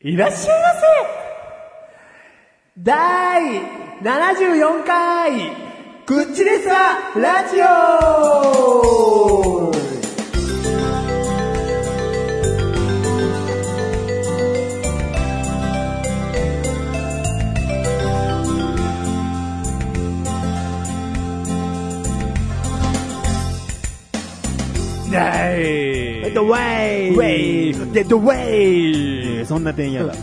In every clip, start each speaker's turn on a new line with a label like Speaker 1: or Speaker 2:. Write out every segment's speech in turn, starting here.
Speaker 1: いらっしゃいませ第74回グッチレスはラジオ
Speaker 2: デッドウェイ
Speaker 1: ウェイ
Speaker 2: デッドウェイそんな点やだ。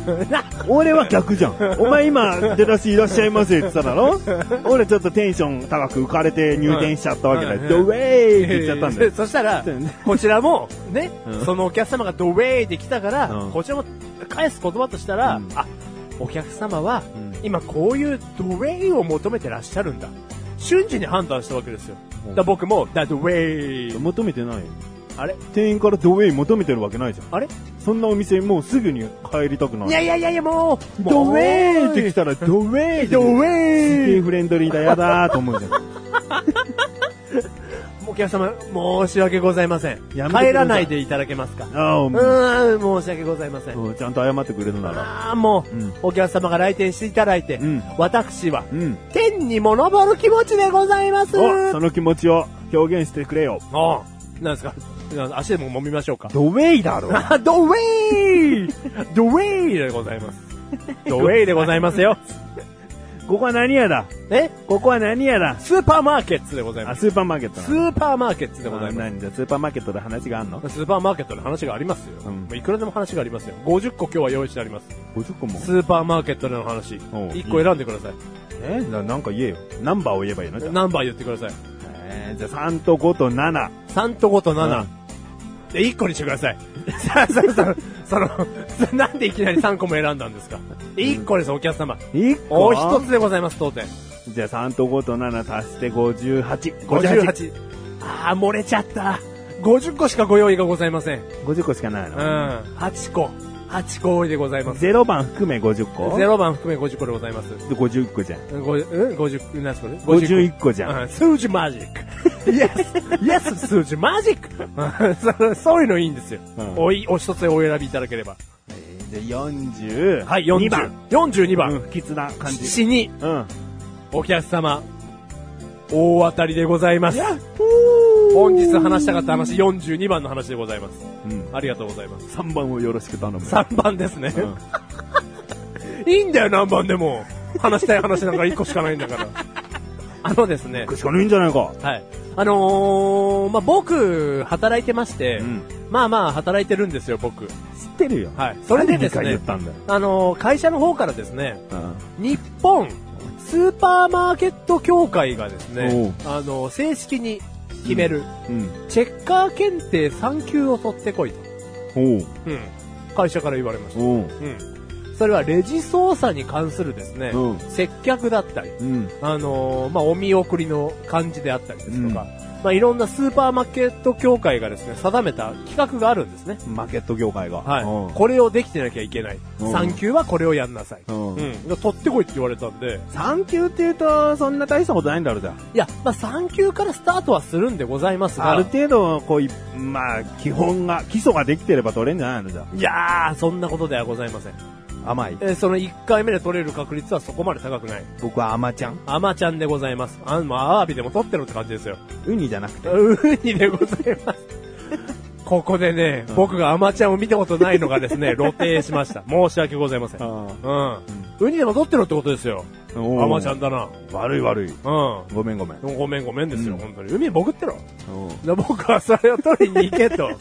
Speaker 2: 俺は 逆じゃん。お前今、出だしいらっしゃいませって言っただろ俺ちょっとテンション高く浮かれて入店しちゃったわけだ。
Speaker 1: うんうん。
Speaker 2: ドウェイって言っちゃったんだよ
Speaker 1: そしたら
Speaker 2: そうよね、
Speaker 1: こちらも、ね、
Speaker 2: うん
Speaker 1: そのお客様がドウェイで来たから、
Speaker 2: うん
Speaker 1: こちらも返す言葉としたら、
Speaker 2: うん
Speaker 1: あ、お客様は、
Speaker 2: うん
Speaker 1: 今こういうドウェイを求めてらっしゃるんだ。瞬時に判断したわけですよ。だから僕も、だドウェイ。
Speaker 2: 求めてないよ。
Speaker 1: あれ
Speaker 2: 店員からドウェイ求めてるわけないじゃん。
Speaker 1: あれ
Speaker 2: そんなお店もうすぐに帰りたくないい。
Speaker 1: やいやいやいや、もう、
Speaker 2: ドウェイって来
Speaker 1: た。
Speaker 2: たらドウェイって
Speaker 1: ドウ
Speaker 2: すげえ
Speaker 1: ェイ
Speaker 2: フレンドリーだ、やだーと思うじゃん。
Speaker 1: お客様、申し訳ございません。
Speaker 2: やめてください
Speaker 1: 帰らないでいただけますか。
Speaker 2: ああ、お
Speaker 1: う
Speaker 2: 前
Speaker 1: ーん、申し訳ございません。
Speaker 2: うんちゃんと謝ってくれるなら。
Speaker 1: ああ、もう、
Speaker 2: うん
Speaker 1: お客様が来店していただいて、
Speaker 2: うん
Speaker 1: 私は、
Speaker 2: うん。
Speaker 1: 天にも昇る気持ちでございます。
Speaker 2: お、その気持ちを表現してくれよ。
Speaker 1: ああ、なんですか な足でも揉みましょうか。
Speaker 2: ドウェイだろ
Speaker 1: あドウェイドウェイでございます。ドウェイでございますよ。
Speaker 2: ここは何屋だ
Speaker 1: え
Speaker 2: ここは何屋だ
Speaker 1: スーパーマーケットでござい
Speaker 2: あ、
Speaker 1: ます。
Speaker 2: スーパーマーケット
Speaker 1: ス
Speaker 2: な
Speaker 1: ーパーマーケットでござ
Speaker 2: あ
Speaker 1: いま
Speaker 2: 何じゃあスーパーマーケットで話があんの
Speaker 1: す。スーパーマーケットの話がありますよ。
Speaker 2: うん
Speaker 1: もういくらでも話がありますよ。50個今日は用意してあります。
Speaker 2: ?50 個も
Speaker 1: スーパーマーケットでの話。
Speaker 2: おう
Speaker 1: 1個選んでください。
Speaker 2: えななんか言えよ。ナンバーを言えばいいのじゃあ。
Speaker 1: ナンバー言ってください。
Speaker 2: えーじゃあ3と5と7。
Speaker 1: 3と5と7。
Speaker 2: うん
Speaker 1: で、1個にしてください。 さあ、さあ、さあ、その、なんでいきなり3個も選んだんですか。1個です、お客様。
Speaker 2: 1個
Speaker 1: お一つでございます、当店。
Speaker 2: つじゃあ3と5と7足して58。58。
Speaker 1: 58。あー、漏れちゃった。50個しかご用意がございません。
Speaker 2: 50個しかないの
Speaker 1: うん。8個。8個多いでございます。
Speaker 2: 0番含め50個
Speaker 1: 0番含め50個でございます。
Speaker 2: で51個じゃん。
Speaker 1: うんごうん、50、なんすかね
Speaker 2: 51個じゃん。
Speaker 1: うん数字マジ ック。イエス、イエス、数字マジック。 うんそそういうのいいんですよ。
Speaker 2: うん
Speaker 1: おい、お一つでお選びいただければ。
Speaker 2: えーじゃあ40。
Speaker 1: はい、40。
Speaker 2: 2番。。
Speaker 1: 42
Speaker 2: うん
Speaker 1: 番。
Speaker 2: 不吉な感じ。
Speaker 1: 死に、
Speaker 2: うん。
Speaker 1: お客様、大当たりでございます。本日話したかった話、42番の話でございます。
Speaker 2: うん。
Speaker 1: ありがとうございます。
Speaker 2: 3番をよろしく頼む。
Speaker 1: 3番ですね。いいんだよ、何番でも。話したい話なんか1個しかないんだから。 あのですね
Speaker 2: こ、れしかないんじゃないか。
Speaker 1: はい。あのー、まあ、僕、働いてまして、
Speaker 2: うん
Speaker 1: まあまあ、働いてるんですよ、僕。
Speaker 2: 知ってるよ。
Speaker 1: はい。それでです
Speaker 2: なん
Speaker 1: ね
Speaker 2: 二回言っ、たんだよ。
Speaker 1: あのー、会社の方からですね、
Speaker 2: うん
Speaker 1: 日本スーパーマーケット協会がです
Speaker 2: お
Speaker 1: ね
Speaker 2: う、
Speaker 1: あのー、正式に決める、
Speaker 2: うん。
Speaker 1: チェッカー検定3級を取ってこいと。
Speaker 2: おう。
Speaker 1: うん。会社から言われました。
Speaker 2: おう。
Speaker 1: うん。それはレジ操作に関するですね、
Speaker 2: うん
Speaker 1: 接客だったり、
Speaker 2: うん。
Speaker 1: あのーまあ、お見送りの感じであったりですとか、まあ、いろんなスーパーマーケット協会がですね、定めた企画があるんですね。
Speaker 2: マーケット業界が。
Speaker 1: はい。
Speaker 2: う
Speaker 1: これをできてなきゃいけない。
Speaker 2: うん
Speaker 1: 産級はこれをやんなさい。
Speaker 2: ん。
Speaker 1: う
Speaker 2: うん。
Speaker 1: ん。で取ってこいって言われたんで、
Speaker 2: 3級って言うと、そんな大したことないんだろうじゃ
Speaker 1: いや、まあ、産級からスタートはするんでございますが、
Speaker 2: ある程度、こうい、まあ、基本が、基礎ができてれば取れんじゃないのじゃ
Speaker 1: いやー、そんなことではございません。
Speaker 2: 甘い
Speaker 1: え。ーその1回目で取れる確率はそこまで高くない。
Speaker 2: 僕は甘ちゃん。
Speaker 1: アマちゃんでございます。あん、まあ、アワビでも取ってるって感じですよ。
Speaker 2: ウニじゃなくて。
Speaker 1: ウニでございます。 ここでね、僕がアマちゃんを見たことないのがですね、露呈しました。申し訳ございません。うん。ウニでも取ってるってことですよ。ア
Speaker 2: 甘
Speaker 1: マちゃんだな。
Speaker 2: 悪い悪い。
Speaker 1: う
Speaker 2: ごめんごめん。
Speaker 1: ん。ごめんごめんですよ、
Speaker 2: うん
Speaker 1: 本当に。海に潜ってろ。で僕はそれを取りに行けと。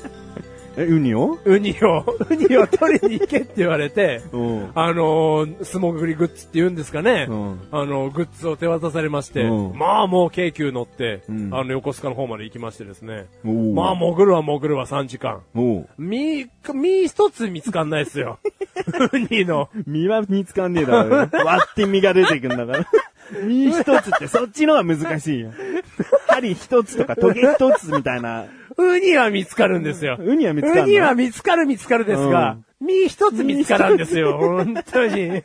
Speaker 2: え、ウニを
Speaker 1: ウニを、 ウニを取りに行けって言われて、
Speaker 2: うん。
Speaker 1: あのー、素潜りグッズって言うんですかね。
Speaker 2: うん
Speaker 1: あの、グッズを手渡されまして、
Speaker 2: うん
Speaker 1: まあもう京急乗って、
Speaker 2: うん
Speaker 1: あの、横須賀の方まで行きましてですね。
Speaker 2: おー
Speaker 1: まあ潜るは潜るは3時間。
Speaker 2: おう。
Speaker 1: み、み一つ見つかんないっす よ。ウニの。
Speaker 2: 身は見つかんねえだ ろうよ。割って身が出てくんだ から。身一つって、そっちのは難しいよ。針一つとか、トゲ一つみたい な。
Speaker 1: ウニは見つかるんですよ。
Speaker 2: ウニは見つかんの
Speaker 1: ウニは見つかる見つかるですが、身一つ見つからんです よ。本当に。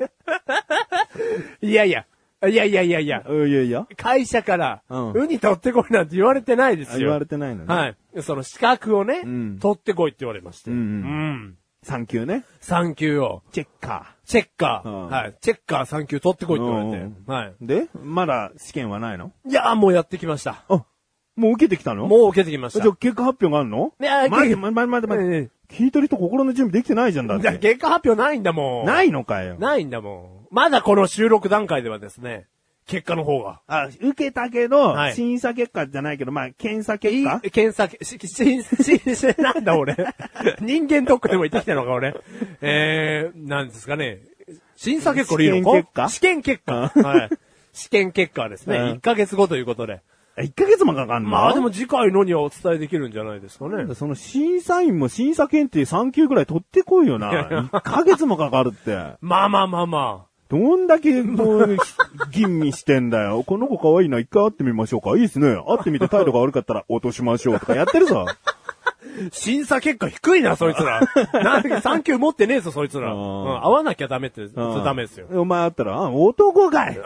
Speaker 1: いやいや。いやいやいやいや。
Speaker 2: うんいやいや。
Speaker 1: 会社から、
Speaker 2: うん
Speaker 1: ウニ取ってこいなんて言われてないですよ。
Speaker 2: 言われてないのね。
Speaker 1: はい。その資格をね、
Speaker 2: うん
Speaker 1: 取ってこいって言われまして。
Speaker 2: うんうん
Speaker 1: うん
Speaker 2: 3級ね。
Speaker 1: 3級を。
Speaker 2: チェッカ
Speaker 1: チェッカー。
Speaker 2: うん
Speaker 1: はい。チェッカー3級取ってこいって言われて
Speaker 2: うん。
Speaker 1: はい。
Speaker 2: ー。で、まだ試験はないの
Speaker 1: いやーもうやってきました。
Speaker 2: あ、もう受けてきたの
Speaker 1: もう受けてきまし
Speaker 2: じ
Speaker 1: た
Speaker 2: ゃあ。結果発表があるの
Speaker 1: いや
Speaker 2: 待って
Speaker 1: 結
Speaker 2: 待って待って待っ
Speaker 1: え
Speaker 2: て。聞いてる人心の準備できてないじゃんだっ
Speaker 1: いや
Speaker 2: て。
Speaker 1: 結果発表ないんだもん。い。
Speaker 2: ないのかよ。
Speaker 1: ないんだもん。まだこの収録段階ではですね、結果の方が。
Speaker 2: あ、受けたけど
Speaker 1: は、い
Speaker 2: 審査結果じゃないけど、まあ、検査結果
Speaker 1: い検査、し、し、し、し、なんだ 俺。人間ドックでも行ってきたのか俺。えー、なんですかね。審査結果でいいのか
Speaker 2: 試
Speaker 1: 試験結果はい。試験結果はですね、
Speaker 2: うん
Speaker 1: 1ヶ月後ということで。
Speaker 2: 1ヶ月もかかんの
Speaker 1: まあでも次回のにはお伝えできるんじゃないですかね。
Speaker 2: その審査員も審査検定3級ぐらい取ってこいよな。1ヶ月もかかるって。
Speaker 1: まあまあまあま
Speaker 2: どんだけもう、吟味してんだよ。この子可愛いな、一回会ってみましょうか。いいですね。会ってみて態度が悪かったら落としましょうとかやってるぞ。
Speaker 1: あ。審査結果低いな、そいつ ら。なんか産級持ってねえぞ、そいつら。
Speaker 2: う
Speaker 1: うんん、合わなきゃダメって、そ
Speaker 2: うん
Speaker 1: れダメですよ。
Speaker 2: お前会ったら、あ男かい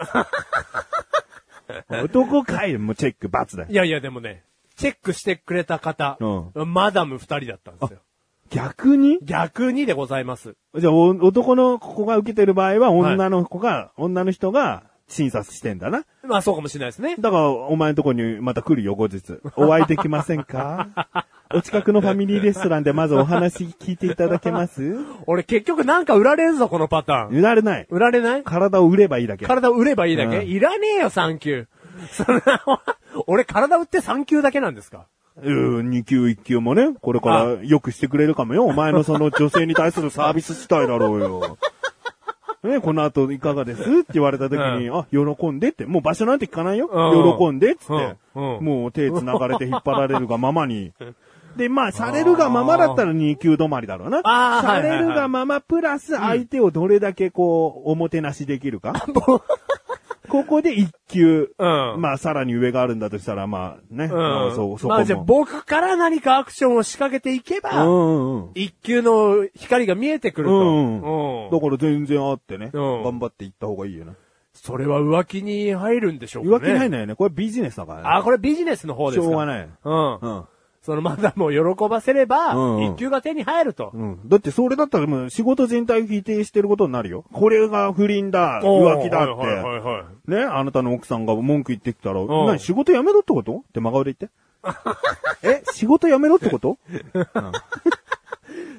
Speaker 2: 男かいもうチェック、罰だよ
Speaker 1: い。やいや、でもね、チェックしてくれた方、マダム二人だったんですよ。
Speaker 2: 逆に
Speaker 1: 逆にでございます。
Speaker 2: じゃあ、お男の子が受けてる場合は、
Speaker 1: はい
Speaker 2: 女の子が、女の人が審査してんだな。
Speaker 1: まあそうかもしれないですね。
Speaker 2: だから、お前のとこにまた来るよ、後日。お会いできませんかお近くのファミリーレストランでまずお話聞いていただけます
Speaker 1: 俺結局なんか売られんぞ、このパターン。
Speaker 2: 売られない。
Speaker 1: 売られない
Speaker 2: 体を売ればいいだけ。
Speaker 1: 体を売ればいいだけ、
Speaker 2: うん
Speaker 1: いらねえよ、3級。 そんな、俺体売って3級だけなんですか
Speaker 2: うん、2級1級もね、これからよくしてくれるか もよ。お前のその女性に対するサービスしたいだろうよ。ね、この後いかがですって言われた時に、あ、喜んでって、もう場所なんて聞かないよ。
Speaker 1: うん
Speaker 2: 喜んでっつって、
Speaker 1: うんうん
Speaker 2: もう手繋がれて引っ張られるがまま に。で、まあ、されるがままだったら2級止まりだろうな。
Speaker 1: あー
Speaker 2: さ
Speaker 1: は
Speaker 2: れ
Speaker 1: いはい
Speaker 2: る
Speaker 1: はい
Speaker 2: がままプラス相手をどれだけこう、おもてなしでき るか。ここで1級。
Speaker 1: うん
Speaker 2: まあ、さらに上があるんだとしたら、まあね。まあそう、そこも。
Speaker 1: まあじゃあ僕から何かアクションを仕掛けていけ
Speaker 2: う
Speaker 1: ば、
Speaker 2: んうんうん。
Speaker 1: 一級の光が見えてくると。
Speaker 2: うん
Speaker 1: うん
Speaker 2: だから全然あってね。
Speaker 1: うん
Speaker 2: 頑張っていった方がいいよね。
Speaker 1: それは浮気に入るんでしょうかね。
Speaker 2: 浮気な
Speaker 1: ね。
Speaker 2: いのよね。これビジネスだからね。
Speaker 1: あ、これビジネスの方ですか
Speaker 2: しょうがない
Speaker 1: うん。
Speaker 2: うん。
Speaker 1: そのマダムを喜ばせれば、
Speaker 2: うんうん
Speaker 1: 一級が手に入ると。
Speaker 2: うん。だってそれだったらもう仕事全体を否定してることになるよ。これが不倫だ、
Speaker 1: おー
Speaker 2: 浮気だっ
Speaker 1: はいはい
Speaker 2: て。
Speaker 1: はいはい
Speaker 2: ね、あなたの奥さんが文句言ってきたら、
Speaker 1: ん
Speaker 2: 何仕事辞めろってことって真顔で 言って。え仕事辞めろってこと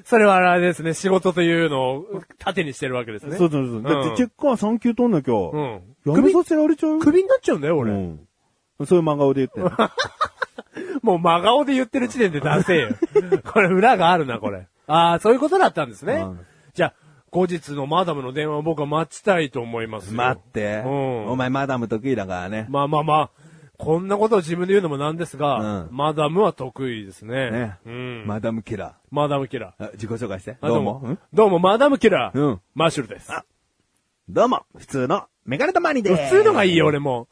Speaker 1: それはあれですね、仕事というのを盾にしてるわけです
Speaker 2: そう
Speaker 1: ね。
Speaker 2: そうそう。だってチェッカー3級取んなきゃ、
Speaker 1: うん
Speaker 2: 辞めさせられちゃうよ。
Speaker 1: クビになっちゃうんだよ、俺。
Speaker 2: うんそういう真顔で言って。
Speaker 1: もう真顔で言ってる時点でダセ えよ。これ裏があるな、これ。ああ、そういうことだったんですね。
Speaker 2: うん
Speaker 1: じゃあ、後日のマダムの電話を僕は待ちたいと思いますよ。
Speaker 3: って
Speaker 1: うん
Speaker 3: 前マダム得意だからね。
Speaker 1: まあまあまあ、こんなことを自分で言うのもなんですが、
Speaker 3: う
Speaker 1: マダムは得意ですね。うん。
Speaker 3: マダムキラ
Speaker 1: マダムキラ
Speaker 3: ー。あ自己紹介して。
Speaker 1: ー。あ
Speaker 3: どうも。
Speaker 1: どうも、マダムキラー。
Speaker 3: うん
Speaker 1: マッシュルです。
Speaker 3: どうも。普通のメガネたまにで
Speaker 1: 普通のがいいよ、俺も。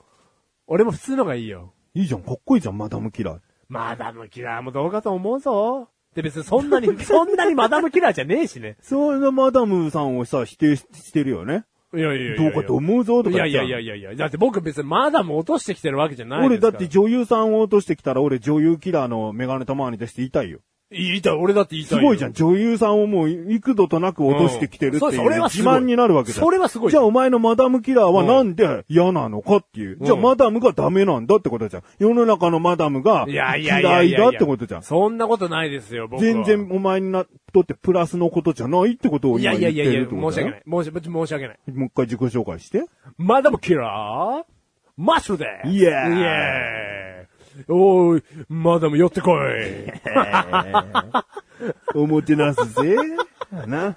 Speaker 1: 俺も普通のがいいよ。
Speaker 2: いいじゃん、かっこいいじゃん、マダムキラー。
Speaker 1: マダムキラーもどうかと思うぞ。で別にそんな に、そんなにマダムキラーじゃねえしね。
Speaker 2: そういうのマダムさんをさ、否定ししてるよね。
Speaker 1: いやいやいや
Speaker 2: どうかと思うぞとか
Speaker 1: いや
Speaker 2: 言っ
Speaker 1: い
Speaker 2: ち
Speaker 1: や
Speaker 2: ゃう
Speaker 1: いやいやいや。だって僕別にマダム落としてきてるわけじゃないで
Speaker 2: 俺
Speaker 1: すか
Speaker 2: だ
Speaker 1: ら。
Speaker 2: って女優さんを落としてきたら俺女優キラーのメガネ玉に出して言いたいよ。
Speaker 1: 言いたい、俺だって言いた
Speaker 2: す
Speaker 1: いよ。
Speaker 2: ごいじゃん。女優さんをもう幾度となく落としてきてるっていう
Speaker 1: うんそうそれはす
Speaker 2: 自
Speaker 1: ごい
Speaker 2: 慢になるわけじゃん。
Speaker 1: それはすごい
Speaker 2: じゃあお前のマダムキラーはなんで嫌なのかっていう。じゃあマダムがダメなんだってことじゃん。世の中のマダムが
Speaker 1: いやいやいや
Speaker 2: 嫌
Speaker 1: い
Speaker 2: い
Speaker 1: やい
Speaker 2: だ
Speaker 1: や
Speaker 2: ってことじゃん。
Speaker 1: そんなことないですよ、僕は。
Speaker 2: 全然。お前になっとってプラスのことじゃないってことを
Speaker 1: い
Speaker 2: 今
Speaker 1: や
Speaker 2: 言っ
Speaker 1: い
Speaker 2: て
Speaker 1: やいやいや、
Speaker 2: るって
Speaker 1: 申
Speaker 2: こと
Speaker 1: し
Speaker 2: だ
Speaker 1: 訳
Speaker 2: よ
Speaker 1: ない。申し、申し訳ない。
Speaker 2: もう一回自己紹介して。
Speaker 1: マダムキラー、マッシュです。
Speaker 2: イエーイ
Speaker 1: イエーイおい、マダム寄ってこい。
Speaker 2: おもてなす ぜ。な。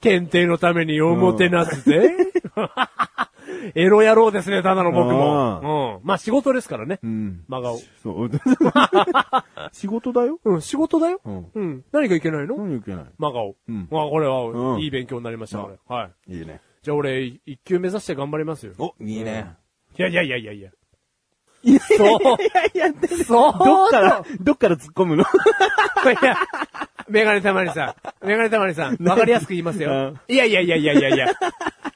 Speaker 1: 検定のためにおもてなすぜ。エロ野郎ですね、ただの僕も。うん。まあ仕事ですからね。
Speaker 2: うん。
Speaker 1: 真顔。
Speaker 2: そう。 仕事だよ。
Speaker 1: うん、仕事だよ。
Speaker 2: ん
Speaker 1: うん。何がいけないの
Speaker 2: 何いけない。
Speaker 1: 真顔。
Speaker 2: うん
Speaker 1: まあこれ
Speaker 2: う
Speaker 1: は、
Speaker 2: ん
Speaker 1: いい勉強になりました、これ。はい。
Speaker 2: いいね。
Speaker 1: じゃあ俺、一級目指して頑張りますよ。
Speaker 3: お、いいね。
Speaker 1: いやいやいやいやいや。そう。
Speaker 2: いやいや、
Speaker 1: そう。
Speaker 2: どっから、どっから突っ込むの
Speaker 1: いや、メガネたまりさん。メガネたまりさん。わかりやすく言いますよ。いやいやいやいやいやいや。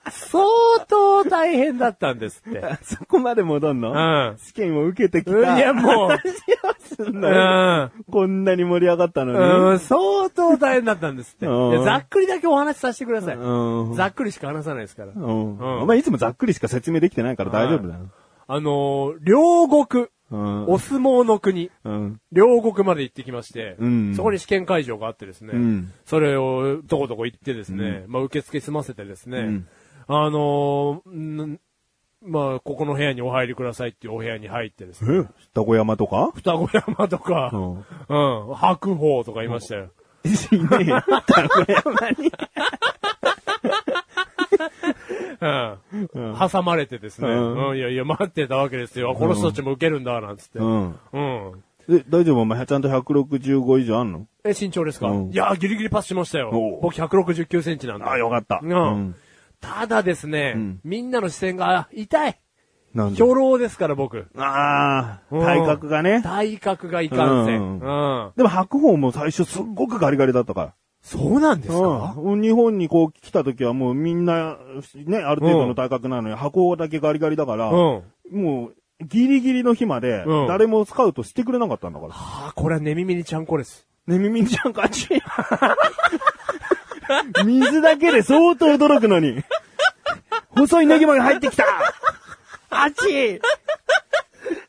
Speaker 1: 相当大変だったんです って。
Speaker 2: そこまで戻んの
Speaker 1: うん
Speaker 2: 試験を受けてき
Speaker 1: うん
Speaker 2: た。
Speaker 1: いや、もう、
Speaker 2: すん
Speaker 1: う
Speaker 2: だよ
Speaker 1: ん。
Speaker 2: こんなに盛り上がった
Speaker 1: う
Speaker 2: のに。
Speaker 1: ん、相当大変だったんですって。
Speaker 2: うん
Speaker 1: いやざっくりだけお話しさせてください。
Speaker 2: うん
Speaker 1: ざっくりしか話さないですから。
Speaker 2: うん
Speaker 1: うん
Speaker 2: お前いつもざっくりしか説明できてないから大丈夫だよ。
Speaker 1: あのー両国、
Speaker 2: うん
Speaker 1: お相撲の国、
Speaker 2: うん。
Speaker 1: 両国まで行ってきまして、
Speaker 2: うん
Speaker 1: そこに試験会場があってですね、
Speaker 2: うん
Speaker 1: それをどこどこ行ってですね、まあ受付済ませてですね、
Speaker 2: ん
Speaker 1: あのーんまあここの部屋にお入りくださいっていうお部屋に入ってですね、
Speaker 2: え双子山と か
Speaker 1: 双子山とか、
Speaker 2: う
Speaker 1: うんん、白鵬とかいましたよ。
Speaker 2: しねえよ双子山に。
Speaker 1: うん。挟まれてですね、
Speaker 2: うん
Speaker 1: うん、いやいや待ってたわけですよ。この人たちも受けるんだ、なんつって。
Speaker 2: うん。
Speaker 1: うん
Speaker 2: え、大丈夫お前ちゃんと165以上あんの
Speaker 1: え、身長ですか、
Speaker 2: うん
Speaker 1: いやー、ギリギリパスしましたよ
Speaker 2: おう。
Speaker 1: 僕169センチなんで。
Speaker 2: あよかった
Speaker 1: うん
Speaker 2: うん
Speaker 1: ただですね、
Speaker 2: ん
Speaker 1: みんなの視線があ痛い。
Speaker 2: なんで
Speaker 1: 巨老ですから、僕。
Speaker 2: ああ、
Speaker 1: うん
Speaker 2: 体格がね。
Speaker 1: 体格がいかんせん。
Speaker 2: う
Speaker 1: うん。
Speaker 2: でも白鵬も最初すっごくガリガリだったから。
Speaker 1: そうなんですか、
Speaker 2: うん日本にこう来た時はもうみんな、ね、ある程度の体格なのに、箱だけガリガリだか
Speaker 1: う
Speaker 2: ら、
Speaker 1: ん、
Speaker 2: もう、ギリギリの日まで
Speaker 1: う、ん
Speaker 2: 誰もスカウトしてくれなかったんだから。
Speaker 1: はあ、これは寝耳にちゃんこです。
Speaker 2: ねみみんちゃん勝ち。水だけで相当驚くのに。細いネギまで入ってきた
Speaker 1: あち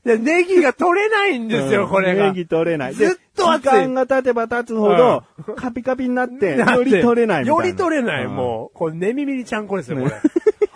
Speaker 1: で、ネギが取れないんですよ、これが。
Speaker 2: ネギ取れない。で
Speaker 1: ずっと熱い
Speaker 2: 時間が経てば経つほど、カピカピになって、
Speaker 1: だって
Speaker 2: より取れないみたい
Speaker 1: よ
Speaker 2: な。
Speaker 1: り取れない、
Speaker 2: うん
Speaker 1: もう。これ、寝耳にちゃんこですよ、これ。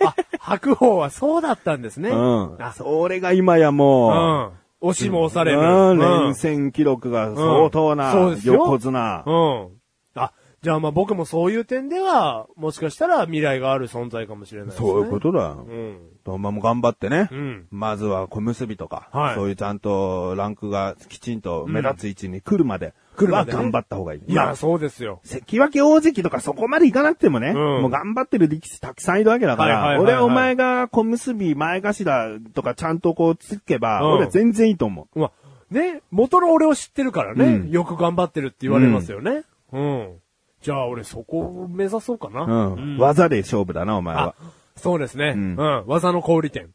Speaker 1: あ、白鵬はそうだったんですね。
Speaker 2: うん。
Speaker 1: あ、そう。
Speaker 2: それが今やも
Speaker 1: うん。押しも押さ
Speaker 2: う、
Speaker 1: れる。
Speaker 2: うん、
Speaker 1: うん
Speaker 2: 連戦記録が
Speaker 1: う
Speaker 2: 相当
Speaker 1: んそう
Speaker 2: な
Speaker 1: ですよ
Speaker 2: 横綱。
Speaker 1: うん。あ、じゃあまあ僕もそういう点では、もしかしたら未来がある存在かもしれないですね。。
Speaker 2: そういうこととだよ。
Speaker 1: うん。
Speaker 2: お前も頑張ってね。
Speaker 1: うん
Speaker 2: まずは小結びとか、
Speaker 1: はい
Speaker 2: そういうちゃんとランクがきちんと目立つ位置に来るまで、
Speaker 1: 来るま
Speaker 2: は
Speaker 1: でね
Speaker 2: 頑張った方がいい。
Speaker 1: い
Speaker 2: ま
Speaker 1: や、
Speaker 2: あ
Speaker 1: そうですよ。
Speaker 2: 関脇大関とかそこまでいかなくてもね、
Speaker 1: ん
Speaker 2: もう頑張ってる力士たくさんいるわけだから、
Speaker 1: はいはいはいはい
Speaker 2: 俺はお前が小結び前頭とかちゃんとこうつけば、
Speaker 1: うん
Speaker 2: 俺は全然いいと思う。
Speaker 1: まあ、ね、元の俺を知ってるからね、
Speaker 2: うん
Speaker 1: よく頑張ってるって言われますよね。うん。じゃあ俺そこを目指そうかな。
Speaker 2: うん。技で勝負だな、お前
Speaker 1: あ
Speaker 2: は。、
Speaker 1: そうですね。うんん。技の小売店。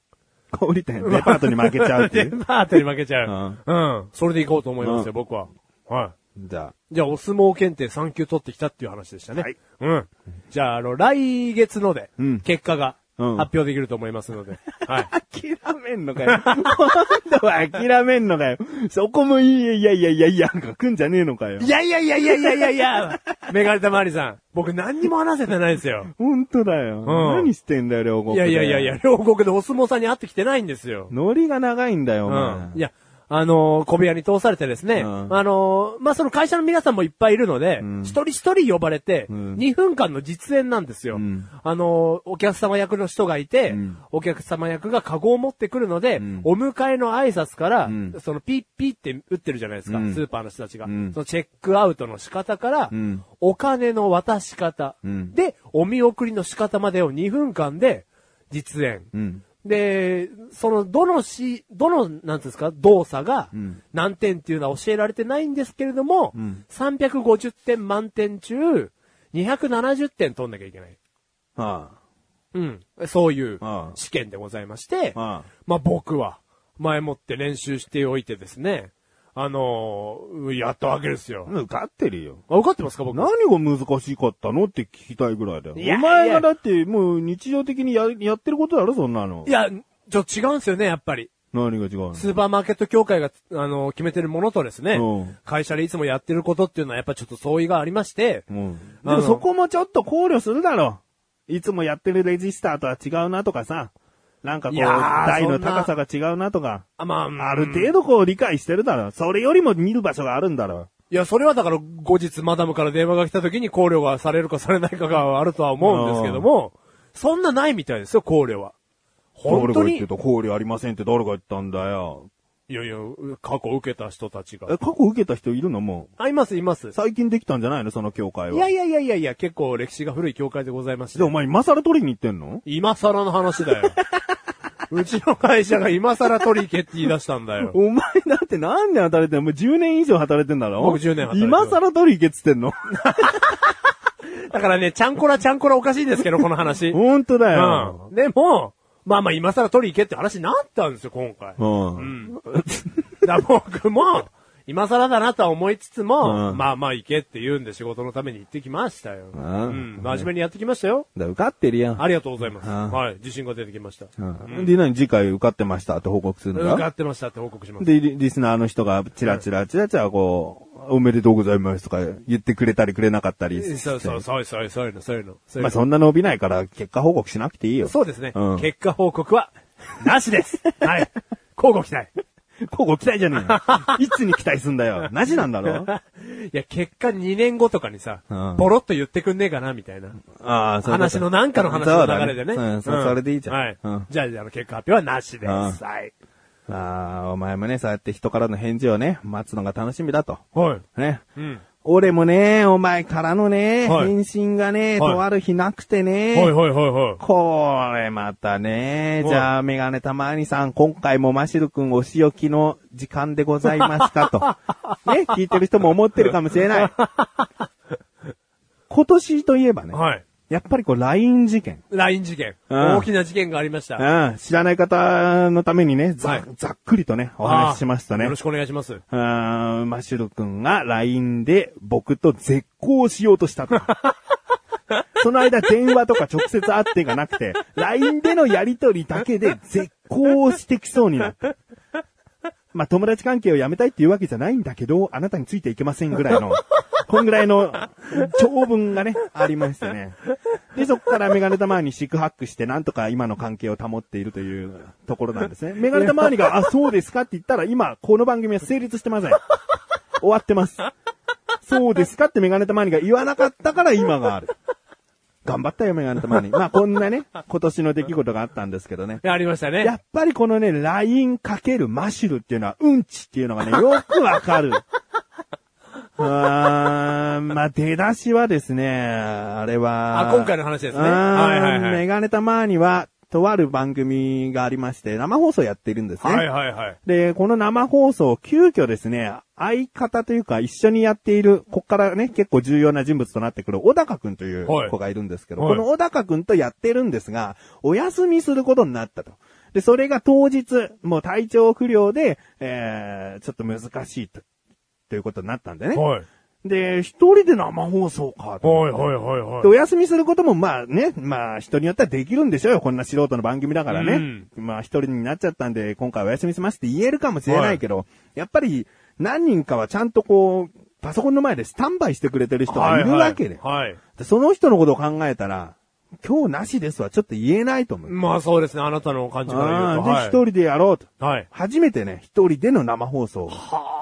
Speaker 2: 小売店、デパートに負けちゃうって
Speaker 1: デ
Speaker 2: いう。
Speaker 1: パートに負けちゃう。うん。それでいこうと思いますよ、
Speaker 2: うん
Speaker 1: 僕は。はい。
Speaker 2: じゃ
Speaker 1: じゃあ、お相撲検定3級取ってきたっていう話でしたね。
Speaker 2: はい
Speaker 1: うん。じゃあ、あの、来月ので
Speaker 2: うん、
Speaker 1: 結果が
Speaker 2: うん
Speaker 1: 発表できると思いますの で。はい。
Speaker 2: あ。諦めんのか よ。今度は諦めんのかよ。そこもいい、いやいやいやいや、が来んじゃねえのかよ
Speaker 1: い。やいやいやいやいやいやいやメガネたまわりさん、僕何にも話せてないですよ。
Speaker 2: ほんとだよ。何してんだよ、両国。
Speaker 1: いやいやいやいや。、両国でお相撲さんに会ってきてないんですよ。
Speaker 2: ノリが長いんだよ、お
Speaker 1: う
Speaker 2: 前
Speaker 1: ん。。いや、あのー小部屋に通されてですね、
Speaker 2: うん
Speaker 1: あのーまあ、その会社の皆さんもいっぱいいるので、
Speaker 2: ん
Speaker 1: 一人一人呼ばれて、
Speaker 2: ん
Speaker 1: 2分間の実演なんですよ。
Speaker 2: ん
Speaker 1: あのーお客様役の人がいて、
Speaker 2: ん
Speaker 1: お客様役がカゴを持ってくるので、
Speaker 2: ん
Speaker 1: お迎えの挨拶から、
Speaker 2: ん
Speaker 1: そのピッピッって打ってるじゃないですか、
Speaker 2: うん
Speaker 1: スーパーの人たちが、
Speaker 2: ん
Speaker 1: そのチェックアウトの仕方から、
Speaker 2: うん
Speaker 1: お金の渡し方、
Speaker 2: うん
Speaker 1: で、お見送りの仕方までを2分間で実演。
Speaker 2: うん。
Speaker 1: で、その、どのし、どの、なんていうんですか、動作が
Speaker 2: ん、
Speaker 1: 何点っていうのは教えられてないんですけれども、
Speaker 2: ん
Speaker 1: 350点満点中、270点取んなきゃいけない。
Speaker 2: は
Speaker 1: うん。そういう
Speaker 2: ああ
Speaker 1: 試験でございまして、
Speaker 2: ああ
Speaker 1: まあ僕は、前もって練習しておいてですね、あのーやったわけですよ。
Speaker 2: 受かってるよ。
Speaker 1: あ分かってますか僕。
Speaker 2: 何が難しかったのって聞きたいぐらいだよ。
Speaker 1: いや
Speaker 2: お前がだってもう日常的にややってることだろ、そんなの
Speaker 1: い。や、ちょっと違うんですよね、やっぱり。
Speaker 2: 何が違うの
Speaker 1: スーパーマーケット協会が、あの、決めてるものとですね
Speaker 2: うん、
Speaker 1: 会社でいつもやってることっていうのはやっぱちょっと相違がありまして、
Speaker 2: うん。で
Speaker 1: あ
Speaker 2: も
Speaker 1: の
Speaker 2: そこもちょっと考慮するだろ。いつもやってるレジスターとは違うなとかさ。なんかこう、
Speaker 1: いやー
Speaker 2: 台の
Speaker 1: そんな
Speaker 2: 高さが違うなとか。
Speaker 1: あ、まあ、
Speaker 2: ある程度こう理解してるだろ。それよりも見る場所があるんだろ。
Speaker 1: いや、それはだから後日マダムから電話が来た時に考慮がされるかされないかがあるとは思うんですけども、そんなないみたいですよ、考慮は。本当に。
Speaker 2: た考慮ありませんって誰が言ったんだよ。
Speaker 1: いやいや、過去受けた人たち
Speaker 2: え、
Speaker 1: が。
Speaker 2: 過去受けた人いるのも
Speaker 1: あ、います、います
Speaker 2: う。。最近できたんじゃないのその協会は。
Speaker 1: いやいやいやいやいや、結構歴史が古い教会でございまして
Speaker 2: で、お。前今更取りに行ってんの
Speaker 1: 今更の話だ よ。うちの会社が今更取り行けって言い出したんだよ。
Speaker 2: お前だって何年働いてんのもう10年以上働いてんだろ
Speaker 1: 僕10年働いてる
Speaker 2: 今更取り行けっつってんの
Speaker 1: だからね、ちゃんこらちゃんこらおかしいですけど、この話。う
Speaker 2: ほんとだよ。
Speaker 1: ん。でも、まあまあ今更取り行けって話になったんですよ、今回。
Speaker 2: うん。
Speaker 1: うん。だから僕も、今更だなとは思いつつも、
Speaker 2: うん
Speaker 1: まあまあ行けって言うんで仕事のために行ってきましたよ。うんん。真面目にやってきましたよ。
Speaker 2: だ受かってるやん。
Speaker 1: ありがとうございます。
Speaker 2: うん
Speaker 1: はい。自信が出てきました。
Speaker 2: うん。で、何次回受かってましたって報告するん
Speaker 1: 受か
Speaker 2: だ
Speaker 1: ってましたって報告します。
Speaker 2: で、リリスナーの人がチラチラチラチラこう、おめでとうございますとか言ってくれたりくれなかったりして。
Speaker 1: そうそう、そういう、そういう、そういうの、そういうの。そういうの
Speaker 2: まあそんな伸びないから結果報告しなくていいよ。
Speaker 1: そうですね。
Speaker 2: うん
Speaker 1: 結果報告は、なしです。 はい。交互期待。
Speaker 2: こうご期待じゃね えよ。いつに期待すんだよ。なしなんだ ろ
Speaker 1: いや、結果2年後とかにさ、
Speaker 2: うん
Speaker 1: ボロッと言ってくんねえかな、みたいな。
Speaker 2: ああ、そういうこ
Speaker 1: 話
Speaker 2: と
Speaker 1: のなんかの話の流れでね。
Speaker 2: そうだうん、そううんそれでいいじゃん。
Speaker 1: はい
Speaker 2: うん。
Speaker 1: じゃあ、じゃあの、結果発表はなしです。
Speaker 2: うん
Speaker 1: はい。
Speaker 2: まあ、お前もね、そうやって人からの返事をね、待つのが楽しみだと。
Speaker 1: はい。
Speaker 2: ね。
Speaker 1: うん。
Speaker 2: 俺もね、お前からのね、
Speaker 1: はい
Speaker 2: 返信がね、
Speaker 1: はい
Speaker 2: とある日なくてね、
Speaker 1: はいはいはいはい。
Speaker 2: これまたね、
Speaker 1: はい
Speaker 2: じゃあメガネたまにさん、今回もマシル君お仕置きの時間でございますか と。ね、聞いてる人も思ってるかもしれ ない。今年といえばね、
Speaker 1: はい。
Speaker 2: やっぱりこう LINE 事件。
Speaker 1: LINE 事件。
Speaker 2: うん
Speaker 1: 大きな事件がありました。
Speaker 2: うん、知らない方のためにね、ざ,、
Speaker 1: はい
Speaker 2: ざっくりとね、お話ししました
Speaker 1: よ
Speaker 2: ね
Speaker 1: ろ。しくお願いします。
Speaker 2: うーん、マシュル君が LINE で僕と絶交しようとし たと。その間電話とか直接会ってがなくて、LINE でのやりとりだけで絶交をしてきそうになった。まあ、友達関係をやめたいっていうわけじゃないんだけど、あなたについていけませんぐらいの、こんぐらいの長文がね、ありましたね。で、そこからメガネたまわりに四苦八苦して、なんとか今の関係を保っているというところなんですね。メガネたまわりが、あ、そうですかって言ったら、今、この番組は成立してません。終わってます。そうですかってメガネたまわりが言わなかったから今がある。頑張ったよ、メガネたまわり。まあ、こんなね、今年の出来事があったんですけどね。
Speaker 1: ありました
Speaker 2: や
Speaker 1: ね。
Speaker 2: っぱりこのね、LINE かけるマシュルっていうのは、うんちっていうのがね、よくわ かる。あーまあ、出だしはですね、あれは。
Speaker 1: あ今回の話ですね
Speaker 2: あー
Speaker 1: はいはいはい
Speaker 2: メガネたまには、とある番組がありまして、生放送やっているんですね。
Speaker 1: はいはいはい。
Speaker 2: で、この生放送、急遽ですね、相方というか一緒にやっている、こっからね、結構重要な人物となってくる小高くんという
Speaker 1: はい
Speaker 2: 子がいるんですけど、
Speaker 1: はい
Speaker 2: この小高くんとやってるんですが、お休みすることになったと。で、それが当日、もう体調不良で、えー、ちょっと難しいと、ということになったんでね。
Speaker 1: はい。
Speaker 2: で、一人で生放送かと。
Speaker 1: はいはいはいはい。
Speaker 2: でお休みすることも、まあね、まあ人によってはできるんでしょうよ。こんな素人の番組だからね。
Speaker 1: うん
Speaker 2: まあ一人になっちゃったんで、今回お休みしますって言えるかもしれないけど、やっぱり何人かはちゃんとこう、パソコンの前でスタンバイしてくれてる人がいるわけで。
Speaker 1: はいはい。
Speaker 2: でその人のことを考えたら、今日なしですはちょっと言えないと思う。
Speaker 1: まあそうですね、あなたの感じから
Speaker 2: あ
Speaker 1: 言う
Speaker 2: ーで、
Speaker 1: と。
Speaker 2: 一、
Speaker 1: はい。
Speaker 2: 人でやろうと。
Speaker 1: はい。
Speaker 2: 初めてね、一人での生放送を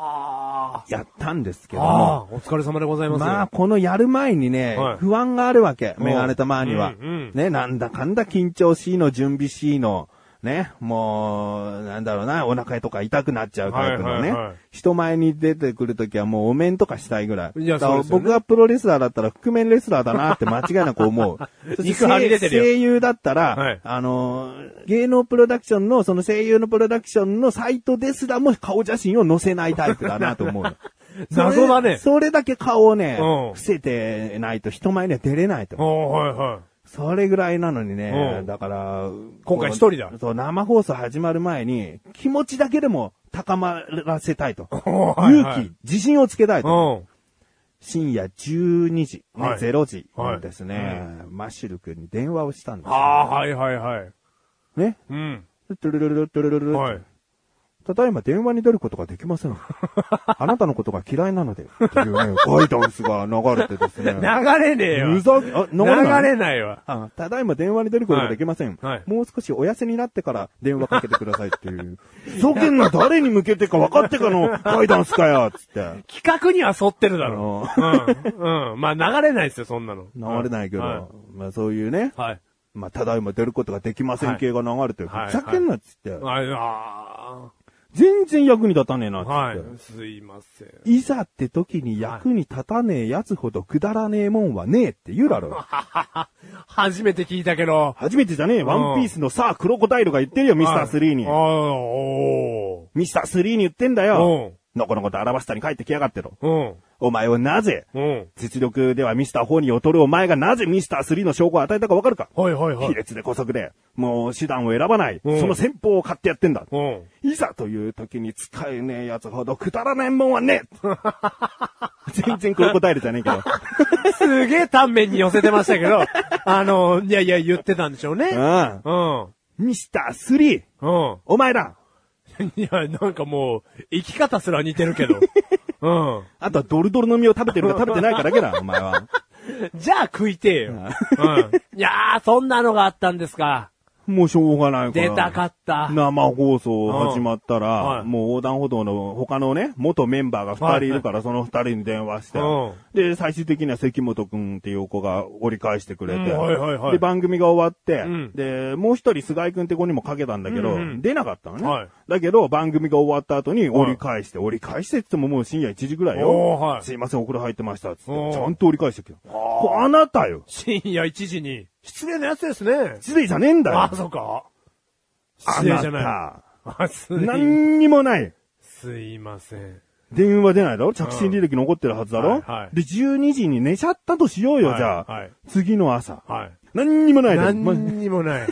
Speaker 1: はあ。
Speaker 2: やったんですけども、
Speaker 1: ああ、お疲れ様でございます。
Speaker 2: まあ、このやる前にね、
Speaker 1: はい
Speaker 2: 不安があるわけ、
Speaker 1: ん
Speaker 2: メガネたまには、
Speaker 1: うんうん
Speaker 2: ね、なんだかんだ緊張しいの、準備しいの、ね、もう、なんだろうな、お腹とか痛くなっちゃうタイプの
Speaker 1: は
Speaker 2: ね、
Speaker 1: いはいはい
Speaker 2: 人前に出てくるときはもうお面とかしたいぐらい。
Speaker 1: いや
Speaker 2: だか
Speaker 1: そう
Speaker 2: ら
Speaker 1: ですよね
Speaker 2: 僕がプロレスラーだったら覆面レスラーだなって間違いなく思 う。そして
Speaker 1: 肉張り出てるよ
Speaker 2: 声優だったら、
Speaker 1: はい
Speaker 2: あのー、芸能プロダクションの、その声優のプロダクションのサイトですらも顔写真を載せないタイプだなと思うの。
Speaker 1: 謎だね
Speaker 2: それだけ顔をね、
Speaker 1: うん
Speaker 2: 伏せてないと人前には出れないと。
Speaker 1: おーはいはい。
Speaker 2: それぐらいなのにね
Speaker 1: う、ん
Speaker 2: だから、
Speaker 1: 今回一人だ
Speaker 2: そう、生放送始まる前に、気持ちだけでも高まらせたいと。
Speaker 1: おーはいはい
Speaker 2: 勇気、自信をつけたいと。
Speaker 1: うん。
Speaker 2: 深夜12時、ね
Speaker 1: はい
Speaker 2: 0時
Speaker 1: はい
Speaker 2: ですね、マッシュル君に電話をしたんですよ。
Speaker 1: ああー、はいはいはい。
Speaker 2: ね。
Speaker 1: うん。
Speaker 2: トゥルルルルトゥルルルル
Speaker 1: はい。
Speaker 2: ただいま電話に出ることができません。あなたのことが嫌いなので。というね、ガイダンスが流れてですね。
Speaker 1: 流れねえよ。
Speaker 2: うざけ、あ、流
Speaker 1: 流
Speaker 2: れない
Speaker 1: れないわ。
Speaker 2: あただいま電話に出ることができません。
Speaker 1: はいはい
Speaker 2: もう少しお痩せになってから電話かけてくださいって いう。ふざけんな誰に向けてか分かってかのガイダンスかよつって。
Speaker 1: 企画には沿ってるだ ろ。うん。うん。まあ流れないですよ、そんなの。
Speaker 2: 流れないけど、
Speaker 1: は
Speaker 2: まあそういうね、
Speaker 1: い。はい。
Speaker 2: まあただいま出ることができません系が流れてる。
Speaker 1: はい
Speaker 2: ふざけんなっつって、
Speaker 1: はいあ
Speaker 2: 全然役に立たねえな
Speaker 1: ー
Speaker 2: っつって。
Speaker 1: はい。すいません。
Speaker 2: いざって時に役に立たねえ奴ほどくだらねえもんはねえって言うだろ。
Speaker 1: 初めて聞いたけど。
Speaker 2: 初めてじゃねえ、ワンピースのさあクロコダイルが言ってるよ、ミスター3に
Speaker 1: あ。あ、お
Speaker 2: ミスター3に言ってんだ
Speaker 1: ー
Speaker 2: よ。
Speaker 1: お
Speaker 2: のこのことアラバスタに帰ってきやがってろ。
Speaker 1: うん。うん。
Speaker 2: お前はなぜ、
Speaker 1: うん。
Speaker 2: 実力ではミスター4に劣るお前がなぜミスター3の証拠を与えたかわかるか
Speaker 1: はいはいは
Speaker 2: 卑
Speaker 1: い。
Speaker 2: 劣で古速で、もう手段を選ばない、
Speaker 1: うん
Speaker 2: その戦法を買ってやってんだ。
Speaker 1: うん。
Speaker 2: いざという時に使えねえやつほどくだらねえもんはね え全然これ答えるじゃねえけど。
Speaker 1: すげえ単面に寄せてましたけど、あの、いやいや言ってたんでしょうね。
Speaker 2: うん
Speaker 1: うん。
Speaker 2: ミスター 3!
Speaker 1: うん。
Speaker 2: お前だ
Speaker 1: いや、なんかもう、生き方すら似てるけ ど。う
Speaker 2: あとはドルドルの実を食べてるか食べてないかだけだ、お前は。
Speaker 1: ん。じゃあ食いてえよ。うん。いやー、そんなのがあったんですか。
Speaker 2: もうしょうがないから。
Speaker 1: 出たかった。
Speaker 2: 生放送始まったら、
Speaker 1: うんはい
Speaker 2: もう横断歩道の他のね、元メンバーが2人いるから、その2人に電話して、
Speaker 1: うん
Speaker 2: で、最終的には関本くんっていう子が折り返してくれて、
Speaker 1: うんはいはいはい
Speaker 2: で、番組が終わって、
Speaker 1: うん
Speaker 2: で、もう一人菅井くんって子にもかけたんだけど、
Speaker 1: うんうん
Speaker 2: 出なかったのね、
Speaker 1: はい
Speaker 2: だけど、番組が終わった後に折り返して、折り返してって言ってももう深夜1時ぐらいよ。
Speaker 1: おーはい
Speaker 2: すいません、お風呂入ってましたっつって、ち
Speaker 1: おー
Speaker 2: ゃんと折り返してきた。これあなたよ
Speaker 1: 深夜1時に。失礼なやつですね。
Speaker 2: 失礼じゃねえんだよ
Speaker 1: あ、そうか。
Speaker 2: あ
Speaker 1: 失礼じゃない。
Speaker 2: な
Speaker 1: あ、す
Speaker 2: た
Speaker 1: い、
Speaker 2: 何にもない
Speaker 1: すいません。
Speaker 2: 電話出ないだろ着信履歴残ってるはずだろ、
Speaker 1: はいはい
Speaker 2: で、12時に寝ちゃったとしようよ、
Speaker 1: はい
Speaker 2: じゃあ、
Speaker 1: はい
Speaker 2: 次の朝。
Speaker 1: はい。
Speaker 2: 何にもないだろま
Speaker 1: 何にもない。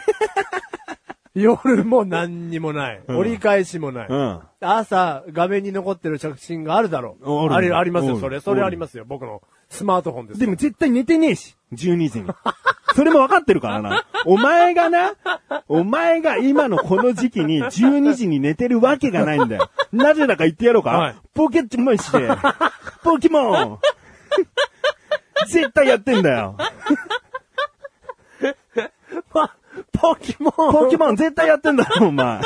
Speaker 1: 夜も何にもない。
Speaker 2: ん
Speaker 1: 折り返しもない。
Speaker 2: うん。
Speaker 1: 朝、画面に残ってる着信があるだろ
Speaker 2: ある
Speaker 1: あれ、あります
Speaker 2: う
Speaker 1: よ、
Speaker 2: ん
Speaker 1: それ。それありますよ、僕のスマートフォンです。
Speaker 2: でも絶対寝てねえし、12時に。 それも分かってるからな。お前がな、お前が今のこの時期に12時に寝てるわけがないんだよ。なぜだか言ってやろうか、
Speaker 1: はい
Speaker 2: ポケットマンして、ポケモン絶対やってん だよ。
Speaker 1: あポケモン
Speaker 2: ポケモン絶対やってんだよ、お前。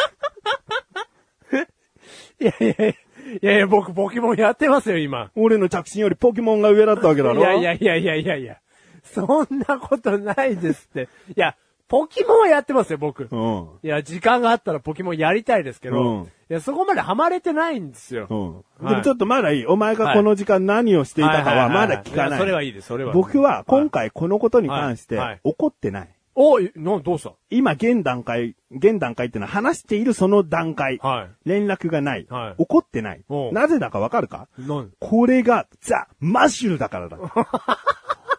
Speaker 1: いやいやいや、いやいや、僕ポケモンやってますよ、今。
Speaker 2: 俺の着信よりポケモンが上だったわけだろ
Speaker 1: いやいやいやいやいやいや。そんなことないですって。いや、ポケモンはやってますよ、僕。
Speaker 2: うん。
Speaker 1: いや、時間があったらポケモンやりたいですけ
Speaker 2: う
Speaker 1: ど、
Speaker 2: ん
Speaker 1: いや、そこまでハマれてないんですよ。
Speaker 2: うん。
Speaker 1: はい
Speaker 2: でもちょっとまだいい。お前がこの時間何をしていたかはまだ聞か
Speaker 1: いや
Speaker 2: ない。
Speaker 1: それはいいです、それは。
Speaker 2: 僕は今回このことに関し
Speaker 1: はいは
Speaker 2: て
Speaker 1: い
Speaker 2: 怒ってない。
Speaker 1: おい、な、どうした
Speaker 2: 今現段階、現段階ってのは話しているその段階。
Speaker 1: はい
Speaker 2: 連絡がない。
Speaker 1: はい
Speaker 2: 怒ってない
Speaker 1: お。う
Speaker 2: なぜだかわかるか
Speaker 1: 何
Speaker 2: これがザ・マッシュルだからだ。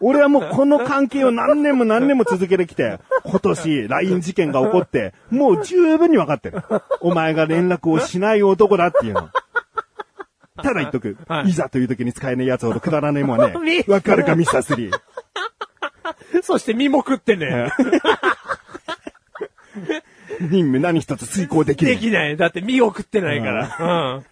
Speaker 2: 俺はもうこの関係を何年も何年も続けて きて、今年 LINE 事件が起こって、もう十分に分かってる。お前が連絡をしない男だっていうの。ただ言っとく。
Speaker 1: はい
Speaker 2: い、ざという時に使えねえやつほどくだらねえもんは
Speaker 1: ミ
Speaker 2: ね。わかるか、ミスター3。
Speaker 1: そして身も食ってね。
Speaker 2: 任務何一つ遂行できる。
Speaker 1: できない。だって身を食ってないから。うん。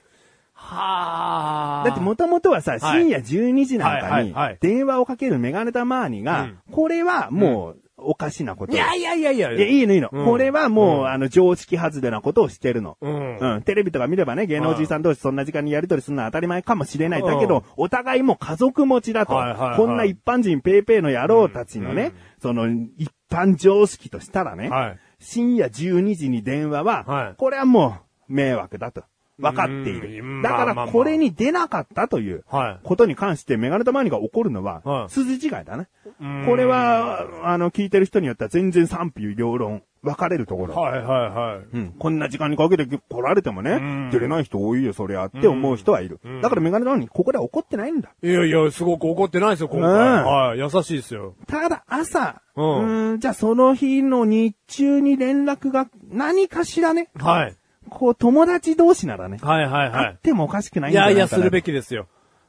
Speaker 1: はあ。
Speaker 2: だってもともとはさ、深夜12時なんか
Speaker 1: はいはい
Speaker 2: に
Speaker 1: はい、
Speaker 2: 電話をかけるメガネタマーニが、これはもう、おかしなこと
Speaker 1: い
Speaker 2: だ
Speaker 1: やいやいやいや。
Speaker 2: いや、いいのいいの。
Speaker 1: うん
Speaker 2: これはもう、あの、常識外れなことをしてるの。
Speaker 1: うん
Speaker 2: うん。テレビとか見ればね、芸能人さん同士そんな時間にやりとりするのは当たり前かもしれない。だけ
Speaker 1: うん
Speaker 2: ど、お互いもう家族持ちだと
Speaker 1: はいはいは。い
Speaker 2: こんな一般人ペーペーの野郎たちのね、その、一般常識としたらね
Speaker 1: はい、
Speaker 2: 深夜12時に電話
Speaker 1: はい
Speaker 2: は、これはもう、迷惑だと。分かってい
Speaker 1: うん
Speaker 2: る。だか
Speaker 1: まあまあ
Speaker 2: ら、
Speaker 1: まあ
Speaker 2: これに出なかったという
Speaker 1: はい
Speaker 2: ことに関して、メガネタマーニが怒るの
Speaker 1: は
Speaker 2: は、
Speaker 1: い
Speaker 2: 筋違いだね。
Speaker 1: うん
Speaker 2: これは、あの、聞いてる人によっては全然賛否両論、分かれるところ。
Speaker 1: はいはいはい。
Speaker 2: うん。こんな時間にかけて来られても
Speaker 1: ん
Speaker 2: ね、出れない人多いよ、そりゃ、って思う人はいる。だからメガネなのに、ここでは怒ってないんだ。
Speaker 1: いやいや、すごく怒ってないですよ、今回。
Speaker 2: うん
Speaker 1: はい、優しいですよ。
Speaker 2: ただ、朝、う
Speaker 1: うん
Speaker 2: ーん、じゃあその日の日中に連絡が、何かしらね、
Speaker 1: はい。
Speaker 2: こう、友達同士ならね、
Speaker 1: はいはい
Speaker 2: あ
Speaker 1: は。
Speaker 2: ってもおかしくないい
Speaker 1: い
Speaker 2: んじゃ
Speaker 1: や
Speaker 2: ない
Speaker 1: い
Speaker 2: かな
Speaker 1: や、するべきですよ。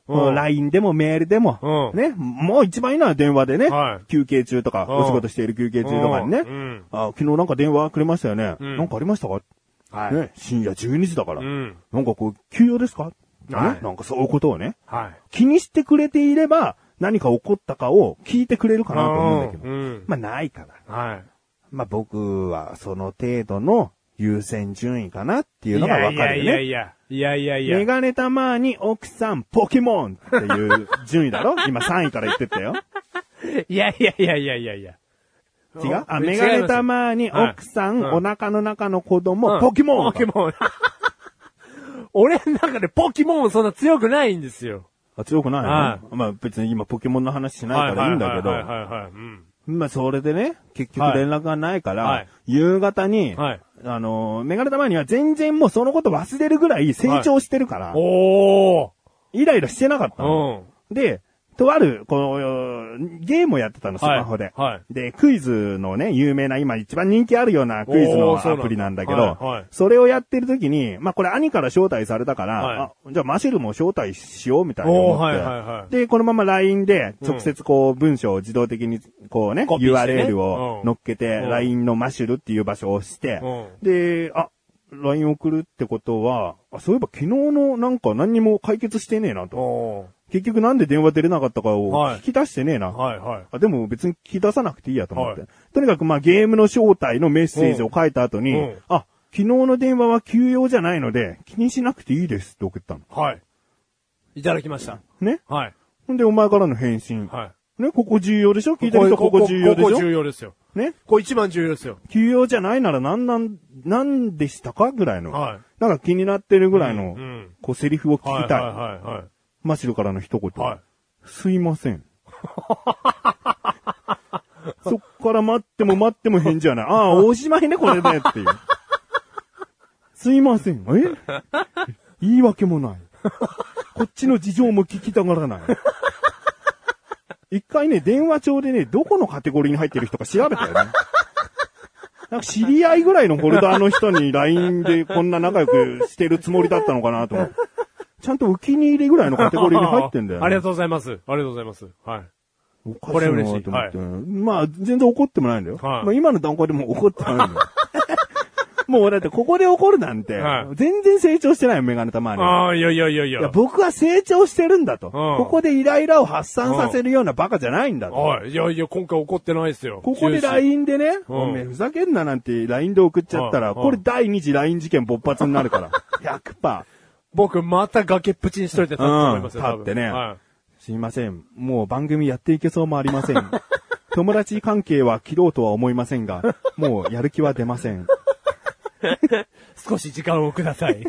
Speaker 2: もう LINE でもメールでも、
Speaker 1: うん
Speaker 2: ね、もう一番いいのは電話でね、
Speaker 1: はい
Speaker 2: 休憩中とか、
Speaker 1: うん
Speaker 2: お仕事している休憩中とかにね、
Speaker 1: うんうん
Speaker 2: あ昨日なんか電話くれましたよね、
Speaker 1: ん
Speaker 2: なんかありましたか、
Speaker 1: はい
Speaker 2: ね、深夜12時だから、
Speaker 1: うん
Speaker 2: なんかこう、休養ですか、
Speaker 1: はい
Speaker 2: ねなんかそういうことをね、
Speaker 1: はい。
Speaker 2: 気にしてくれていれば、何か起こったかを聞いてくれるかなと思うんだけど、
Speaker 1: うん
Speaker 2: まあないから。
Speaker 1: はい。
Speaker 2: まあ僕はその程度の優先順位かなっていうのがわかるよね。
Speaker 1: いやいやいやいやいやい
Speaker 2: メ
Speaker 1: や。
Speaker 2: ガネたまに奥さんポケモンっていう順位 だろ今3位から言ってったよ。
Speaker 1: いやいやいやいやいやいや。違
Speaker 2: 違うあ、
Speaker 1: います
Speaker 2: メガネたまに
Speaker 1: はい
Speaker 2: 奥さん、
Speaker 1: うん
Speaker 2: お腹の中の子供、
Speaker 1: うん
Speaker 2: ポケモン
Speaker 1: ポケモン。 俺の中でポケモンそんな強くないんですよ。
Speaker 2: あ強くないの、
Speaker 1: は
Speaker 2: まあ別に今ポケモンの話しないからいいんだけど
Speaker 1: はい。はいはいはいはい。うん。
Speaker 2: まあそれでね、結局連絡がないから、
Speaker 1: はい
Speaker 2: 夕方に、
Speaker 1: はい
Speaker 2: あのー、メガネたまには全然もうそのこと忘れるぐらい成長してるから、
Speaker 1: おー。
Speaker 2: イライラしてなかったの。
Speaker 1: うん。
Speaker 2: で、とある、この、ゲームをやってたの、スマホで。
Speaker 1: はいはい
Speaker 2: で、クイズのね、有名な、今一番人気あるようなクイズの
Speaker 1: おーそうな
Speaker 2: ア
Speaker 1: んだ
Speaker 2: プリなんだけど、
Speaker 1: はいはい
Speaker 2: それをやってる時に、まあこれ兄から招待されたから、
Speaker 1: はい
Speaker 2: あじゃあマシルも招待しようみたいな
Speaker 1: お
Speaker 2: 思って、
Speaker 1: ーはいはいはい
Speaker 2: で、このまま LINE で、直接こう、文章を自動的に、こうね、
Speaker 1: コピーしてね
Speaker 2: URL を乗っけて、
Speaker 1: うん
Speaker 2: LINE のマシルっていう場所を押して、
Speaker 1: う
Speaker 2: で、あ、LINE 送るってことは、あそういえば昨日のなんか何にも解決してねえなと。
Speaker 1: おー
Speaker 2: 結局なんで電話出れなかったかを
Speaker 1: はい
Speaker 2: 聞き出してねえな。
Speaker 1: はいはい。
Speaker 2: あでも別に聞き出さなくていいやと思って。
Speaker 1: は
Speaker 2: とにかくまあゲームの正体のメッセージを書いた後に、
Speaker 1: うんうん
Speaker 2: あ、昨日の電話は休養じゃないので気にしなくていいですって送ったの。
Speaker 1: はい。いただきました。
Speaker 2: ね。
Speaker 1: はい。
Speaker 2: ほんでお前からの返信。
Speaker 1: は
Speaker 2: ね、ここ重要でしょ聞
Speaker 1: い。
Speaker 2: いてる人ここ重要でし
Speaker 1: ここ
Speaker 2: ょ
Speaker 1: 重要ですよ。
Speaker 2: ね。
Speaker 1: ここ一番重要ですよ。
Speaker 2: 休養じゃないならなんなん、なんでしたかぐらいの。
Speaker 1: はい
Speaker 2: なんか気になってるぐらいの、
Speaker 1: うんうん
Speaker 2: こうセリフを聞
Speaker 1: はい
Speaker 2: きたい。
Speaker 1: はいはいはい。
Speaker 2: マシロからの一言。
Speaker 1: はい
Speaker 2: すいません。そっから待っても待っても返事はない。ああ、おしまいね、これでっていう。すいません。え言い訳もない。こっちの事情も聞きたがらない。一回ね、電話帳でね、どこのカテゴリーに入ってる人か調べたよね。なんか知り合いぐらいのフォルダーの人に LINE でこんな仲良くしてるつもりだったのかなと思って。ちゃんとお気に入りぐらいのカテゴリーに入ってんだよ、ね。
Speaker 1: ありがとうございます。ありがとうございます。はい。
Speaker 2: おかし
Speaker 1: これ
Speaker 2: い
Speaker 1: 嬉
Speaker 2: な
Speaker 1: しい
Speaker 2: と思って。まあ、全然怒ってもないんだよ。
Speaker 1: はい
Speaker 2: まあ、今の段階でもう怒ってないんだ よ。もうだってここで怒るなんて、
Speaker 1: はい
Speaker 2: 全然成長してないよ、メガネたまに。い
Speaker 1: ああ、いやいやいやいや。
Speaker 2: や、僕は成長してるんだと。ここでイライラを発散させるようなバカじゃないんだと。
Speaker 1: はい。いやいや、今回怒ってないですよ。
Speaker 2: ここ
Speaker 1: 終
Speaker 2: で
Speaker 1: 始
Speaker 2: LINE でね、
Speaker 1: うん
Speaker 2: おめえふざけんななんて LINE で送っちゃっ
Speaker 1: は
Speaker 2: たら、
Speaker 1: い
Speaker 2: これ第二次 LINE 事件勃発にな るから。100%。
Speaker 1: 僕、また崖っぷちにしといてたと思いますよ。
Speaker 2: うん
Speaker 1: 多分
Speaker 2: 立ってね
Speaker 1: はい。
Speaker 2: すいません。もう番組やっていけそうもありま せん。友達関係は切ろうとは思いませんが、もうやる気は出ません。
Speaker 1: 少し時間をくださ い。い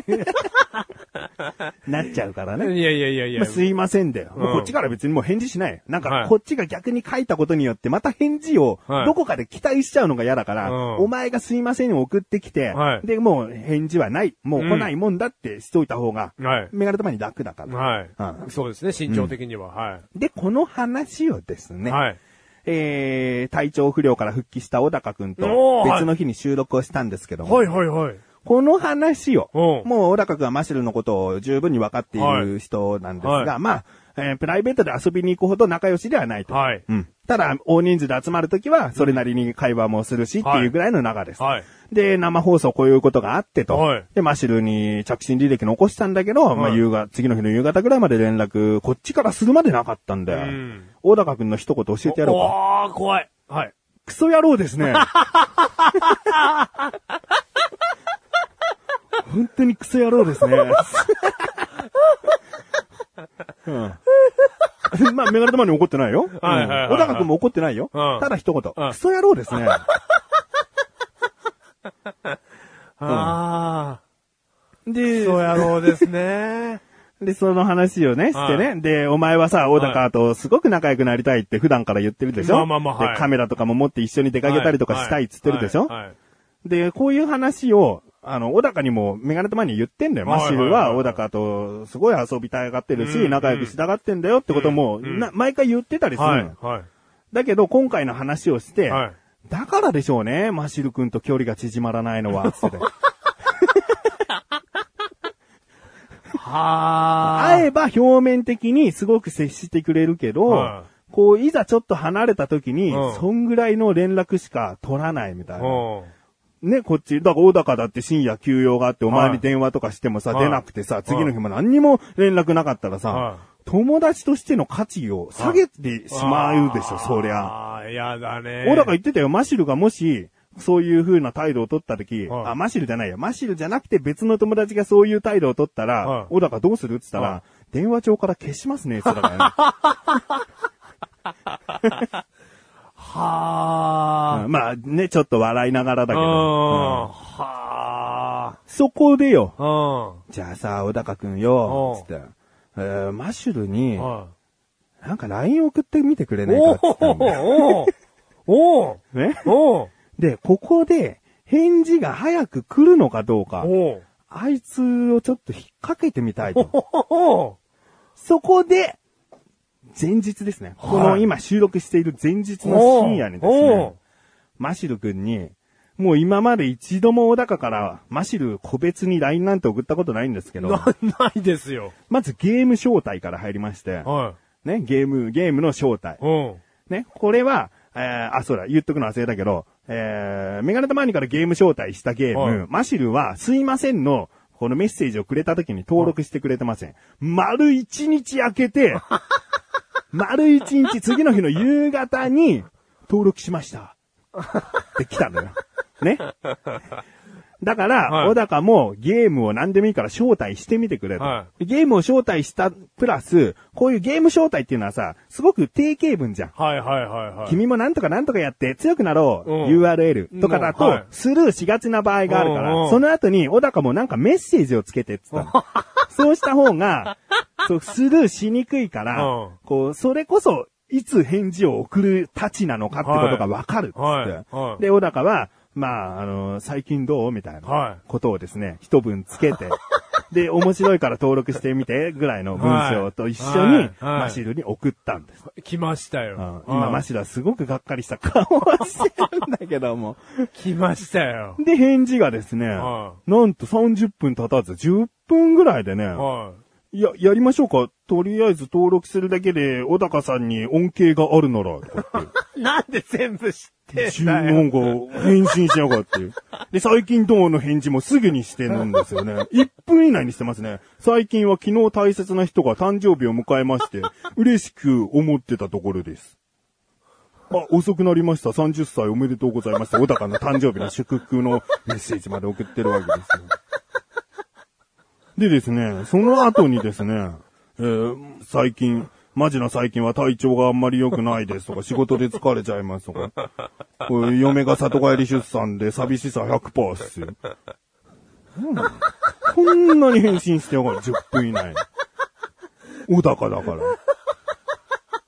Speaker 2: なっちゃうから
Speaker 1: や
Speaker 2: ね。
Speaker 1: いやいやい
Speaker 2: ま
Speaker 1: や
Speaker 2: あ。すいませんだよ。
Speaker 1: ん
Speaker 2: もうこっちから別にもう返事しないよ。なん
Speaker 1: は
Speaker 2: か、
Speaker 1: い
Speaker 2: こっちが逆に書いたことによって、また返事を、
Speaker 1: はい
Speaker 2: どこかで期待しちゃうのが嫌だから、
Speaker 1: うん
Speaker 2: お前がすいませんを送ってきて、
Speaker 1: はい
Speaker 2: で、もう返事はない、もう来ないもんだってしといた方が、
Speaker 1: はい。
Speaker 2: メガネ玉に楽だから。
Speaker 1: は
Speaker 2: う
Speaker 1: い。そうですね、身長的には。は
Speaker 2: で、この話をで
Speaker 1: い。
Speaker 2: すね、
Speaker 1: はい。
Speaker 2: えー、体調不良から復帰した小高くんと
Speaker 1: おーはい
Speaker 2: 別の日に収録をしたんですけども、
Speaker 1: はいはいはい。
Speaker 2: この話を、
Speaker 1: うん
Speaker 2: もう小高くんはマシルのことを十分に分かってい
Speaker 1: はい
Speaker 2: る人なんですが、
Speaker 1: はい
Speaker 2: まあ、えープライベートで遊びに行くほど仲良しではないと。
Speaker 1: はい
Speaker 2: うん、ただ、大人数で集まるときは、それなりに会話もするしって
Speaker 1: はい
Speaker 2: いうぐらいの中です。
Speaker 1: はい
Speaker 2: で、生放送こういうことがあってと。
Speaker 1: はい
Speaker 2: で、マシルに着信履歴残したんだけど、ま
Speaker 1: は
Speaker 2: あ
Speaker 1: い
Speaker 2: 夕方、次の日の夕方ぐらいまで連絡、こっちからするまでなかったんだよ。
Speaker 1: うん
Speaker 2: 小高くんの一言教えてやろうか。
Speaker 1: おー、怖い。はい。
Speaker 2: クソ野郎で すね。本当にクソ野郎ですね。うん、まあ、メガネ玉に怒ってないよ。
Speaker 1: はいはいはいはい
Speaker 2: 小高くんも怒ってないよ。
Speaker 1: うん
Speaker 2: ただ一言、
Speaker 1: うん
Speaker 2: クソ野郎ですね。
Speaker 1: あー。
Speaker 2: で
Speaker 1: そうやろうです ね。
Speaker 2: で、その話をね、してね。
Speaker 1: は
Speaker 2: で、お前はさ、小高とすごく仲良くなりたいって普段から言ってるでしょ。
Speaker 1: まあまあまあはい
Speaker 2: でカメラとかも持って一緒に出かけたりとかしたいっつってるでしょ。
Speaker 1: はいはいはい
Speaker 2: で、こういう話を、あの、小高にも、メガネと前に言ってんだよ。
Speaker 1: はい
Speaker 2: マ
Speaker 1: はい
Speaker 2: シ
Speaker 1: はい
Speaker 2: ルは小高とすごい遊びたがってる
Speaker 1: う
Speaker 2: し、
Speaker 1: ん
Speaker 2: 仲良くしたがってんだよってことも、
Speaker 1: うん
Speaker 2: な毎回言ってたりするの
Speaker 1: は
Speaker 2: よ、
Speaker 1: い。はい。
Speaker 2: だけど、今回の話をして、
Speaker 1: はい
Speaker 2: だからでしょうね、マシル君と距離が縮まらないの は、つって。
Speaker 1: は
Speaker 2: 会えば表面的にすごく接してくれるけど、
Speaker 1: は
Speaker 2: こう、いざちょっと離れた時に、
Speaker 1: うん
Speaker 2: そんぐらいの連絡しか取らないみたいな。
Speaker 1: ー。
Speaker 2: ね、こっち、だから小高だって深夜休養があって、お前
Speaker 1: は
Speaker 2: に
Speaker 1: い
Speaker 2: 電話とかしてもさ、
Speaker 1: はい
Speaker 2: 出なくてさ、次の日も何にも連絡なかったらさ、
Speaker 1: は
Speaker 2: 友達としての価値を下げてしまうでしょ、そりゃ。
Speaker 1: ゃ。あー、やだね。
Speaker 2: 小高言ってたよ、マシルがもし、そういう風な態度を取った時、
Speaker 1: はい
Speaker 2: あ、マシルじゃないよ。マシルじゃなくて別の友達がそういう態度を取ったら、
Speaker 1: はい
Speaker 2: 小高どうするって言ったら、
Speaker 1: は
Speaker 2: 電話帳から消しますね、って言って たからね。
Speaker 1: は
Speaker 2: うんまあね、ちょっと笑いながらだ
Speaker 1: ー。
Speaker 2: けど。うん
Speaker 1: は
Speaker 2: そこでよ、
Speaker 1: ー。
Speaker 2: じゃあさ、小高くんよ、つって、えーマシュルに、
Speaker 1: うん。はい。
Speaker 2: なんか LINE 送ってみてくれないか
Speaker 1: お
Speaker 2: って言ったんだよ
Speaker 1: おおお
Speaker 2: ね。
Speaker 1: お
Speaker 2: で、ここで、返事が早く来るのかどうか、
Speaker 1: お
Speaker 2: あいつをちょっと引っ掛けてみたいと。
Speaker 1: お
Speaker 2: そこで、前日ですね。
Speaker 1: はい
Speaker 2: この今収録している前日の深夜にです
Speaker 1: おう
Speaker 2: ね、マシル君に、もう今まで一度も小高から、マシル個別に LINE なんて送ったことないんですけど、
Speaker 1: な、ないですよ。
Speaker 2: まずゲーム招待から入りまして、
Speaker 1: は
Speaker 2: ね、ゲーム、ゲームの招待
Speaker 1: い。。うん。
Speaker 2: ね、これは、えー、あ、そうだ、言っとくの忘れたけど、えー、メガネタマーニからゲーム招待したゲーム、
Speaker 1: はい
Speaker 2: マシルは、すいませんの、このメッセージをくれた時に登録してくれてません。丸一日開け て、丸一日、次の日の夕方に、登録しました。って来たのよ。ね。だから、
Speaker 1: はい
Speaker 2: 小高もゲームを何でもいいから招待してみてくれと。
Speaker 1: は
Speaker 2: ゲームを招待したプラス、こういうゲーム招待っていうのはさ、すごく定型文じゃん。
Speaker 1: はいはいはいはい。
Speaker 2: 君もなんとかなんとかやって強くなろう、
Speaker 1: うん
Speaker 2: URL とかだ
Speaker 1: うんはい
Speaker 2: と、スルーしがちな場合があるから、
Speaker 1: うんうん
Speaker 2: その後に小高もなんかメッセージをつけてって言ったの。そうした方が、 そう、スルーしにくいから、
Speaker 1: うん
Speaker 2: こう、それこそ、いつ返事を送るたちなのかってことがわかるっつって。
Speaker 1: はいはいはい
Speaker 2: で、小高は、まあ、あの、最近どうみた
Speaker 1: は
Speaker 2: いないことをですね、一文 つけて、で、面白いから登録してみてぐらいの文章と一緒に、
Speaker 1: はいはい
Speaker 2: マシルに送ったんです。
Speaker 1: 来ましたよ。
Speaker 2: うん
Speaker 1: は
Speaker 2: 今、
Speaker 1: い
Speaker 2: マシラすごくがっかりした顔をしてるんだけども。
Speaker 1: 来ましたよ。
Speaker 2: で、返事がですね、
Speaker 1: は
Speaker 2: なんと30分経たず、10分ぐらいでね、
Speaker 1: はい
Speaker 2: や、やりましょうか。とりあえず登録するだけで、小高さんに恩恵があるなら、とかっ
Speaker 1: い。
Speaker 2: て。
Speaker 1: なんで全部知って
Speaker 2: 注
Speaker 1: んだよ。
Speaker 2: 文が返信しやがって。で、最近どうの返事もすぐにしてるんですよね。1分以内にしてますね。最近は昨日大切な人が誕生日を迎えまして、嬉しく思ってたところです。あ、遅くなりました。30歳おめでとうございました。小高の誕生日の祝福のメッセージまで送ってるわけですよ。でですね、その後にですね、えー最近、マジな最近は体調があんまり良くないですとか、仕事で疲れちゃいますとか、これ嫁が里帰り出産で寂しさ100%っすよ。こんなに返信してやがる、10分以内に。小高だから。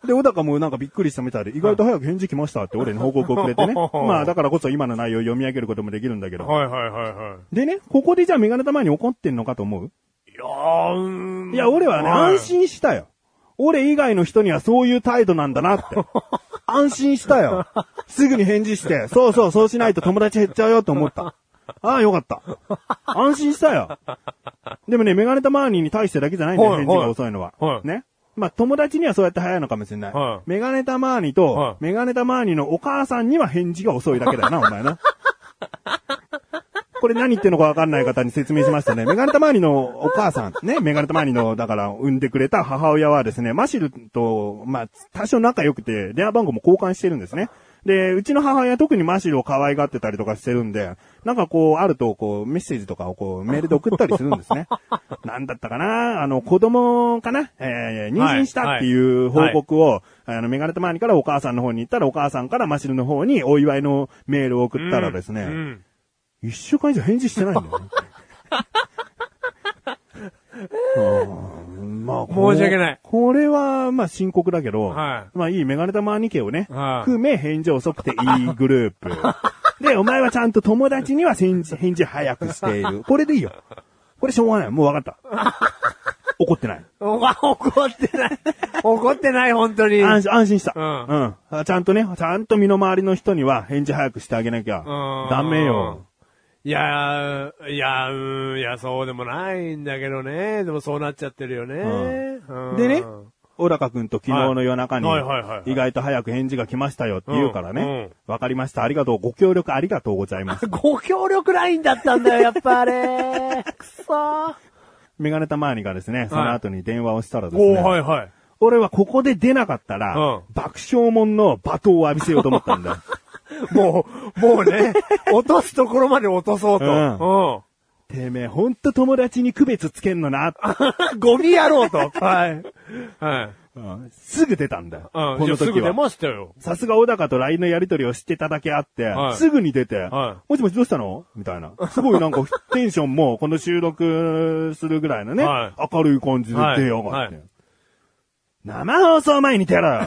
Speaker 2: で、小高もなんかびっくりしたみたいで、意外と早く返事来ましたって俺に報告をくれてね。まあだからこそ今の内容を読み上げることもできるんだけど。
Speaker 1: はいはいはいは
Speaker 2: でね、ここでじゃあメガネたまに怒ってんのかと思う
Speaker 1: い。いやー、うーん
Speaker 2: いや、俺はね、安。心したよ。俺以外の人にはそういう態度なんだ なって。安心したよ。すぐに返事して、そうそう、そうしないと友達減っちゃうよと思った。ああ、よかった。安心したよ。でもね、メガネタマーニーに対してだけじゃないんだよ、
Speaker 1: はい
Speaker 2: 返事が遅いのは。
Speaker 1: はい
Speaker 2: ね。まあ、友達にはそうやって早いのかもしれない。
Speaker 1: はい
Speaker 2: メガネタマーニー
Speaker 1: はい
Speaker 2: と、メガネタマーニーのお母さんには返事が遅いだけだよな、お前な。これ何言ってんのか分かんない方に説明しましたね。メガネタマーニのお母さん、ね、メガネタマーニの、だから、産んでくれた母親はですね、マシルと、まあ、多少仲良くて、電話番号も交換してるんですね。で、うちの母親は特にマシルを可愛がってたりとかしてるんで、なんかこう、あると、こう、メッセージとかをこう、メールで送ったりする んですね。なんだったかなあの、子供かなえー、妊娠したっていう報告を、あの、メガネタマーニからお母さんの方に行ったら、お母さんからマシルの方にお祝いのメールを送ったらですね、
Speaker 1: うん。
Speaker 2: 一週間以上返事してないんだ よね。うんまあ、こう
Speaker 1: 申し訳ない
Speaker 2: これは、まあ、深刻だけど、
Speaker 1: は
Speaker 2: まあ、いいメガネ玉兄家をね、
Speaker 1: はい
Speaker 2: 含め返事遅くていいグルー プ。で、お前はちゃんと友達には返事、返事早くしている。これでいいよ。これしょうがない。もうわかった。怒ってない。
Speaker 1: うわ 怒ってない。怒ってない、本当に。
Speaker 2: 安心、安心した。
Speaker 1: うん
Speaker 2: うんあちゃんとね、ちゃんと身の回りの人には返事早くしてあげなきゃ
Speaker 1: うん。
Speaker 2: ダメよ。
Speaker 1: いやー、いやー、うーん、いや、そうでもないんだけどね。でもそうなっちゃってるよね。うん
Speaker 2: でね、小高くんと昨日の夜中に
Speaker 1: はいはいはいはいは、い
Speaker 2: 意外と早く返事が来ましたよって言うから
Speaker 1: うんう
Speaker 2: ね
Speaker 1: ん、
Speaker 2: わかりました、ありがとう、ご協力ありがとうござい ます。
Speaker 1: ご協力ラインだったんだよ、やっぱあれ。くそー。
Speaker 2: メガネたまわりがですね、その後に電話をしたらです
Speaker 1: おー、は
Speaker 2: ね、
Speaker 1: いはい。
Speaker 2: 俺はここで出なかった
Speaker 1: う
Speaker 2: ら
Speaker 1: ん、
Speaker 2: 爆笑門の罵倒を浴びせようと思ったんだよ。
Speaker 1: もう、もうね、落とすところまで落とそうと。う
Speaker 2: てめえ、ほんと友達に区別つけん のな、
Speaker 1: ん。ゴミ野郎と。 はい。はい。
Speaker 2: すぐ出たんだよ。
Speaker 1: うん。
Speaker 2: こ
Speaker 1: いや
Speaker 2: の
Speaker 1: す
Speaker 2: 時
Speaker 1: ぐ出
Speaker 2: は。
Speaker 1: ましたよ。
Speaker 2: さすが小高と LINE のやりとりを知ってただけあって、
Speaker 1: はい
Speaker 2: すぐに出て、
Speaker 1: は
Speaker 2: もしもしどうしたのみたいな。すご いなんかテンションもこの収録するぐらいのね、
Speaker 1: は
Speaker 2: 明るい感じで出やがって。
Speaker 1: はいはい
Speaker 2: 生放送前に出ろ よ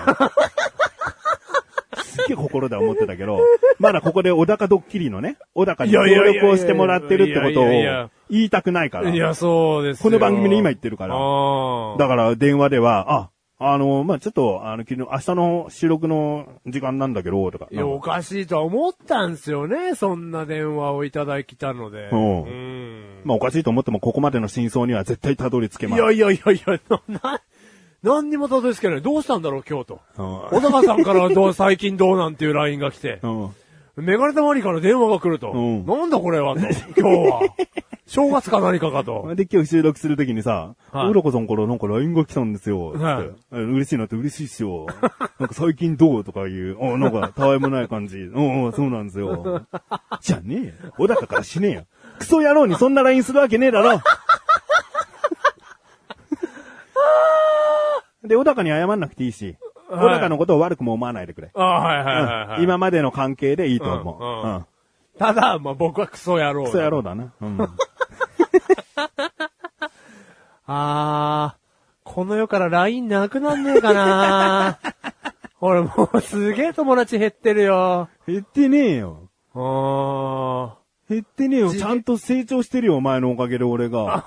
Speaker 2: すっげえ心では思ってたけど、まだここで小高ドッキリのね、小高に協力をしてもらってるってこと
Speaker 1: いやいやいやいやいやいやい
Speaker 2: を
Speaker 1: や
Speaker 2: 言いたくないから。
Speaker 1: いや、そうですよ
Speaker 2: この番組で今言ってるから
Speaker 1: あー
Speaker 2: だから電話では、あ、あの、まあ、ちょっと、あの、昨日、明日の収録の時間なんだけど、とか。
Speaker 1: いや、おかしいとは思ったんですよね。そんな電話をいただきたので。
Speaker 2: うん
Speaker 1: ん
Speaker 2: まあ、おかしいと思っても、ここまでの真相には絶対たどり着け
Speaker 1: い
Speaker 2: ます。
Speaker 1: やいやいやいや、な、何にもたどり着けない。どうしたんだろう、今日と。
Speaker 2: うん
Speaker 1: 小高さんからどう、最近どうなんていう LINE が来て
Speaker 2: う、ん。
Speaker 1: メガネたまりから電話が来ると。
Speaker 2: うん
Speaker 1: なんだこれは、と。今日 は。正月か何かかと。
Speaker 2: で、今日収録するときにさ、
Speaker 1: はい
Speaker 2: うらこさんからなんか LINE が来たんですよ、つって。
Speaker 1: はい
Speaker 2: え嬉しいなって嬉しいっしょ。なんか最近どうとかいう、おなんかたわいもない感じ。うんうん、そうなんですよ。じゃねえよ。小高から死ねえよ。クソ野郎にそんな LINE するわけねえだろ。で、小高に謝んなくていいし、小
Speaker 1: はい
Speaker 2: 高のことを悪くも思わないでくれ。
Speaker 1: あはいはいはい、はい
Speaker 2: 今までの関係でいいと思う。
Speaker 1: うん
Speaker 2: う
Speaker 1: うんんただ、まあ、僕はクソ野郎。
Speaker 2: クソ野郎だな。うん。
Speaker 1: あー、この世から LINE なくなんねえか な俺もうすげえ友達減ってるよ。
Speaker 2: 減ってねえよ。
Speaker 1: うーん。
Speaker 2: 減ってねえよ。ちゃんと成長してるよ、お前のおかげで 俺が。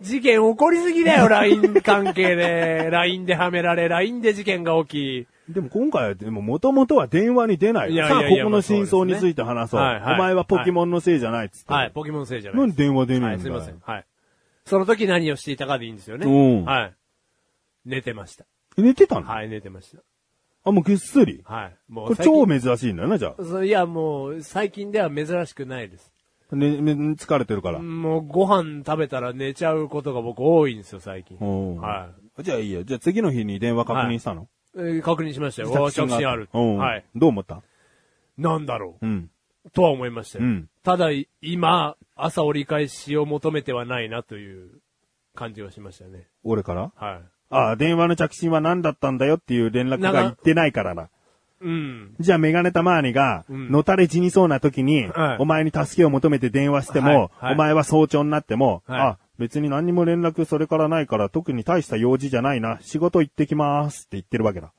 Speaker 1: 事件起こりすぎだよ、LINE 関係で。LINE ではめられ、LINE で事件が起き。
Speaker 2: でも今回は、でも元々は電話に出ない。
Speaker 1: いやい
Speaker 2: さあ、
Speaker 1: やいや
Speaker 2: ここの真相について話そう。
Speaker 1: まあそうですねはいはい
Speaker 2: お前はポケモンのせいじゃないっつって。
Speaker 1: はい、ポケモン生じゃない
Speaker 2: 何
Speaker 1: です。
Speaker 2: 電話出ね
Speaker 1: は
Speaker 2: え
Speaker 1: い、
Speaker 2: ん
Speaker 1: す
Speaker 2: だ
Speaker 1: い
Speaker 2: よ
Speaker 1: ません。はい。その時何をしていたかでいいんですよね。
Speaker 2: うん
Speaker 1: はい。寝てました。
Speaker 2: 寝てたの
Speaker 1: はい、寝てまし
Speaker 2: あ、もうぐっすり。
Speaker 1: た。はい。も
Speaker 2: こ
Speaker 1: う
Speaker 2: れ
Speaker 1: 最近
Speaker 2: 超珍しいんだよな、じゃ
Speaker 1: そういや、もう、最近では珍しくないです。
Speaker 2: あ。ね、ね疲れてるから。
Speaker 1: もう、ご飯食べたら寝ちゃうことが僕多いんですよ、最近。
Speaker 2: おう
Speaker 1: は
Speaker 2: じゃあいいよ。じゃあ次の日に電話確認したの
Speaker 1: い。えー確認しましたよ。着信ある。
Speaker 2: うん。
Speaker 1: はい。
Speaker 2: どう思った
Speaker 1: なんだろう。
Speaker 2: うん。
Speaker 1: とは思いましたよ。
Speaker 2: うん
Speaker 1: ただ、今、朝折り返しを求めてはないなという感じはしましたね。
Speaker 2: 俺から
Speaker 1: は
Speaker 2: ああ、電話の着信は何だったんだよっていう連絡が言ってないからな。
Speaker 1: い。うん。
Speaker 2: じゃあメガネたまーにが、
Speaker 1: うん
Speaker 2: のたれ死にそうな時に、
Speaker 1: はい
Speaker 2: お前に助けを求めて電話しても、
Speaker 1: はいはい
Speaker 2: お前は早朝になっても、
Speaker 1: はい
Speaker 2: あ、別に何にも連絡それからないから特に大した用事じゃないな、仕事行ってきますって言ってるわけだ。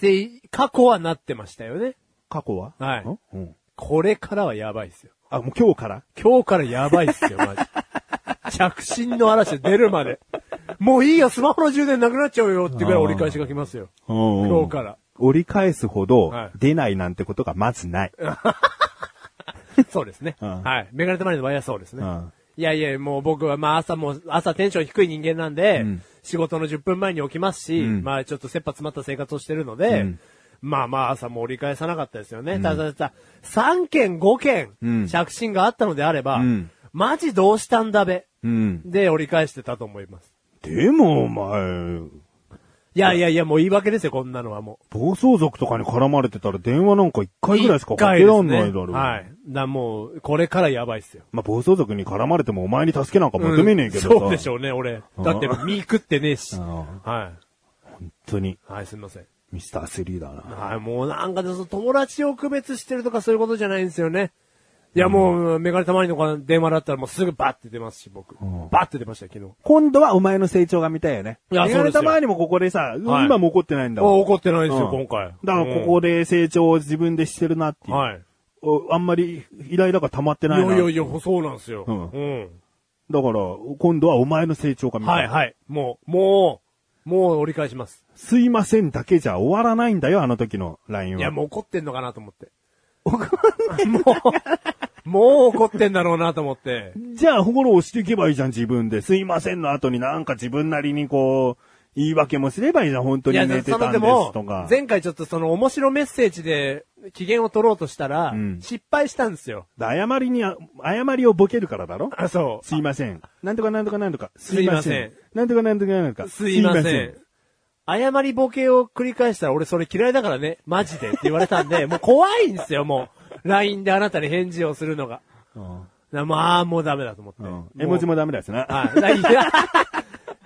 Speaker 1: で、過去はなってましたよね。
Speaker 2: 過去は
Speaker 1: はい
Speaker 2: んうん。
Speaker 1: これからはやばいっすよ。
Speaker 2: あ、もう今日から
Speaker 1: 今日からやばいっすよ、マ ジ。着信の嵐出るまで。もういいよ、スマホの充電なくなっちゃうよってぐらい折り返しが来ますよ。今日から。
Speaker 2: 折り返すほど
Speaker 1: はい、
Speaker 2: 出ないなんてことがまずない。
Speaker 1: そうですね。
Speaker 2: うん
Speaker 1: はい。メガネたまりの場合はそうですね
Speaker 2: うん。
Speaker 1: いやいや、もう僕は、まあ朝も、朝テンション低い人間なんで、
Speaker 2: ん
Speaker 1: 仕事の10分前に起きますし、
Speaker 2: ん
Speaker 1: まあちょっと切羽詰まった生活をしてるので、
Speaker 2: うん
Speaker 1: まあまあ朝も折り返さなかったですよね。ただただ、3件5件、
Speaker 2: うん
Speaker 1: 着信があったのであれば、
Speaker 2: うん
Speaker 1: マジどうしたんだべ。
Speaker 2: うん。
Speaker 1: で、折り返してたと思います。
Speaker 2: でもお前、
Speaker 1: いやいやいや、もう言い訳ですよ、こんなのはもう。
Speaker 2: 暴走族とかに絡まれてたら電話なんか一回ぐらいしかかけ
Speaker 1: 一
Speaker 2: ら
Speaker 1: 回
Speaker 2: ん
Speaker 1: ですね
Speaker 2: ないだろう。
Speaker 1: はい。だもう、これからやばいっすよ。
Speaker 2: まあ、暴走族に絡まれてもお前に助けなんか求めねえけどさ。
Speaker 1: そうでしょうね、俺。だって、身食ってねえし。
Speaker 2: うん
Speaker 1: は
Speaker 2: 本当に、
Speaker 1: い。はい、すみません。
Speaker 2: ミスタースリーだな。
Speaker 1: はい、もうなんかね、その友達を区別してるとかそういうことじゃないんですよね。いや、もう、メガネたまりの子の電話だったらもうすぐバッて出ますし、僕。バッて出ましたよ、昨日。
Speaker 2: 今度はお前の成長が見たいよね。
Speaker 1: いや
Speaker 2: 言われ
Speaker 1: そ
Speaker 2: た
Speaker 1: うですよ
Speaker 2: 前にもここでさ、
Speaker 1: はい
Speaker 2: 今も怒ってないんだ
Speaker 1: あ
Speaker 2: もん。
Speaker 1: 怒ってないですよ、
Speaker 2: うん
Speaker 1: 今回。
Speaker 2: だからここで成長を自分でしてるなっていう。
Speaker 1: はい。
Speaker 2: おあんまりイライラが溜まって
Speaker 1: い
Speaker 2: ないな。
Speaker 1: やいやいや、そうなんですよ。
Speaker 2: う
Speaker 1: うんん。
Speaker 2: だから、今度はお前の成長が見た
Speaker 1: は
Speaker 2: い。
Speaker 1: い、はい。もう、もう、もう折り返します。
Speaker 2: すいませんだけじゃ終わらないんだよ、あの時の LINE は。
Speaker 1: いや、もう怒ってんのかなと思 って。もう、もう怒ってんだろうなと思って。
Speaker 2: じゃあ、フォローしていけばいいじゃん、自分で。すいませんの後になんか自分なりにこう、言い訳もすればいいじゃん、本当に
Speaker 1: いや、
Speaker 2: 寝て
Speaker 1: その
Speaker 2: た
Speaker 1: で
Speaker 2: んですと
Speaker 1: も
Speaker 2: か、。
Speaker 1: 前回ちょっとその面白メッセージで機嫌を取ろうとしたら、
Speaker 2: ん
Speaker 1: 失敗したんですよ。
Speaker 2: 謝りにあ、謝りをボケるからだろ
Speaker 1: あ、そ
Speaker 2: すいません。なんとかなんとかなんとか。
Speaker 1: すいません
Speaker 2: なんとかなんとかなんとか。
Speaker 1: う。すいません。謝りボケを繰り返したら俺それ嫌いだからね、マジでって言われたん で、もう怖いんですよ、もう。LINE であなたに返事をするのが。
Speaker 2: うん
Speaker 1: なまあ、もうダメだと思って。
Speaker 2: うん絵文字もダメだしな。
Speaker 1: はい。だいや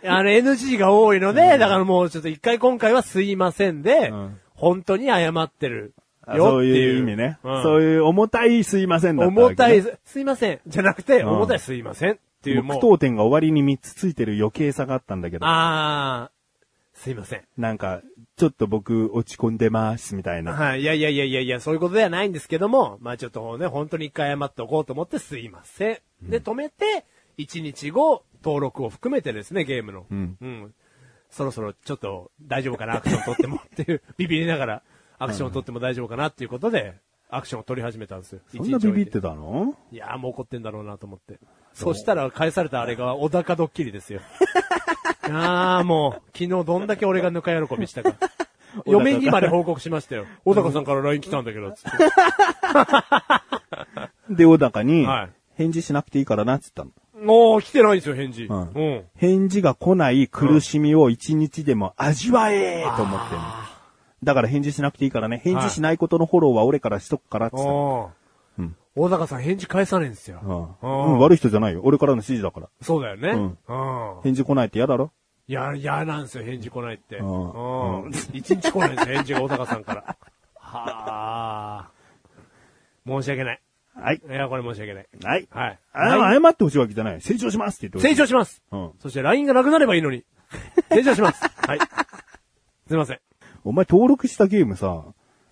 Speaker 1: あの NG が多いので、だからもうちょっと一回今回はすいませんで、
Speaker 2: うん
Speaker 1: 本当に謝ってるよって
Speaker 2: あ
Speaker 1: いう。
Speaker 2: そういう意味ね。
Speaker 1: うん
Speaker 2: そういう重たいすいませんだったわ
Speaker 1: 重
Speaker 2: けね
Speaker 1: たい、すいません。じゃなくて、
Speaker 2: ん
Speaker 1: 重たいすいませんっていう、
Speaker 2: 木
Speaker 1: もう。
Speaker 2: 刀点が終わりに3つついてる余計さがあったんだけど。
Speaker 1: あー、すいません。
Speaker 2: なんか、ちょっと僕落ち込んでます、みたいな。
Speaker 1: はい。いやいやいやいやいや、そういうことではないんですけども、まあちょっとね、本当に一回謝っておこうと思って、すいません。で、止めて、1日後、登録を含めてですね、ゲームの。うん。そろそろちょっと大丈夫かな、アクション取ってもっていう、 ビビりながら、アクション取っても大丈夫かなっていうことで、アクションを取り始めたんですよ。
Speaker 2: そんな
Speaker 1: 一日
Speaker 2: ビ
Speaker 1: 置
Speaker 2: ビ
Speaker 1: い
Speaker 2: ってたの
Speaker 1: いやーもう怒ってんだろうなと思って。そしたら返されたあれが小高ドッキリ ですよ。ああ、もう、昨日どんだけ俺がぬか喜びした か。嫁にまで報告しましたよ。小高さんから LINE 来たんだけど、つって。
Speaker 2: で、小高に
Speaker 1: はい、
Speaker 2: 返事しなくていいからな、つったの。
Speaker 1: もう来てないんですよ、返事。うんん。
Speaker 2: 返事が来ない苦しみを一日でも味わえと思ってるの。だから返事しなくていいからね。返事しないことのフォローは俺からしとくからっつって、
Speaker 1: お
Speaker 2: う
Speaker 1: ー
Speaker 2: ん
Speaker 1: 小高さん返事返さないんですよ。
Speaker 2: うん
Speaker 1: うん
Speaker 2: うん。悪い人じゃないよ。俺からの指示だから。
Speaker 1: そうだよね。
Speaker 2: うん
Speaker 1: うん。
Speaker 2: 返事来ないって嫌だろ
Speaker 1: いや、嫌なんですよ、返事来ないって。
Speaker 2: ん
Speaker 1: うん。一日来ないんですよ、返事が小高さんから。はあ。申し訳ない。
Speaker 2: はい。
Speaker 1: いや、これ申し訳ない。
Speaker 2: はい。
Speaker 1: はい。
Speaker 2: あ謝ってほしいわけじゃない。成長しますって言って
Speaker 1: 成長します。
Speaker 2: うん
Speaker 1: そして LINE がなくなればいいのに。成長します。はい。すいません。
Speaker 2: お前登録したゲームさ、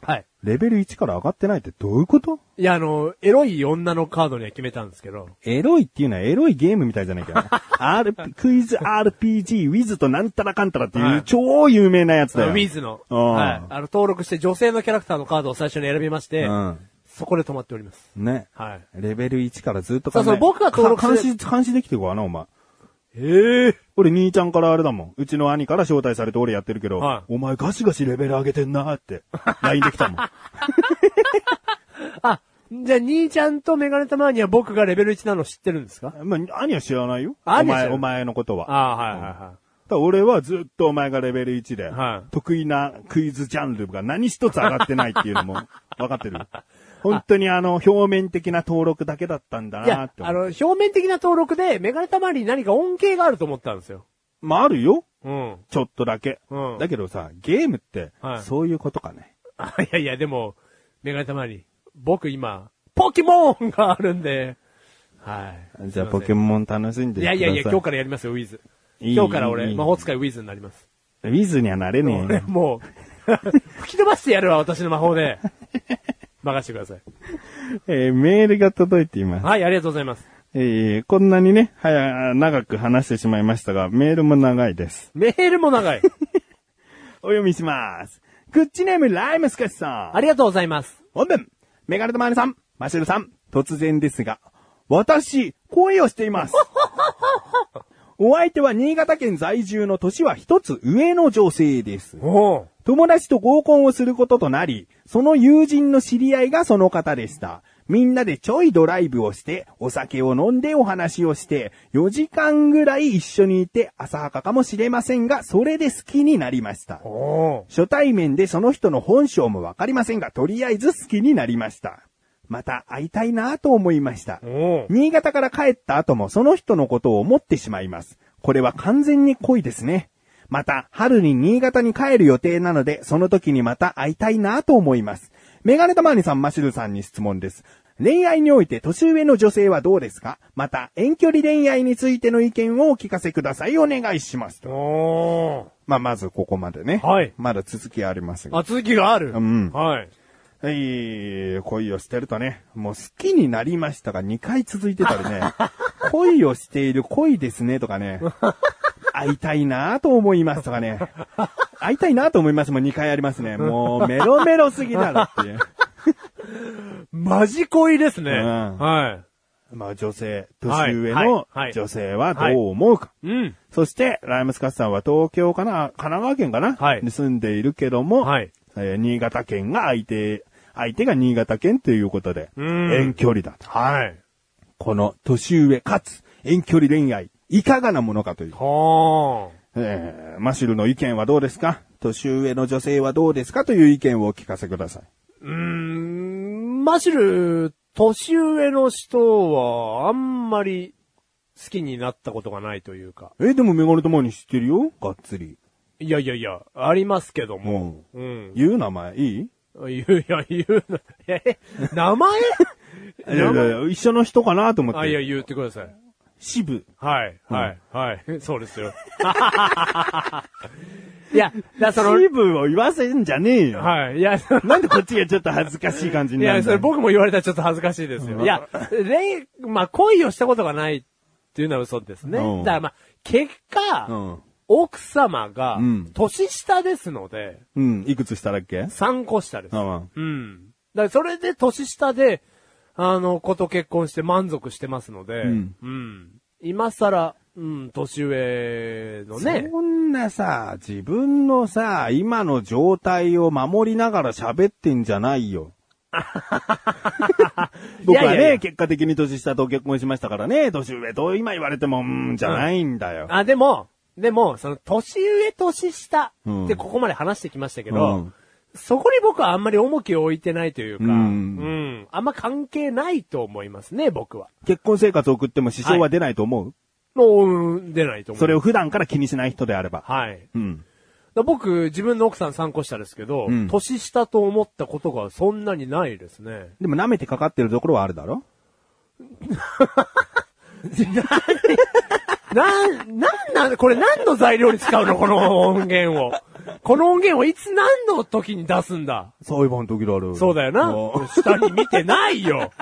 Speaker 1: はい。
Speaker 2: レベル1から上がってないってどういうこと
Speaker 1: いや、あの、エロい女のカードには決めたんですけど。
Speaker 2: エロいっていうのはエロいゲームみたいじゃな いか。R、クイズ RPG、ウィズとなんたらかんたらって
Speaker 1: は
Speaker 2: いう
Speaker 1: い
Speaker 2: 超有名なやつ
Speaker 1: ウ
Speaker 2: だよ。
Speaker 1: ィズの。
Speaker 2: うん
Speaker 1: はい。あの、登録して女性のキャラクターのカードを最初に選びまして、
Speaker 2: うん
Speaker 1: そこで止まっております。
Speaker 2: ね。
Speaker 1: はい。
Speaker 2: レベル1からずっと
Speaker 1: そうそう僕が登録
Speaker 2: か監
Speaker 1: す
Speaker 2: 視、監視できてるからな、お前。
Speaker 1: ええ
Speaker 2: 俺、兄ちゃんからあれだもん。うちの兄から招待されて俺やってるけど、
Speaker 1: はい
Speaker 2: お前ガシガシレベル上げてんなー って、LINE できたもん。
Speaker 1: あ、じゃあ、兄ちゃんとメガネたまには僕がレベル1なの知ってるんですか
Speaker 2: まあ、兄は知らないよ。
Speaker 1: 兄は
Speaker 2: お
Speaker 1: 知らない
Speaker 2: 前、お前のことは。
Speaker 1: ああ、はいはいは
Speaker 2: ただ俺はずっとお前がレベル1で、
Speaker 1: はい
Speaker 2: 得意なクイズジャンルが何一つ上がってないっていう のも分かってる。本当にあの、表面的な登録だけだったんだ
Speaker 1: い。い
Speaker 2: な
Speaker 1: や
Speaker 2: っ、て思
Speaker 1: あ
Speaker 2: う。
Speaker 1: の、表面的な登録で、メガネたまに何か恩恵があると思ったんですよ。
Speaker 2: まああるよ。
Speaker 1: うん。
Speaker 2: ちょっとだけ。
Speaker 1: うん
Speaker 2: だけどさ、ゲームって
Speaker 1: は、い
Speaker 2: そういうことかね。
Speaker 1: あいやいや、でも、メガネたまに、僕今、ポケモンがあるんで、はい。
Speaker 2: じゃあポケ
Speaker 1: モ
Speaker 2: モン楽しんで
Speaker 1: い
Speaker 2: く
Speaker 1: や
Speaker 2: ださい。
Speaker 1: いやいや、今日からやりますよ、ウィズ。
Speaker 2: いい
Speaker 1: 今日から
Speaker 2: い
Speaker 1: 俺、
Speaker 2: い
Speaker 1: 魔法使いウィズになります。
Speaker 2: ウィズにはなれねえ
Speaker 1: 俺
Speaker 2: よ。
Speaker 1: もう、 吹き飛ばしてやるわ、私の魔法で。任してください。
Speaker 2: えーメールが届いています。
Speaker 1: はい、ありがとうございます。
Speaker 2: えーこんなにね、早、長く話してしまいましたが、メールも長いです。
Speaker 1: メールも長い。
Speaker 2: お読みします。グッチネームライムスカシさん。
Speaker 1: ありがとうございます。
Speaker 2: 本文、メガネとマネさん、マシルさん、突然ですが、私、恋をして います。お相手は新潟県在住の年は一つ上の女性です。
Speaker 1: おう
Speaker 2: 友達と合コンをすることとなり、その友人の知り合いがその方でした。みんなでちょいドライブをして、お酒を飲んでお話をして、4時間ぐらい一緒にいて、浅はかかもしれませんが、それで好きになりました。
Speaker 1: おう
Speaker 2: 初対面でその人の本性もわかりませんが、とりあえず好きになりました。また会いたいなぁと思いました。
Speaker 1: おう
Speaker 2: 新潟から帰った後もその人のことを思ってしまいます。これは完全に恋ですね。また、春に新潟に帰る予定なので、その時にまた会いたいなと思います。メガネたまわりさん、マシルさんに質問です。恋愛において年上の女性はどうですかまた、遠距離恋愛についての意見をお聞かせください。お願いします。と
Speaker 1: お
Speaker 2: まあ、まずここまでね。
Speaker 1: はい
Speaker 2: まだ続きあります
Speaker 1: う
Speaker 2: が。
Speaker 1: あ、続きがある。
Speaker 2: うん
Speaker 1: はい。
Speaker 2: はい、恋をしてるとね、もう好きになりましたが2回続いてたりね、 恋をしている恋ですねとかね、会いたいなぁと思いますとかね、会いたいなぁと思いますも2回ありますね。もうメロメロすぎだろって いう。
Speaker 1: マジ恋ですね。
Speaker 2: うん
Speaker 1: は
Speaker 2: まあ女性、年上
Speaker 1: はいはい
Speaker 2: の
Speaker 1: はい
Speaker 2: 女性はどう思うか。
Speaker 1: い。うん。
Speaker 2: そして、ライムスカスさんは東京かな、神奈川県かな、
Speaker 1: はい
Speaker 2: に住んでいるけども、
Speaker 1: はい
Speaker 2: えー新潟県が相手、相手が新潟県ということで、
Speaker 1: うん
Speaker 2: 遠距離だと。
Speaker 1: はい。
Speaker 2: この年上かつ遠距離恋愛、いかがなものかという。
Speaker 1: は
Speaker 2: えー、マシュルの意見はどうですか年上の女性はどうですかという意見をお聞かせください。
Speaker 1: ー。うーん、マシル、年上の人は、あんまり、好きになったことがないというか。
Speaker 2: えーでもメガネともに知ってるよがっつり。
Speaker 1: いやいやいや、ありますけども。
Speaker 2: も
Speaker 1: うん
Speaker 2: う、。言う名前いい
Speaker 1: 言う、いや、言うな。え、名前
Speaker 2: いやいやいや一緒の人かなと思って。
Speaker 1: あ、いや、言ってください。
Speaker 2: 渋。
Speaker 1: はい、はい、はい。そうですよ。 いや、だからその、
Speaker 2: 渋を言わせんじゃねえよ。
Speaker 1: はい。いや、その
Speaker 2: なんでこっちがちょっと恥ずかしい感じ
Speaker 1: い
Speaker 2: になる
Speaker 1: や、
Speaker 2: ん
Speaker 1: そ
Speaker 2: だ
Speaker 1: れ
Speaker 2: よ
Speaker 1: 僕も言われたらちょっと恥ずかしいですよ。いや、恋、まあ、恋をしたことがないっていうのは嘘ですね。
Speaker 2: うん
Speaker 1: だからまあ、結果、
Speaker 2: うん。
Speaker 1: 奥様が
Speaker 2: うん、
Speaker 1: 年下ですので、
Speaker 2: うん、いくつしただっけ
Speaker 1: 3個下です。
Speaker 2: あま
Speaker 1: うん。だからそれで年下で、あの、子と結婚して満足してますので、
Speaker 2: うん
Speaker 1: うん今更、うん、年上のね、
Speaker 2: そんなさ、自分のさ、今の状態を守りながら喋ってんじゃないよ。僕はね
Speaker 1: いやいやいや
Speaker 2: 結果的に年下と結婚しましたからね、年上と今言われても、うん、じゃないんだよ。
Speaker 1: あ、でも、でも、その、年上、年下
Speaker 2: うん
Speaker 1: ってここまで話してきましたけど、
Speaker 2: うん
Speaker 1: そこに僕はあんまり重きを置いてないというか、
Speaker 2: うん
Speaker 1: うんあんま関係ないと思いますね、僕は。
Speaker 2: 結婚生活を送っても支障は出ないと思う、
Speaker 1: もう、うん出ないと思う。
Speaker 2: それを。普段から気にしない人であれば。
Speaker 1: はい。だか
Speaker 2: うん。
Speaker 1: ら僕、自分の奥さん参考したですけど、
Speaker 2: うん
Speaker 1: 年下と思ったことがそんなにないですね。
Speaker 2: でも舐めてかかってるところはあるだろ
Speaker 1: なん、なんなん、これ何の材料に使うのこの音源を。この音源をいつ何の時に出すんだ
Speaker 2: 裁判の時だろ
Speaker 1: そうだよな。下に見てないよ。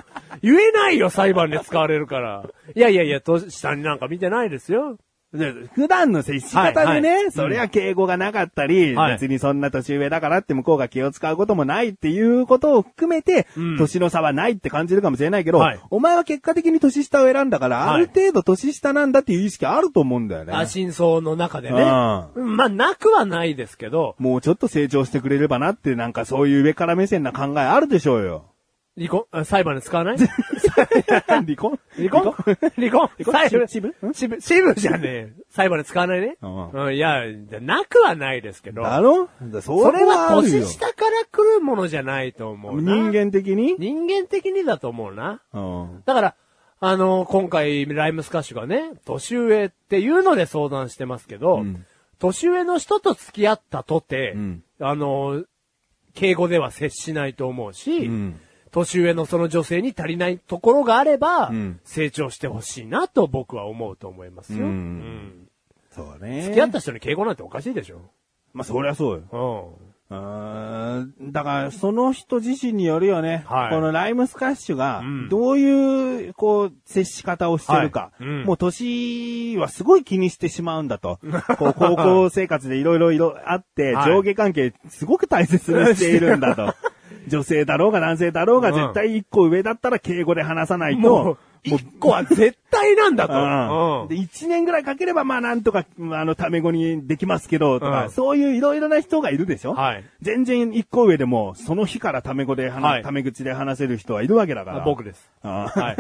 Speaker 1: 言えないよ、裁判で使われるから。いやいやいや、と下になんか見てないですよ。
Speaker 2: で普段の接し方でね、
Speaker 1: はいはい
Speaker 2: そりゃ敬語がなかったり、
Speaker 1: はい
Speaker 2: 別にそんな年上だからって向こうが気を使うこともないっていうことを含めて、
Speaker 1: うん
Speaker 2: 年の差はないって感じるかもしれないけど、
Speaker 1: はい
Speaker 2: お前は結果的に年下を選んだから、
Speaker 1: はい
Speaker 2: ある程度年下なんだっていう意識あると思うんだよね。
Speaker 1: あ、真相の中でね。
Speaker 2: う
Speaker 1: うんまあ、なくはないですけど、
Speaker 2: もうちょっと成長してくれればなって、なんかそういう上から目線な考えあるでしょう よ。
Speaker 1: 離婚、あ裁判で使わ ない
Speaker 2: 離婚
Speaker 1: 離婚 離婚裁判
Speaker 2: 支部
Speaker 1: 支部支部じゃねえ。裁判で使わないね。
Speaker 2: うん
Speaker 1: うん、いや、なくはないですけど。
Speaker 2: だろそ
Speaker 1: それ
Speaker 2: れは
Speaker 1: は
Speaker 2: ある
Speaker 1: 年
Speaker 2: よ。
Speaker 1: 下から来るものじゃないと思うな。
Speaker 2: 人。間的に、
Speaker 1: 人間的にだと思うな。
Speaker 2: うん、
Speaker 1: だから、あの、今回、ライムスカッシュがね、年上っていうので相談してますけど、
Speaker 2: うん
Speaker 1: 年上の人と付き合ったとて、
Speaker 2: うん
Speaker 1: あの、敬語では接しないと思うし、
Speaker 2: ん
Speaker 1: 年上のその女性に足りないところがあれば、
Speaker 2: うん
Speaker 1: 成長してほしいなと僕は思うと思いますよ。
Speaker 2: うん
Speaker 1: うん
Speaker 2: そうね。
Speaker 1: 付き合った人に敬語なんておかしいでしょ。
Speaker 2: まあそりゃそうよ。
Speaker 1: うん。
Speaker 2: うーんだから、その人自身によるよね。
Speaker 1: はい
Speaker 2: このライムスカッシュが
Speaker 1: うん、
Speaker 2: どういう、こう、接し方をしてるか。
Speaker 1: はいうん
Speaker 2: もう、年はすごい気にしてしまうん だと。こう高校生活でいろいろいろあって、
Speaker 1: はい
Speaker 2: 上下関係すごく大切にしているんだ と。女性だろうが男性だろうが、
Speaker 1: うん
Speaker 2: 絶対一個上だったら敬語で話さないと。
Speaker 1: もう、一個は絶対なんだと。
Speaker 2: うん
Speaker 1: うん
Speaker 2: で、1年ぐらいかければ、まあなんとか、まああの、タメ語にできますけど、と
Speaker 1: う
Speaker 2: か、
Speaker 1: ん
Speaker 2: そういういろいろな人がいるでしょ
Speaker 1: はい
Speaker 2: 全然一個上でも、その日からタメ語で話、
Speaker 1: はい
Speaker 2: タメ口で話せる人はいるわけだから。
Speaker 1: 僕です。
Speaker 2: あー
Speaker 1: はい。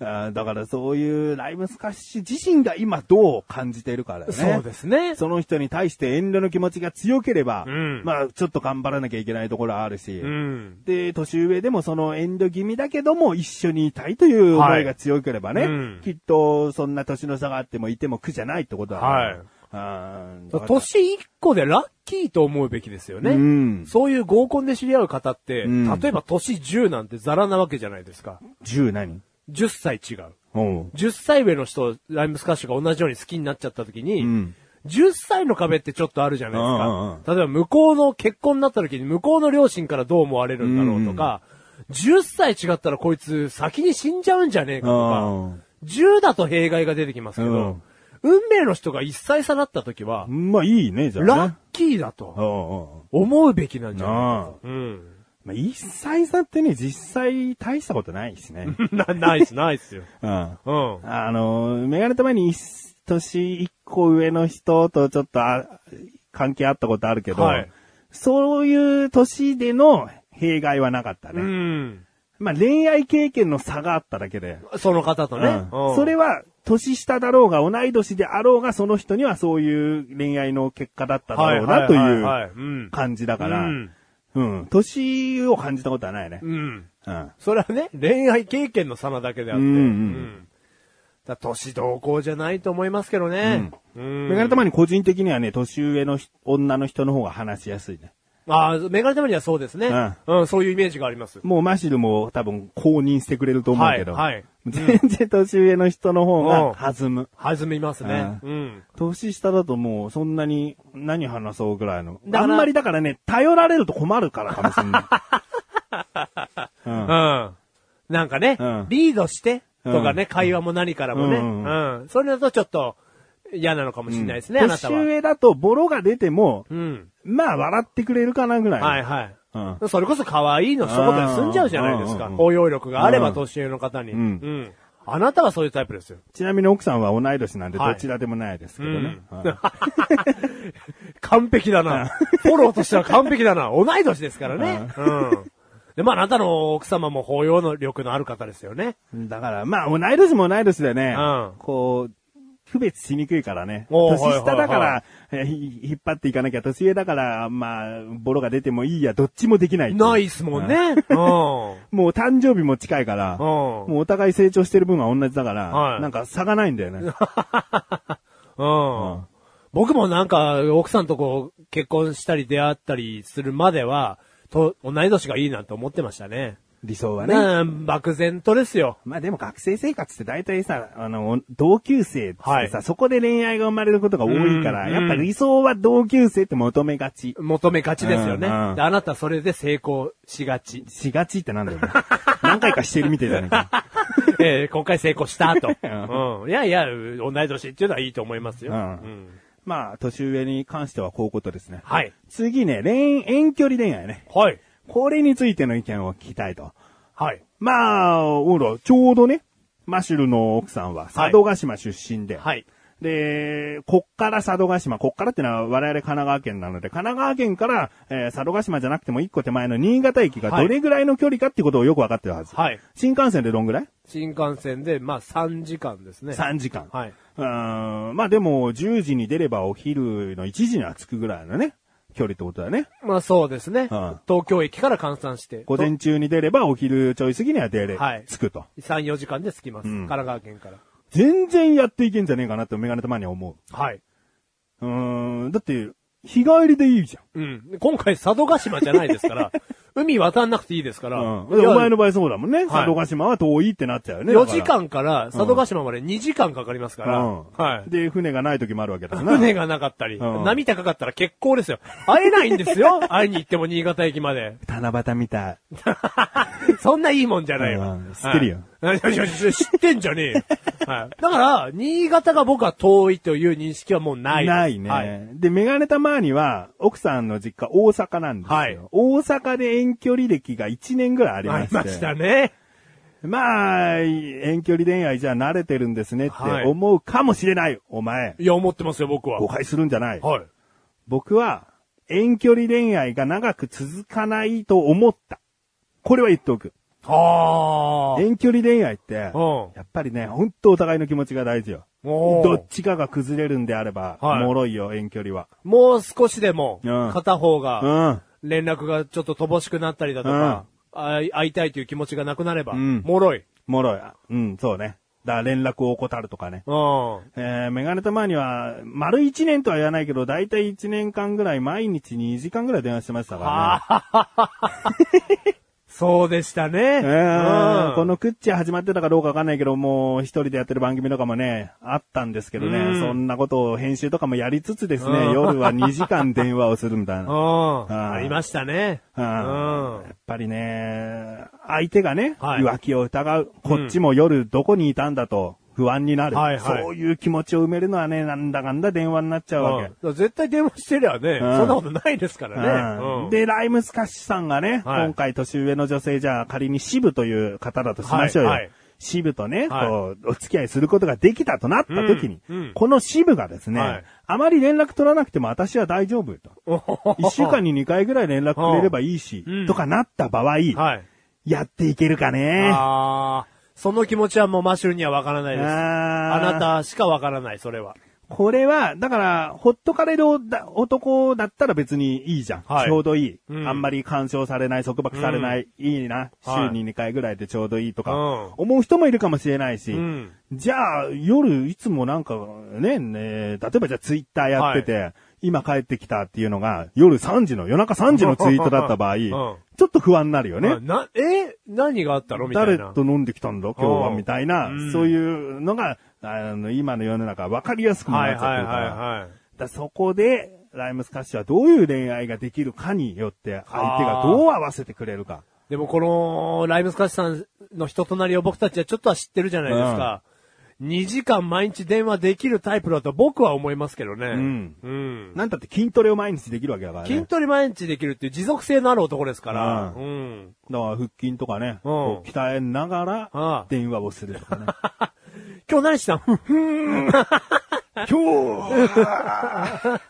Speaker 2: あーだからそういうライブスカッシュ自身が今どう感じてるかだよね。
Speaker 1: そうですね。
Speaker 2: その人に対して遠慮の気持ちが強ければ、
Speaker 1: うん
Speaker 2: まあちょっと頑張らなきゃいけないところはあるし、
Speaker 1: うん。
Speaker 2: で、年上でもその遠慮気味だけども一緒にいたいという思いが強ければね、
Speaker 1: はいうん
Speaker 2: きっとそんな年の差があってもいても苦じゃないってことだ
Speaker 1: はい
Speaker 2: あー
Speaker 1: 年一個でラッキーと思うべきですよね。
Speaker 2: うん
Speaker 1: そういう合コンで知り合う方って、
Speaker 2: うん
Speaker 1: 例えば年10なんてザラなわけじゃないですか。
Speaker 2: 10何
Speaker 1: 10歳違う。
Speaker 2: おう
Speaker 1: 10歳上の人、ライムスカッシュが同じように好きになっちゃった時に、
Speaker 2: うん
Speaker 1: 10歳の壁ってちょっとあるじゃないですか。
Speaker 2: うんうんうん
Speaker 1: 例えば向こうの結婚になった時に向こうの両親からどう思われるんだろうとか、10歳違ったらこいつ先に死んじゃうんじゃねえかと
Speaker 2: う
Speaker 1: か
Speaker 2: ん、
Speaker 1: 10だと弊害が出てきますけど、
Speaker 2: うん
Speaker 1: 運命の人が1歳差だった時は、
Speaker 2: まあいいね、じゃあね。
Speaker 1: ラッキーだ
Speaker 2: おう
Speaker 1: と
Speaker 2: おう
Speaker 1: 思うべきなんじゃない
Speaker 2: なあ
Speaker 1: うん。
Speaker 2: まあ一歳差ってね、実際大したことない しね。
Speaker 1: な、ないっす、ないっすよ。
Speaker 2: うん。あ
Speaker 1: うん。
Speaker 2: のー、メガネたまに一年一個上の人とちょっとあ関係あったことあるけど、
Speaker 1: はい
Speaker 2: そういう年での弊害はなかったね。
Speaker 1: うん。
Speaker 2: まあ、恋愛経験の差があっただけで。
Speaker 1: その方とね。
Speaker 2: うん
Speaker 1: うん
Speaker 2: それは、年下だろうが、同い年であろうが、その人にはそういう恋愛の結果だっただろうな、と
Speaker 1: はいはいはいいは
Speaker 2: う
Speaker 1: いうん。
Speaker 2: 感じだか
Speaker 1: う
Speaker 2: ら、うんん、年を感じたことはないね。
Speaker 1: うん。
Speaker 2: うん。
Speaker 1: それはね、恋愛経験の差なだけであって。
Speaker 2: うんうん
Speaker 1: だから年同行じゃないと思いますけどね。うん
Speaker 2: メガネたまに個人的にはね、年上のひ女の人の方が話しやすいね。
Speaker 1: ああ、メガネたまにはそうですね、うん。そういうイメージがあります。
Speaker 2: もうマシルも多分公認してくれると思うけど、
Speaker 1: はいはい
Speaker 2: 全然年上の人の方が弾む。
Speaker 1: 弾みますね。
Speaker 2: う
Speaker 1: うん。
Speaker 2: 年下だともうそんなに何話そうぐらいの。
Speaker 1: だ
Speaker 2: あ
Speaker 1: から
Speaker 2: んまりだからね、頼られると困るからかもしれない。
Speaker 1: う。
Speaker 2: うん
Speaker 1: なんかね、
Speaker 2: うん
Speaker 1: リードしてとかね、会話も何からもね、う
Speaker 2: うんん
Speaker 1: それだとちょっと、嫌なのかもしれないですね、あな
Speaker 2: 年
Speaker 1: たは。
Speaker 2: 上だとボロが出ても、
Speaker 1: うん。
Speaker 2: まあ笑ってくれるかなぐらい。
Speaker 1: はいはい。
Speaker 2: うん。
Speaker 1: それこそ可愛いの一言で済んじゃうじゃないです
Speaker 2: う
Speaker 1: か。
Speaker 2: んうん
Speaker 1: 包容力があれば年上の方に。うんん。あなたはそういうタイプですよ。
Speaker 2: ちなみに奥さんは同い年なんで
Speaker 1: はい
Speaker 2: どちらでもないですけ
Speaker 1: う
Speaker 2: どね
Speaker 1: ん。
Speaker 2: はい
Speaker 1: 完璧だな。フォローとしては完璧だな。同い年ですからね。うん。で、まあ、あなたの奥様も包容の力のある方ですよね。
Speaker 2: だから、まあ同い年も同い年でね
Speaker 1: うん、
Speaker 2: こう、区別しにくいからね。
Speaker 1: おー
Speaker 2: 年下
Speaker 1: は
Speaker 2: だか
Speaker 1: いは
Speaker 2: ら、えーひ引っ張っていかなきゃ、年上だから、まあ、ボロが出てもいいや、どっちもできない。
Speaker 1: ないっすもんね。う
Speaker 2: もう誕生日も近いから、も
Speaker 1: ん。うん。
Speaker 2: うお互い成長してる分は同じだから、
Speaker 1: はい
Speaker 2: なんか差がないんだ よね。
Speaker 1: うん。僕もなんか、奥さんとこう、結婚したり出会ったりするまでは、と、同い年がいいなと思ってましたね。
Speaker 2: 理想はね。
Speaker 1: うん、漠然とですよ。
Speaker 2: まあでも学生生活って大体さ、あの、同級生ってさ、
Speaker 1: はい
Speaker 2: そこで恋愛が生まれることが多いから、
Speaker 1: うん
Speaker 2: やっぱ理想は同級生って求めがち。
Speaker 1: 求めがちですよね。
Speaker 2: うんうん。
Speaker 1: であなたそれで成功しがち
Speaker 2: しがちってなんだよね。何回かしてるみたいじゃないか。
Speaker 1: えー今回成功した と。
Speaker 2: ん
Speaker 1: うん。いやいや、同い年っていうのはいいと思いますよ。
Speaker 2: うん
Speaker 1: ん
Speaker 2: まあ、年上に関してはこういうことですね。
Speaker 1: はい。
Speaker 2: 次ね、恋、遠距離恋愛ね。
Speaker 1: はい。
Speaker 2: これについての意見を聞きたいと。
Speaker 1: はい。
Speaker 2: まあ、ほら、ちょうどね、マシュルの奥さんは佐渡島出身で、
Speaker 1: はい。
Speaker 2: で、こっから佐渡島、こっからってのは我々神奈川県なので、神奈川県から、えー佐渡島じゃなくても一個手前の新潟駅がどれぐらいの距離かってことをよくわかってるはず。
Speaker 1: はい。
Speaker 2: 新幹線でどんぐらい
Speaker 1: 新幹線で、まあ3時間ですね。
Speaker 2: ?3 時間。
Speaker 1: はいう
Speaker 2: ーん、まあでも、10時に出ればお昼の1時には着くぐらいのね、距離ってことだね。
Speaker 1: まあそうですね。
Speaker 2: うん
Speaker 1: 東京駅から換算して。
Speaker 2: 午前中に出ればお昼ちょい過ぎには出れ、
Speaker 1: はい
Speaker 2: 着くと。
Speaker 1: 3、4時間で着きます。
Speaker 2: うん
Speaker 1: 神奈川県から。
Speaker 2: 全然やっていけんじゃねえかなってメガネたまには思
Speaker 1: はい。
Speaker 2: う。うーん、だって、日帰りでいいじゃん。
Speaker 1: うん。今回佐渡島じゃないです から、海渡んなくていいですから。
Speaker 2: うん。でお前の場合そうだもんね。
Speaker 1: い
Speaker 2: 佐渡島は遠いってなっちゃうよね。
Speaker 1: 4
Speaker 2: だから
Speaker 1: 時間から佐渡島まで2時間かかりますから。
Speaker 2: うん。
Speaker 1: はい。
Speaker 2: で、船がない時もあるわけだしな。
Speaker 1: 船がなかったり、
Speaker 2: うん
Speaker 1: 波高かったら欠航ですよ。会えないんです よ会いに行っても新潟駅まで。
Speaker 2: 七夕みたい。
Speaker 1: そんないいもんじゃないわ。
Speaker 2: うん知ってるよ
Speaker 1: はい。いやいやいや知ってんじゃねえよ。はい。だから、新潟が僕は遠いという認識はもうないです。
Speaker 2: ないね。
Speaker 1: はい。
Speaker 2: で、メガネたまーには、奥さんの実家大阪なんですよ。
Speaker 1: はい
Speaker 2: 大阪で遠距離歴が1年ぐらいあり
Speaker 1: あ
Speaker 2: ま
Speaker 1: り
Speaker 2: して。
Speaker 1: ましたね。
Speaker 2: まあ、遠距離恋愛じゃ慣れてるんですねって
Speaker 1: はい
Speaker 2: 思うかもしれない。お前、
Speaker 1: いや、思ってますよ、僕は。
Speaker 2: 誤解するんじゃない。
Speaker 1: はい。
Speaker 2: 僕は、遠距離恋愛が長く続かないと思った。これは言っておく。
Speaker 1: あー。
Speaker 2: 遠距離恋愛って、
Speaker 1: うん
Speaker 2: やっぱりね、ほんとお互いの気持ちが大事よ。
Speaker 1: おー
Speaker 2: どっちかが崩れるんであれば、
Speaker 1: はい
Speaker 2: 脆いよ、遠距離は。
Speaker 1: もう少しでも
Speaker 2: うん、
Speaker 1: 片方
Speaker 2: う
Speaker 1: が、
Speaker 2: ん。
Speaker 1: 連絡がちょっと乏しくなったりだとか、あい会いたいという気持ちがなくなれば、
Speaker 2: ん
Speaker 1: 脆い。
Speaker 2: 脆い。うん、そうね。だから連絡を怠るとかね。
Speaker 1: うん。
Speaker 2: えー、メガネたまには、丸1年とは言わないけど、だいたい1年間ぐらい、毎日2時間ぐらい電話してましたからね。
Speaker 1: そうでしたね。
Speaker 2: えー
Speaker 1: うん
Speaker 2: このクッチ始まってたかどうかわかんないけど、もう一人でやってる番組とかもね、あったんですけどね、
Speaker 1: うん
Speaker 2: そんなことを編集とかもやりつつです
Speaker 1: う
Speaker 2: ね、
Speaker 1: ん
Speaker 2: 夜は2時間電話をするみたい な。
Speaker 1: うん。
Speaker 2: ん
Speaker 1: ありましたね。
Speaker 2: う
Speaker 1: うんん。
Speaker 2: やっぱりね、相手がね、
Speaker 1: はい
Speaker 2: 浮気を疑う。こっちも夜どこにいたんだと不安になる。
Speaker 1: はいはい
Speaker 2: そういう気持ちを埋めるのはね、なんだかんだ電話になっちゃうわけ。
Speaker 1: うん絶対電話してりゃね、
Speaker 2: ん
Speaker 1: そんなことないですからね。
Speaker 2: うん
Speaker 1: うん、
Speaker 2: で、ライムスカッシュさんがね、
Speaker 1: はい
Speaker 2: 今回年上の女性じゃあ仮にシブという方だとしましょうよ。
Speaker 1: はいはい
Speaker 2: シブとね、
Speaker 1: はい
Speaker 2: こう、お付き合いすることができたとなった時に、
Speaker 1: うんうん
Speaker 2: このシブがですね、
Speaker 1: はい
Speaker 2: あまり連絡取らなくても私は大丈夫 と。
Speaker 1: おほほほ
Speaker 2: 一週間に2回ぐらい連絡くれればいいし、
Speaker 1: うん
Speaker 2: とかなった場合、
Speaker 1: はい。
Speaker 2: やっていけるかね。
Speaker 1: ああ、その気持ちはもうマシュルにはわからないです。あ
Speaker 2: あー
Speaker 1: な。たしかわからない、それは。
Speaker 2: これは、だから、ほっとかれる男だったら別にいいじゃん。
Speaker 1: はい
Speaker 2: ちょうどいい、
Speaker 1: うん
Speaker 2: あんまり干渉されない、束縛されない、いいな。
Speaker 1: はい
Speaker 2: 週に2回ぐらいでちょうどいいとか、
Speaker 1: うん
Speaker 2: 思う人もいるかもしれないし、
Speaker 1: うん。
Speaker 2: じゃあ、夜いつもなんかね、ね、例えばじゃあツイッターやってて、今帰ってきたっていうのが、夜3時の、夜中3時のツイートだった場合、
Speaker 1: うん
Speaker 2: ちょっと不安になるよね。
Speaker 1: あな、え何があったのみたい
Speaker 2: 誰
Speaker 1: な。
Speaker 2: と飲んできたんだ今日は
Speaker 1: うん
Speaker 2: みたいな、
Speaker 1: うん
Speaker 2: そういうのが、あの、今の世の中分かりやすくも
Speaker 1: は
Speaker 2: ないっちゃっ
Speaker 1: は
Speaker 2: て
Speaker 1: い
Speaker 2: るから。
Speaker 1: はいはい。
Speaker 2: だからそこで、ライムスカッシュはどういう恋愛ができるかによって、相手がどう合わせてくれるか。
Speaker 1: でもこの、ライムスカッシュさんの人となりを僕たちはちょっとは知ってるじゃないですか。 2時間毎日電話できるタイプだと僕は思いますけどね。
Speaker 2: ん
Speaker 1: うん。
Speaker 2: なんたって筋トレを毎日できるわけだからね。
Speaker 1: 筋トレ毎日できるっていう持続性のある男ですから。うん。
Speaker 2: だから腹筋とかね、こう鍛えながら
Speaker 1: あ
Speaker 2: 電話をする とかね。
Speaker 1: 今日何した ん
Speaker 2: 今日は、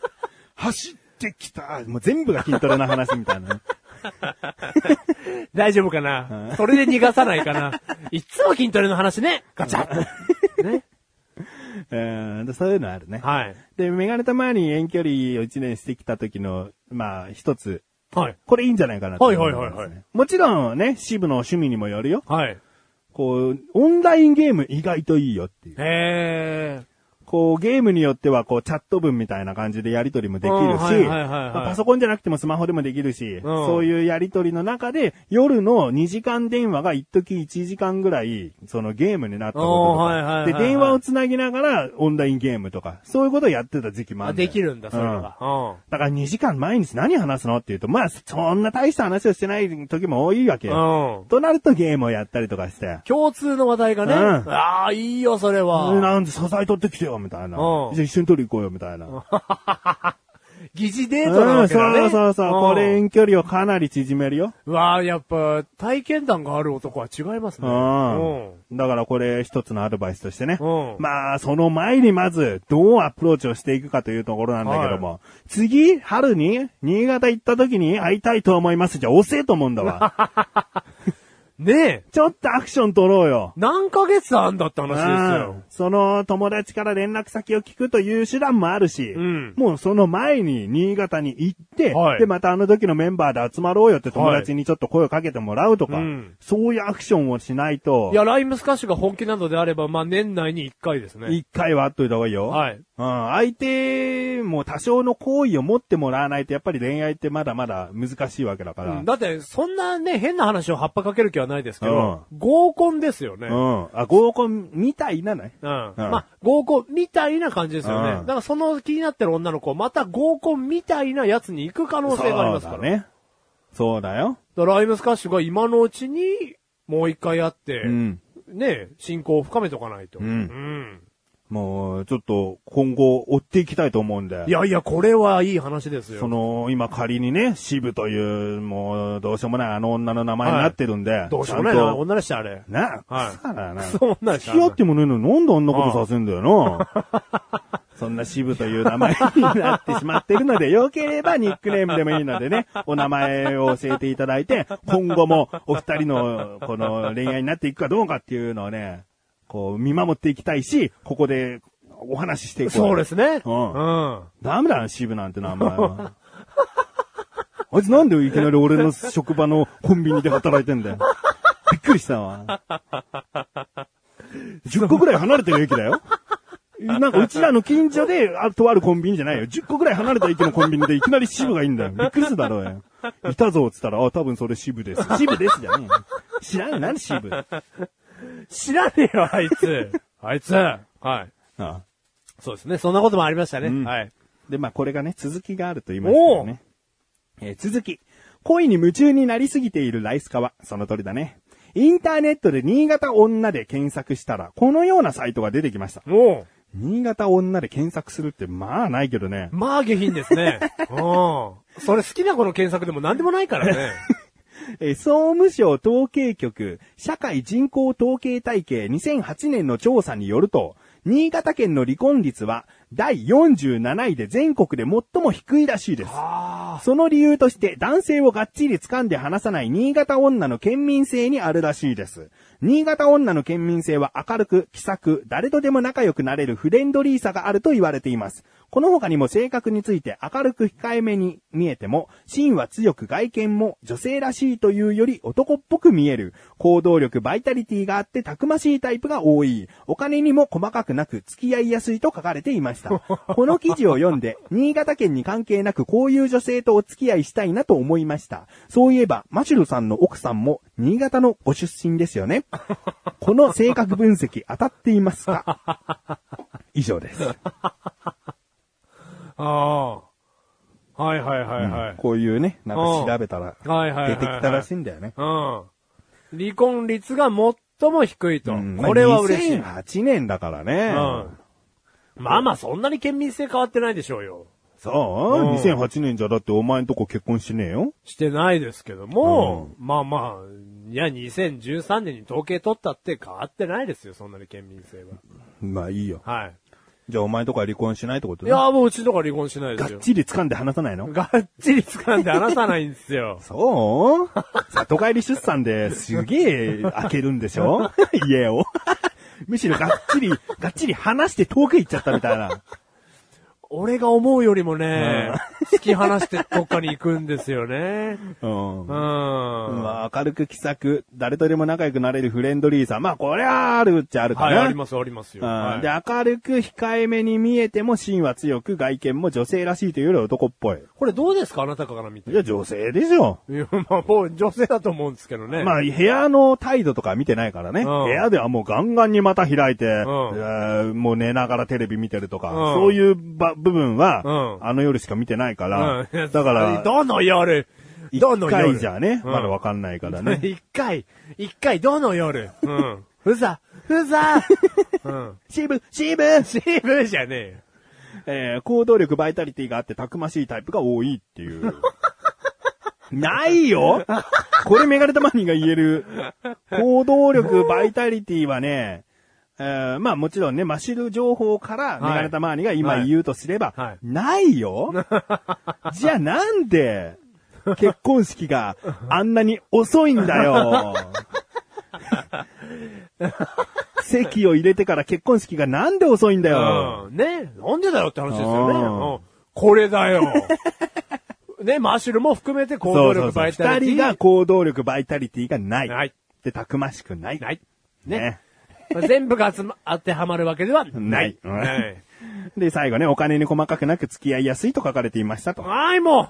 Speaker 2: 走ってきた。もう全部が筋トレの話みた いなね。
Speaker 1: 大丈夫かなそれで逃がさないかな いっつも筋トレの話ねガチャね。
Speaker 2: えーでそういうのあるね。
Speaker 1: はい。
Speaker 2: で、メガネたまに遠距離を1年してきた時の、まあ、一つ。
Speaker 1: はい。
Speaker 2: これいいんじゃないかなと思ますね
Speaker 1: はいはいはいはい
Speaker 2: もちろんね、支部の趣味にもよるよ。
Speaker 1: はい。
Speaker 2: こう、オンラインゲーム意外といいよっていう。
Speaker 1: へー。
Speaker 2: こう、ゲームによっては、こう、チャット文みたいな感じでやり取りもできるし、
Speaker 1: うんはいはいはいはい
Speaker 2: まあパソコンじゃなくてもスマホでもできるし、そういうやり取りの中で、夜の2時間電話が一時1時間ぐらい、そのゲームになったこととか、
Speaker 1: おーはいはいはいはい
Speaker 2: で、電話をつなぎながら、オンラインゲームとか、そういうことをやってた時期もあ
Speaker 1: あ
Speaker 2: るんだよ
Speaker 1: できるんだ、それ
Speaker 2: うん
Speaker 1: が。うん。
Speaker 2: だから2時間毎日何話すのっていうと、まあ、そんな大した話をしてない時も多いわけよ。
Speaker 1: うん。
Speaker 2: となるとゲームをやったりとかして、
Speaker 1: 共通の話題がね。
Speaker 2: うん
Speaker 1: ああ、いいよ、それは。
Speaker 2: なんで素材取ってきてよ、みたいな。
Speaker 1: うん
Speaker 2: じゃあ一緒に取り行こうよ、みたいな。
Speaker 1: 疑似デートな
Speaker 2: う
Speaker 1: わ
Speaker 2: ん、
Speaker 1: け
Speaker 2: そ
Speaker 1: だね。
Speaker 2: うそうそう。これ
Speaker 1: ん。
Speaker 2: 遠距離をかなり縮めるよ。
Speaker 1: うわあ、やっぱ、体験談がある男は違います
Speaker 2: う
Speaker 1: ね。
Speaker 2: ん。だからこれ一つのアドバイスとしてね。
Speaker 1: うん
Speaker 2: まあ、その前にまず、どうアプローチをしていくかというところなんだけども。次、春に、新潟行った時に会いたいと思います。じゃあ、遅えと思うんだ わ。
Speaker 1: ねえ、
Speaker 2: ちょっとアクション取ろうよ。
Speaker 1: 何ヶ月あんだって話です
Speaker 2: う
Speaker 1: よ
Speaker 2: ん。その友達から連絡先を聞くという手段もあるし、
Speaker 1: ん
Speaker 2: もうその前に新潟に行って、
Speaker 1: はい
Speaker 2: で、またあの時のメンバーで集まろうよって友達にちょっと声をかけてもらうとか、
Speaker 1: はいうん
Speaker 2: そういうアクションをしないと
Speaker 1: い、や、ライムスカッシュが本気なのであれば、まあ、年内に1回ですね。
Speaker 2: 一回は会っといた方がいいよ。
Speaker 1: はい
Speaker 2: うん、相手も多少の好意を持ってもらわないと、やっぱり恋愛ってまだまだ難しいわけだから。
Speaker 1: うんだって、そんなね、変な話を葉っぱかける気はないですけど、合コンですよね。うん。
Speaker 2: うんあ、合コンみたいなね。
Speaker 1: ま
Speaker 2: うん
Speaker 1: あ、合コンみたいな感じですよね。
Speaker 2: うん
Speaker 1: だからその気になってる女の子、また合コンみたいなやつに行く可能性がありますから。
Speaker 2: そうだね。そうだよ。
Speaker 1: だからライムスカッシュが今のうちに、もう一回会って、
Speaker 2: うん。
Speaker 1: ね、進行を深めとかないと。
Speaker 2: ん
Speaker 1: うん
Speaker 2: もう、ちょっと、今後、追っていきたいと思うんで。
Speaker 1: いやいや、これはいい話です
Speaker 2: そ
Speaker 1: よ。
Speaker 2: の、今仮にね、シブという、もう、どうしようもないあの女の名前になってるんで。
Speaker 1: どうしようもないな、
Speaker 2: ち
Speaker 1: 女でした、あれ。
Speaker 2: ゃんとな
Speaker 1: はい
Speaker 2: クソだ
Speaker 1: ク
Speaker 2: な。
Speaker 1: ソ女でしょ
Speaker 2: 付き合ってもねえのになんであんなことさせんだ よな。そんなシブという名前になってしまっているので、よければニックネームでもいいのでね、お名前を教えていただいて、今後もお二人の、この恋愛になっていくかどうかっていうのをね、こう、見守っていきたいし、ここでお話ししていこう。
Speaker 1: そうですね。
Speaker 2: うん
Speaker 1: うん。
Speaker 2: ダメだよ、シブなんて名前は。 あいつなんでいきなり俺の職場のコンビニで働いてんだよ。びっくりしたわ。10個ぐらい離れてる駅だよ。なんかうちらの近所で、あとあるコンビニじゃないよ。10個ぐらい離れた駅のコンビニでいきなりシブがいいんだよ。びっくりするだろうよ。いたぞっつったら、あ、多分それシブです。 シブですじゃねえよ。知らんよ、何シブ。あ
Speaker 1: 知らねえよ、あい つ。あいつ。はい。
Speaker 2: あ
Speaker 1: そうですね。そんなこともありましたね。
Speaker 2: うん
Speaker 1: はい。
Speaker 2: で、まあこれがね、続きがあると言いましたよね。えー続き。恋に夢中になりすぎているライスカは、その通りだね。インターネットで新潟女で検索したら、このようなサイトが出てきました。
Speaker 1: おう
Speaker 2: 新潟女で検索するって、まあないけどね。
Speaker 1: まあ下品ですね。うん。それ好きな子の検索でも何でもないから ね。
Speaker 2: えー総務省統計局社会人口統計体系2008年の調査によると、新潟県の離婚率は第47位で全国で最も低いらしいです。
Speaker 1: あ
Speaker 2: その理由として男性をがっちり掴んで離さない新潟女の県民性にあるらしいです。新潟女の県民性は明るく、気さく、誰とでも仲良くなれるフレンドリーさがあると言われています。この他にも性格について明るく控えめに見えても、芯は強く外見も女性らしいというより男っぽく見える。行動力、バイタリティがあってたくましいタイプが多い。お金にも細かくなく付き合いやすいと書かれていました。 この記事を読んで、新潟県に関係なくこういう女性とお付き合いしたいなと思いました。そういえば、マシュルさんの奥さんも新潟のご出身です よね。この性格分析当たっていますか 以上です。
Speaker 1: あ。ああ。はいはいはいはい。
Speaker 2: こういうね、なんか調べたら
Speaker 1: はいはいはいはい
Speaker 2: 出てきたらしいんだよね。
Speaker 1: うん。離婚率がとも低いと。
Speaker 2: うん
Speaker 1: これは嬉しい。
Speaker 2: 2008年だからね。
Speaker 1: うん。まあまあ、そんなに県民性変わってないでしょうよ。
Speaker 2: そう、
Speaker 1: うん
Speaker 2: ?2008 年じゃだってお前んとこ結婚してねえよ。
Speaker 1: してないですけども、まあまあ、いや、2013年に統計取ったって変わってないですよ、そんなに県民性は。
Speaker 2: まあいいよ。
Speaker 1: は
Speaker 2: じゃあお前んとこは離婚しないってこと
Speaker 1: い。
Speaker 2: ね
Speaker 1: いや、もううちとか離婚しないで
Speaker 2: が
Speaker 1: す
Speaker 2: っ
Speaker 1: よ。
Speaker 2: ちり掴んで離さないの。
Speaker 1: がっちり掴んで離さないんですよ
Speaker 2: そう 里帰り出産ですげえ開けるんでし ょ家を。むしろがっちり、がっちり離して遠く行っちゃったみたいな。
Speaker 1: 俺が思うよりもね、突き放してどっかに行くんですよね。
Speaker 2: うん
Speaker 1: う。ん。
Speaker 2: まあ、明るく気さく、誰とでも仲良くなれるフレンドリーさ。まあ、これはあるっちゃあるか
Speaker 1: はい、
Speaker 2: な。
Speaker 1: あります、ありますよ。
Speaker 2: うん
Speaker 1: はい
Speaker 2: で、明るく控えめに見えても芯は強く、外見も女性らしいというよりは男っぽい。
Speaker 1: これどうですかあなたから見て。
Speaker 2: い
Speaker 1: い
Speaker 2: や、女性でしょ。
Speaker 1: や、まあ、もう女性だと思うんですけどね。
Speaker 2: まあ、部屋の態度とか見てないからね。
Speaker 1: うん
Speaker 2: 部屋ではもうガンガンにまた開いて、えーもう寝ながらテレビ見てるとか、
Speaker 1: うん
Speaker 2: そういうば部分は、
Speaker 1: うん
Speaker 2: あの夜しか見てないから、
Speaker 1: うん、
Speaker 2: だか ら、
Speaker 1: どの夜
Speaker 2: 一
Speaker 1: どの夜
Speaker 2: 回じゃね、
Speaker 1: うん。
Speaker 2: まだわかんないからね
Speaker 1: 一回、一回、どの夜うん。 ふざ、ふざ うん。
Speaker 2: シブ、シブ
Speaker 1: チームじゃね
Speaker 2: えー行動力、バイタリティがあって、たくましいタイプが多いっ ていう。ないよこれメガネタマニーが言える。行動力、バイタリティはね、えーまあもちろんね、マシル情報からメガネタマーニが今言うとすれば、
Speaker 1: はいはい
Speaker 2: な いよじゃあなんで、結婚式があんなに遅いん だよ席を入れてから結婚式がなんで遅いんだ
Speaker 1: え
Speaker 2: よ、。
Speaker 1: うん。ねなんでだよって話ですよね。
Speaker 2: うん
Speaker 1: うん。これだよ。 ね、マッシュルも含めて行動力、バイタリティ。
Speaker 2: 二人が行動力、バイタリティがない。
Speaker 1: ない。
Speaker 2: で、たくましくない。
Speaker 1: ない。
Speaker 2: ね。
Speaker 1: まあ全部が集ま、当てはまるわけではない。
Speaker 2: ない
Speaker 1: はい。
Speaker 2: で、最後ね、お金に細かくなく付き合いやすいと書かれていましたと。
Speaker 1: はい、もう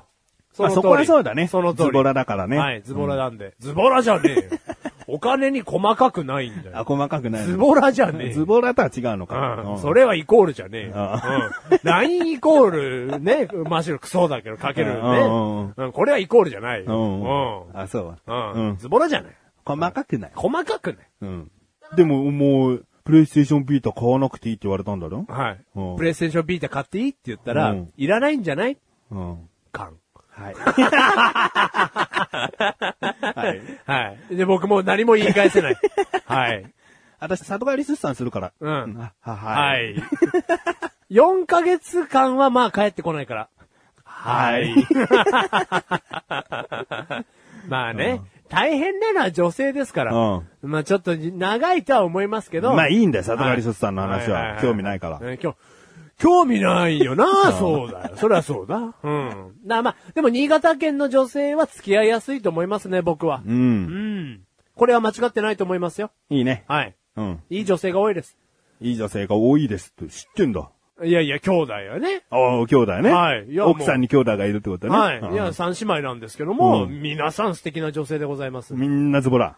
Speaker 1: そ
Speaker 2: まあ
Speaker 1: の通り
Speaker 2: そこはそうだね。
Speaker 1: その通り。
Speaker 2: ズボラだからね。
Speaker 1: はい、ズボラなんで。ズボラじゃねえ よ。お金に細かくないんだ
Speaker 2: あ、
Speaker 1: よ。
Speaker 2: 細かくない。
Speaker 1: ズボラじゃねえよ。
Speaker 2: ズボラとは違うのか。
Speaker 1: う
Speaker 2: うんん
Speaker 1: それはイコールじゃねえよ。
Speaker 2: あ
Speaker 1: うん。LINE イコールね、真っ白クソだけどかける
Speaker 2: うんうん
Speaker 1: ね。うん。これはイコールじゃないよ。
Speaker 2: う
Speaker 1: う
Speaker 2: ん。あ、そう。
Speaker 1: ん。
Speaker 2: う
Speaker 1: うん。
Speaker 2: ん。
Speaker 1: ズボラじゃない。
Speaker 2: 細かくない。
Speaker 1: 細かくない。
Speaker 2: うん。でも、もう、プレイステーションビータ買わなくていいって言われたんだろ
Speaker 1: はい
Speaker 2: うん。
Speaker 1: プレイステーションビータ買っていいって言ったら
Speaker 2: うん、
Speaker 1: いらないんじゃない
Speaker 2: うん。
Speaker 1: 感。
Speaker 2: はい。
Speaker 1: はい。で、僕もう何も言い返せ ない。はい。
Speaker 2: 私、里帰り出産するから。
Speaker 1: うん
Speaker 2: あは、。
Speaker 1: はい い。4ヶ月間はまあ帰ってこないから。
Speaker 2: はい。
Speaker 1: まあね、大変なのは女性ですから。
Speaker 2: うん
Speaker 1: まあちょっと長いとは思いますけど。
Speaker 2: まあい
Speaker 1: い
Speaker 2: いんだよ、里帰り出産の話は。興味ないから。
Speaker 1: 興興味ないよな、そうだよ。そりゃそうだ。うん。なまあ、でも新潟県の女性は付き合いやすいと思いますね、僕は
Speaker 2: う。。
Speaker 1: うんん。これは間違ってないと思いますよ。
Speaker 2: いいね。
Speaker 1: はい。
Speaker 2: うん。
Speaker 1: いい女性が多いです。
Speaker 2: いい女性が多いですって知ってんだ。
Speaker 1: いやいや、兄弟はね。
Speaker 2: ああ、兄弟ね。
Speaker 1: はいいや
Speaker 2: 奥さんに兄弟がいるってことね。
Speaker 1: はい。
Speaker 2: うん
Speaker 1: いや、三姉妹なんですけども、
Speaker 2: うん
Speaker 1: 皆さん素敵な女性でございます。
Speaker 2: みんなズボラ。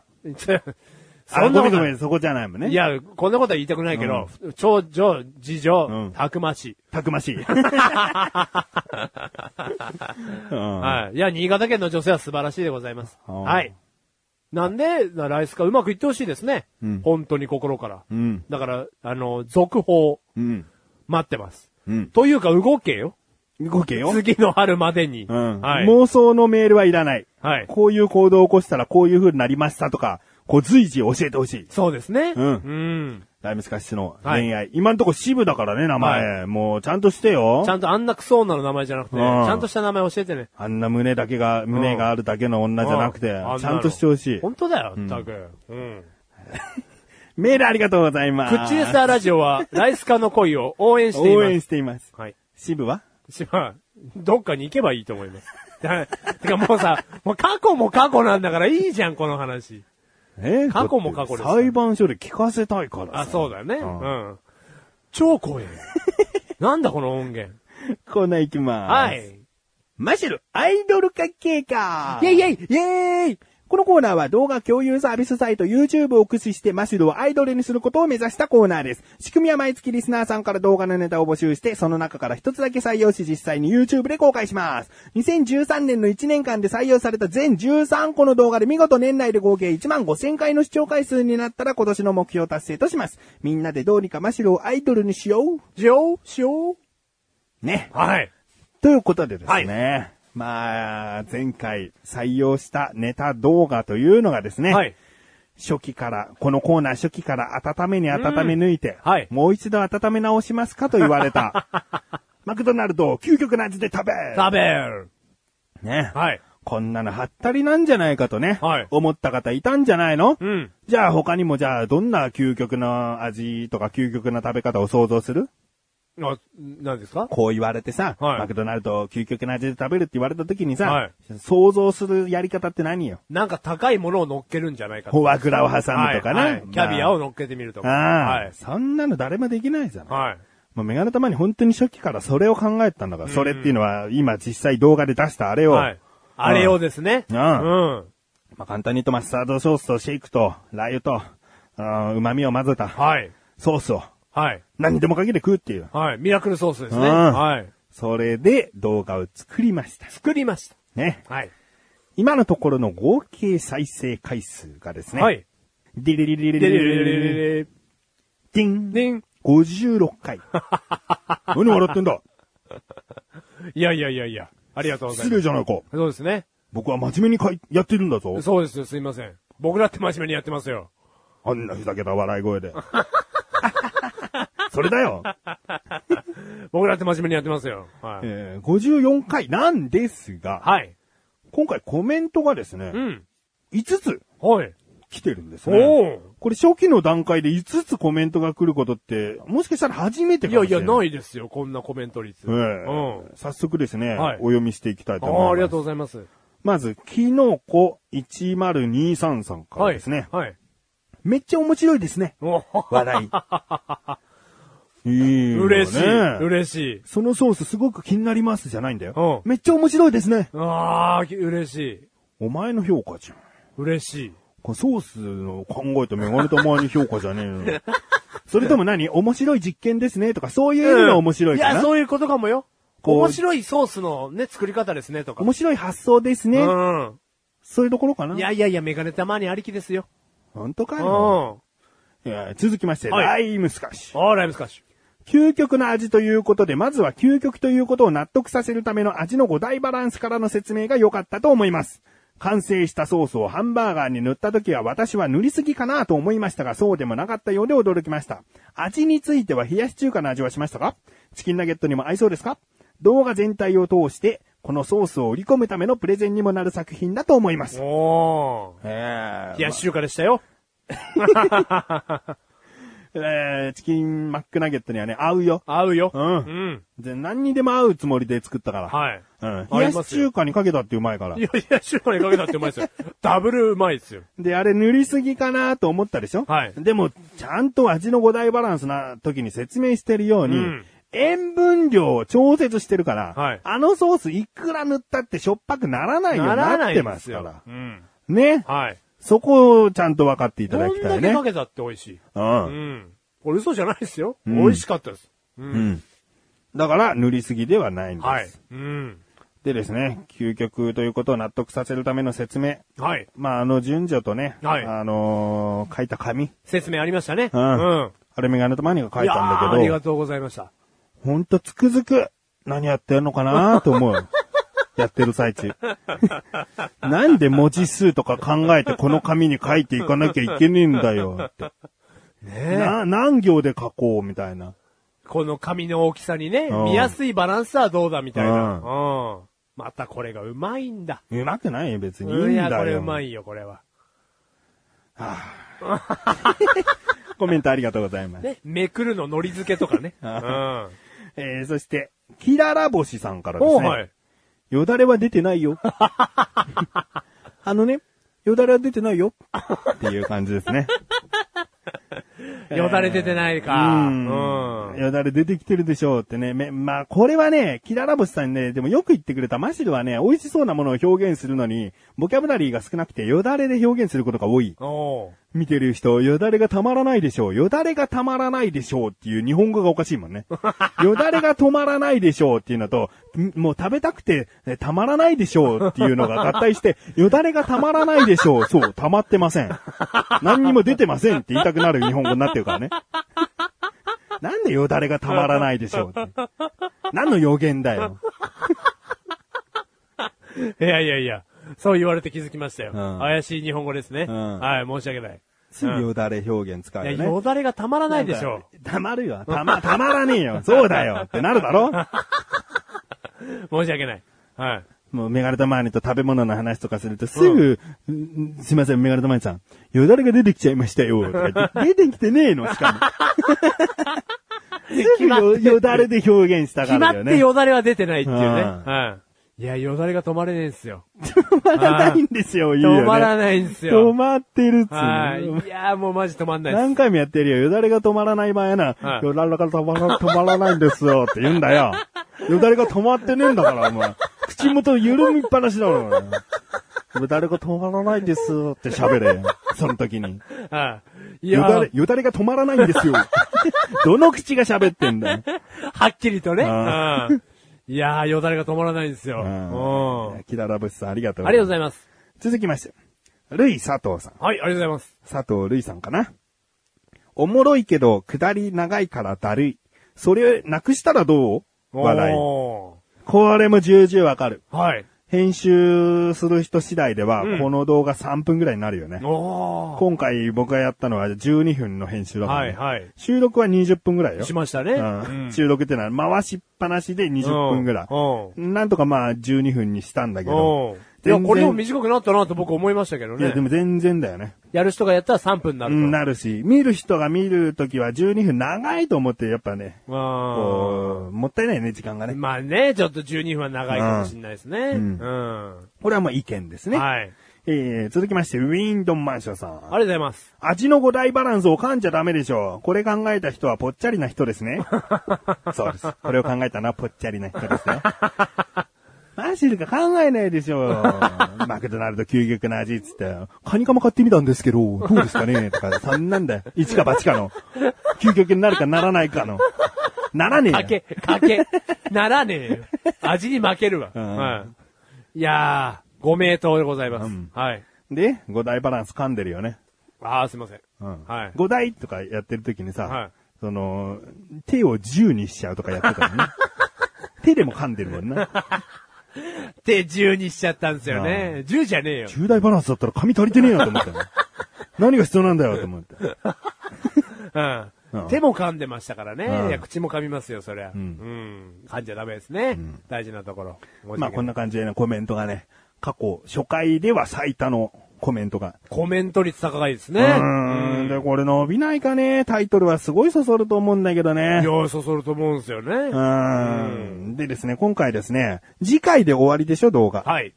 Speaker 1: そんな
Speaker 2: あ
Speaker 1: こ
Speaker 2: ごめん
Speaker 1: と
Speaker 2: ご
Speaker 1: な
Speaker 2: め
Speaker 1: い。
Speaker 2: ん、そこじゃないもんね。
Speaker 1: い、や、こんなことは言いたくないけど、長女、次
Speaker 2: う
Speaker 1: 女
Speaker 2: ん、
Speaker 1: たくましい。
Speaker 2: たく ましい。うん
Speaker 1: はい。いや、新潟県の女性は素晴らしいでございます。
Speaker 2: あー
Speaker 1: はい。なんで、なライスカうまくいってほしいですね。
Speaker 2: うん
Speaker 1: 本当に心から。
Speaker 2: うん。
Speaker 1: だから、あの、続報、
Speaker 2: うん。
Speaker 1: 待ってます。
Speaker 2: うん。
Speaker 1: というか、動けよ。
Speaker 2: 動けよ。
Speaker 1: 次の春までに。
Speaker 2: うん。
Speaker 1: はい。
Speaker 2: 妄想のメールはいらない。
Speaker 1: はい。
Speaker 2: こういう行動を起こしたらこういう風になりましたとか、こう随時教えてほしい。
Speaker 1: そうですね。
Speaker 2: うん
Speaker 1: うん。
Speaker 2: ライムスカッシュの
Speaker 1: はい
Speaker 2: 恋愛。今んとこ支部だからね、名前。もうちゃんとしてよ。
Speaker 1: ちゃんとあんなクソ女の名前じゃなくて、ち
Speaker 2: うん
Speaker 1: ゃんとした名前教えてね。
Speaker 2: あんな胸だけが、胸があるだけの女じゃなくて、
Speaker 1: うあ
Speaker 2: ちゃんとしてほしい。
Speaker 1: 本当だよ、ったく。うん。
Speaker 2: メールありがとうございます。
Speaker 1: クッチレスターラジオは、ライスカの恋を応援してい
Speaker 2: 応
Speaker 1: ます。
Speaker 2: 援しています。
Speaker 1: はい。
Speaker 2: 支部は
Speaker 1: しまあ、どっかに行けばいいと思います。だてかもうさ、もう過去も過去なんだからいいじゃん、この話。
Speaker 2: えー
Speaker 1: 過去も過去です
Speaker 2: だって裁判所で聞かせたいから
Speaker 1: あ、そうだね。う
Speaker 2: うん
Speaker 1: ん。超怖えよ。なんだこの音源。
Speaker 2: コーナー行きます。
Speaker 1: は。い。
Speaker 2: マシュル、アイドル化計画
Speaker 1: イェイイェイイェーイ
Speaker 2: このコーナーは動画共有サービスサイト YouTube を駆使してマシュルをアイドルにすることを目指したコーナーです。仕組みは毎月リスナーさんから動画のネタを募集して、その中から一つだけ採用し実際に YouTube で公開します。2013年の1年間で採用された全13個の動画で見事年内で合計1万5000回の視聴回数になったら今年の目標達成とします。みんなでどうにかマシュルをアイドルにしよう。しよう、しよう。ね。
Speaker 1: はい。
Speaker 2: ということでですね。
Speaker 1: はい
Speaker 2: まあ、前回採用したネタ動画というのがですね、
Speaker 1: はい。
Speaker 2: 初期から、このコーナー初期から温めに温め抜いて、
Speaker 1: うんはい
Speaker 2: もう一度温め直しますかと言わ れた、マクドナルドを究極の味で食べ
Speaker 1: 食べる。
Speaker 2: ね。
Speaker 1: はい。
Speaker 2: こんなのハったりなんじゃないかとね、
Speaker 1: はい
Speaker 2: 思った方いたんじゃないの、
Speaker 1: うん。
Speaker 2: じゃあ他にもじゃあどんな究極の味とか究極の食べ方を想像する
Speaker 1: あ、何ですか
Speaker 2: こう言われてさ、
Speaker 1: はい
Speaker 2: マクドナルドを究極の味で食べるって言われた時にさ、
Speaker 1: はい
Speaker 2: 想像するやり方って何よ
Speaker 1: なんか高いものを乗っけるんじゃないかと
Speaker 2: フォアグラを挟むとかな、
Speaker 1: はいはいキャビアを
Speaker 2: ま
Speaker 1: 乗っけてみると
Speaker 2: あ
Speaker 1: か。
Speaker 2: ああ、
Speaker 1: はい。
Speaker 2: そんなの誰もできないじゃん。
Speaker 1: はい。
Speaker 2: もうメガネたまに本当に初期からそれを考えてたんだから、それっていうのは今実際動画で出したあれを、
Speaker 1: はい。あれをですね。
Speaker 2: うん
Speaker 1: うん。
Speaker 2: まあ、簡単に言うとマスタードソースとシェイクとラー油と、あー旨味を混ぜた
Speaker 1: はい。
Speaker 2: ソースを
Speaker 1: はい。
Speaker 2: 何にでもかけて食うっていう。
Speaker 1: はい。ミラクルソースですね。
Speaker 2: うん
Speaker 1: はい。
Speaker 2: それで動画を作りました。
Speaker 1: 作りまし
Speaker 2: ね。
Speaker 1: た。はい。
Speaker 2: 今のところの合計再生回数がですね。
Speaker 1: はい。
Speaker 2: ディリリリリ
Speaker 1: で
Speaker 2: リ
Speaker 1: で
Speaker 2: リ
Speaker 1: で
Speaker 2: リリ
Speaker 1: で
Speaker 2: リリ
Speaker 1: でで
Speaker 2: ディン。
Speaker 1: でん
Speaker 2: 56回。何笑ってんだ
Speaker 1: いやいやいやいや。ありがとうござい
Speaker 2: 失
Speaker 1: ます。
Speaker 2: 礼じゃないか。
Speaker 1: そうですね。
Speaker 2: 僕は真面目にかいやってるんだぞ。
Speaker 1: そうですよ。すいません。僕だって真面目にやってますよ。
Speaker 2: あんなふざけた笑い声で。それだよ、
Speaker 1: 僕だって真面目にやってますよ。はい。
Speaker 2: えー !54 回なんですが、
Speaker 1: はい。
Speaker 2: 今回コメントがですね
Speaker 1: う、ん。
Speaker 2: 5つ
Speaker 1: はい。
Speaker 2: 来てるんです
Speaker 1: お
Speaker 2: ね。
Speaker 1: ー
Speaker 2: これ初期の段階で5つコメントが来ることって、もしかしたら初めて
Speaker 1: い
Speaker 2: か
Speaker 1: や
Speaker 2: も
Speaker 1: い
Speaker 2: しれ
Speaker 1: や、
Speaker 2: ない。
Speaker 1: ないいですよ。こんなコメント率。
Speaker 2: ええ
Speaker 1: うん。
Speaker 2: 早速ですね、
Speaker 1: はい
Speaker 2: お読みしていきたいと思います
Speaker 1: あ。あ、ありがとうございます。
Speaker 2: まず、きのこ1023さんから
Speaker 1: はい。
Speaker 2: ですね。
Speaker 1: はい。
Speaker 2: めっちゃ面白いですね。
Speaker 1: お
Speaker 2: 笑い。いいよね
Speaker 1: 嬉しい。嬉しい。
Speaker 2: そのソースすごく気になりますじゃないんだよ。
Speaker 1: う
Speaker 2: めっちゃ面白いですね。
Speaker 1: ああ、嬉しい。
Speaker 2: お前の評価じゃん。
Speaker 1: 嬉しい。
Speaker 2: これソースの考えたメガネた前に評価じゃねえの。 それとも何面白い実験ですねとか、そういうのが面白いか
Speaker 1: い
Speaker 2: な、
Speaker 1: や、そういうことかもよ。
Speaker 2: こう
Speaker 1: 面白いソースのね、作り方ですね、とか。
Speaker 2: 面白い発想ですね、
Speaker 1: うん。
Speaker 2: そういうところかない
Speaker 1: やいやいや、メガネたまにありきですよ。
Speaker 2: 本当
Speaker 1: う
Speaker 2: か
Speaker 1: ん。
Speaker 2: よ。
Speaker 1: あ
Speaker 2: いや続きまして、
Speaker 1: はい
Speaker 2: ライムスカッシュ。
Speaker 1: ー、ライムスカッシ
Speaker 2: 究極の味ということで、まずは究極ということを納得させるための味の5大バランスからの説明が良かったと思います。完成したソースをハンバーガーに塗った時は私は塗りすぎかなと思いましたが、そうでもなかったようで驚きました。味については冷やし中華の味はしましたかチキンナゲットにも合いそうですか動画全体を通して、このソースを売り込むためのプレゼンにもなる作品だと思いま
Speaker 1: ュ。
Speaker 2: す。
Speaker 1: おー。
Speaker 2: えー
Speaker 1: 冷やし中華でしたよ。
Speaker 2: えーチキンマックナゲットにはね、合うよ。
Speaker 1: 合うよ。
Speaker 2: うん
Speaker 1: うん。
Speaker 2: で何にでも合うつもりで作ったから。
Speaker 1: はい。
Speaker 2: うん。
Speaker 1: 合
Speaker 2: 冷や
Speaker 1: いま
Speaker 2: し
Speaker 1: すよ
Speaker 2: 中華にかけたってうまいから
Speaker 1: い。や、冷やし中華にかけたってうまい ですよ。ダブルうまいですよ。
Speaker 2: で、あれ塗りすぎかなと思ったでしょ
Speaker 1: はい
Speaker 2: でも、ちゃんと味の5大バランスな時に説明してるように、
Speaker 1: うん
Speaker 2: 塩分量を調節してるから、
Speaker 1: はい
Speaker 2: あのソースいくら塗ったってしょっぱくならないよう
Speaker 1: な
Speaker 2: に
Speaker 1: ら
Speaker 2: な
Speaker 1: ない
Speaker 2: って
Speaker 1: で
Speaker 2: ますすか
Speaker 1: よ
Speaker 2: ら。。
Speaker 1: うん。
Speaker 2: ね。
Speaker 1: はい。
Speaker 2: そこをちゃんと分かっていた
Speaker 1: こ
Speaker 2: だ
Speaker 1: ん
Speaker 2: きた
Speaker 1: だ
Speaker 2: い
Speaker 1: け
Speaker 2: ね
Speaker 1: か。けたって美味しい。
Speaker 2: う。
Speaker 1: うんん。これ嘘じゃないですよ。
Speaker 2: ん
Speaker 1: 美味しかったです。う。
Speaker 2: うんん。だから、塗りすぎではないんです。
Speaker 1: はい。うん。
Speaker 2: でですね、究極ということを納得させるための説明。
Speaker 1: はい。
Speaker 2: まあ、あの順序とね、
Speaker 1: はい
Speaker 2: あのー書いた紙。
Speaker 1: 説明ありましたね。
Speaker 2: うんあれメガネとマニが書いたんだ
Speaker 1: いやーあり
Speaker 2: け
Speaker 1: が
Speaker 2: ど、
Speaker 1: とうございました。
Speaker 2: ほんとつくづく、何やってんのかなと思 う。やってる最中。なんで文字数とか考えてこの紙に書いていかなきゃいけねえんだよって。
Speaker 1: ねえ。
Speaker 2: な、何行で書こうみたいな。
Speaker 1: この紙の大きさにね、
Speaker 2: うん
Speaker 1: 見やすいバランスはどうだみたいな。う
Speaker 2: う
Speaker 1: ん。またこれがうまいんだ。
Speaker 2: うまくないよ別に。いい
Speaker 1: うん
Speaker 2: ん
Speaker 1: い
Speaker 2: だ
Speaker 1: や、
Speaker 2: よ。
Speaker 1: これうまいよ、これは。
Speaker 2: コメントありがとうございます。
Speaker 1: ね、めくるののり付けと かね。うん。お
Speaker 2: えー、そして、キララ星さんからです
Speaker 1: ー
Speaker 2: ね。
Speaker 1: はい。
Speaker 2: よだれは出てな いよ。あのね、よだれは出てないよ。っていう感じですね。
Speaker 1: よだれ出てないか。
Speaker 2: う
Speaker 1: うんん。
Speaker 4: ん。
Speaker 2: よだれ出てきてるでしょうってね。めまあ、これはね、キララボシさんね、でもよく言ってくれたマシルはね、美味しそうなものを表現するのに、ボキャブラリーが少なくて、よだれで表現することが多い。
Speaker 1: お
Speaker 2: 見てる人、よだれがたまらないでしょう。よだれがたまらないでしょうっていう日本語がおかしい もんね。よだれが止まらないでしょうっていうのと、んもう食べたくてえたまらないでしょうっていうのが合体して、よだれがたまらないでしょう。そう、たまってません。何にも出てませんって言いたくなる日本語になってるからね。なんでよだれがたまらないでしょうって。何の予言だよ。
Speaker 1: ーいやいやいや、そう言われて気づきましたよ。
Speaker 2: うん
Speaker 1: 怪しい日本語ですね。
Speaker 2: ん
Speaker 1: はい、申し訳ない。
Speaker 2: すぐよだれ表現使う
Speaker 1: いや、
Speaker 2: よね。
Speaker 1: よだれがたまらないでしょ
Speaker 2: たまるよ。たま、たまらねえよ。そうだよ。ってなるだろ
Speaker 1: う。申し訳ない。はい。
Speaker 2: もうメガネたまーにと食べ物の話とかするとすぐ、んすいません、メガネたまーにさん、よだれが出てきちゃいまし たよ、とか言って、出てきてねえの、しかも。すぐよよだれで表現した
Speaker 1: 決
Speaker 2: か
Speaker 1: ま
Speaker 2: らだよ
Speaker 1: っ
Speaker 2: ね。
Speaker 1: て よだれは出てないっていうね。
Speaker 2: うん
Speaker 1: はい。いや、よだれが止まれねえんすよ。
Speaker 2: 止まらないんですよ、いいよ、ね。
Speaker 1: 止まらないんす
Speaker 2: 止
Speaker 1: よ。
Speaker 2: まってるっつう
Speaker 1: はい。い
Speaker 2: の。
Speaker 1: や、もうマジ止まんないです
Speaker 2: 何。回もやってるよ。よだれが止まらない場合やな。
Speaker 1: はい
Speaker 2: よだれが止まら止まらないんですよって言うんだよ。よだれが止まってねえんだから、お前。口元緩みっぱなしだろ、お前よだれが止まらないんですって喋れよ。その時に。
Speaker 1: はい。い
Speaker 2: よだ
Speaker 1: や
Speaker 2: れ、、よだれが止まらないんですよ。どの口が喋ってんだよ。
Speaker 1: はっきりとね。
Speaker 2: あ
Speaker 1: うんいやー、よだれが止まらないんですよ。
Speaker 2: うん
Speaker 1: うん
Speaker 2: キララブシさん、ありがとう。
Speaker 1: ありがとうござ
Speaker 2: い
Speaker 1: います。
Speaker 2: ます。続きまして。ルイ佐藤さん。
Speaker 1: はい、ありがとうございます。
Speaker 2: 佐藤るいさんかな。おもろいけど、下り長いからだるい。それ、なくしたらどう話題。
Speaker 1: お
Speaker 2: これも重々わかる。
Speaker 1: ーはい。
Speaker 2: 編集する人次第では、
Speaker 1: うん
Speaker 2: この動画3分ぐらいになるよね。
Speaker 1: おー
Speaker 2: 今回僕がやったのは12分の編集だから、
Speaker 1: は
Speaker 2: ね
Speaker 1: い、はい。
Speaker 2: 収録は20分ぐらいよ。
Speaker 1: しましたね。
Speaker 2: うん収録ってのは回しっぱなしで20分ぐらい。
Speaker 1: うん。
Speaker 2: なんとかまあ12分にしたんだけど。
Speaker 1: いや、
Speaker 2: 全然
Speaker 1: これでも短くなったなと僕思いましたけど
Speaker 2: いや、で
Speaker 1: ね。
Speaker 2: も全然だよね。
Speaker 1: やる人がやったら3分になると。
Speaker 2: うんなるし、見る人が見るときは12分長いと思って、やっぱね、
Speaker 1: うん
Speaker 2: こう、もったいないね、時間がね。
Speaker 1: まあね、ちょっと12分は長いかもしれないですね。う
Speaker 2: う
Speaker 1: んん。は
Speaker 2: これはもう意見です
Speaker 1: い。
Speaker 2: ね。
Speaker 1: あり
Speaker 2: えー、続きまして、ウィンドンマンションさ
Speaker 1: が
Speaker 2: ん。
Speaker 1: とうございます。
Speaker 2: 味の五大バランスを噛んじゃダメでしょう。これ考えた人はぽっちゃりな人ですね。 そうです。これを考えたのはぽっちゃりな人です ね。マジルか考えないでしょう。マクドナルド究極の味っつって、カニカマ買ってみたんですけど、どうですかねとか、そんなんだよ。一か八かの。究極になるかならないかの。ならね
Speaker 1: か
Speaker 2: えよ。
Speaker 1: け、かけ、ならねえよ。味に負けるわ。
Speaker 2: うん
Speaker 1: はい。いやー、ご名答でございます。はい。
Speaker 2: で、五大バランス噛んでるよね。
Speaker 1: あー、すいません。
Speaker 2: うん
Speaker 1: はい。
Speaker 2: 五大とかやってる時にさ、
Speaker 1: はい
Speaker 2: その、手を十にしちゃうとかやってたのね。 手でも噛んでるもんな。
Speaker 1: で、10にしちゃったんですよね。10じゃねえよ。
Speaker 2: 重大バランスだったら髪足りてねえなと思ったよ何が必要なんだよと思って。
Speaker 1: う
Speaker 2: うん
Speaker 1: ん。手も噛んでましたからね。
Speaker 2: うん
Speaker 1: いや、口も噛みますよ、そりゃ。うんん。噛んじゃダメですね。大事なところ。申し訳
Speaker 2: ま
Speaker 1: な
Speaker 2: あ
Speaker 1: い
Speaker 2: こんな感じでね、コメントがね、過去、初回では最多のコメントが。
Speaker 1: コメント率高いですね。
Speaker 2: うーん。で、これ伸びないかね。タイトルはすごいそそると思うんだけど
Speaker 1: いや、
Speaker 2: ね。
Speaker 1: そそると思うんですよね。
Speaker 2: うーん。でですね、今回ですね、次回で終わりでしょ、動画。
Speaker 1: はい。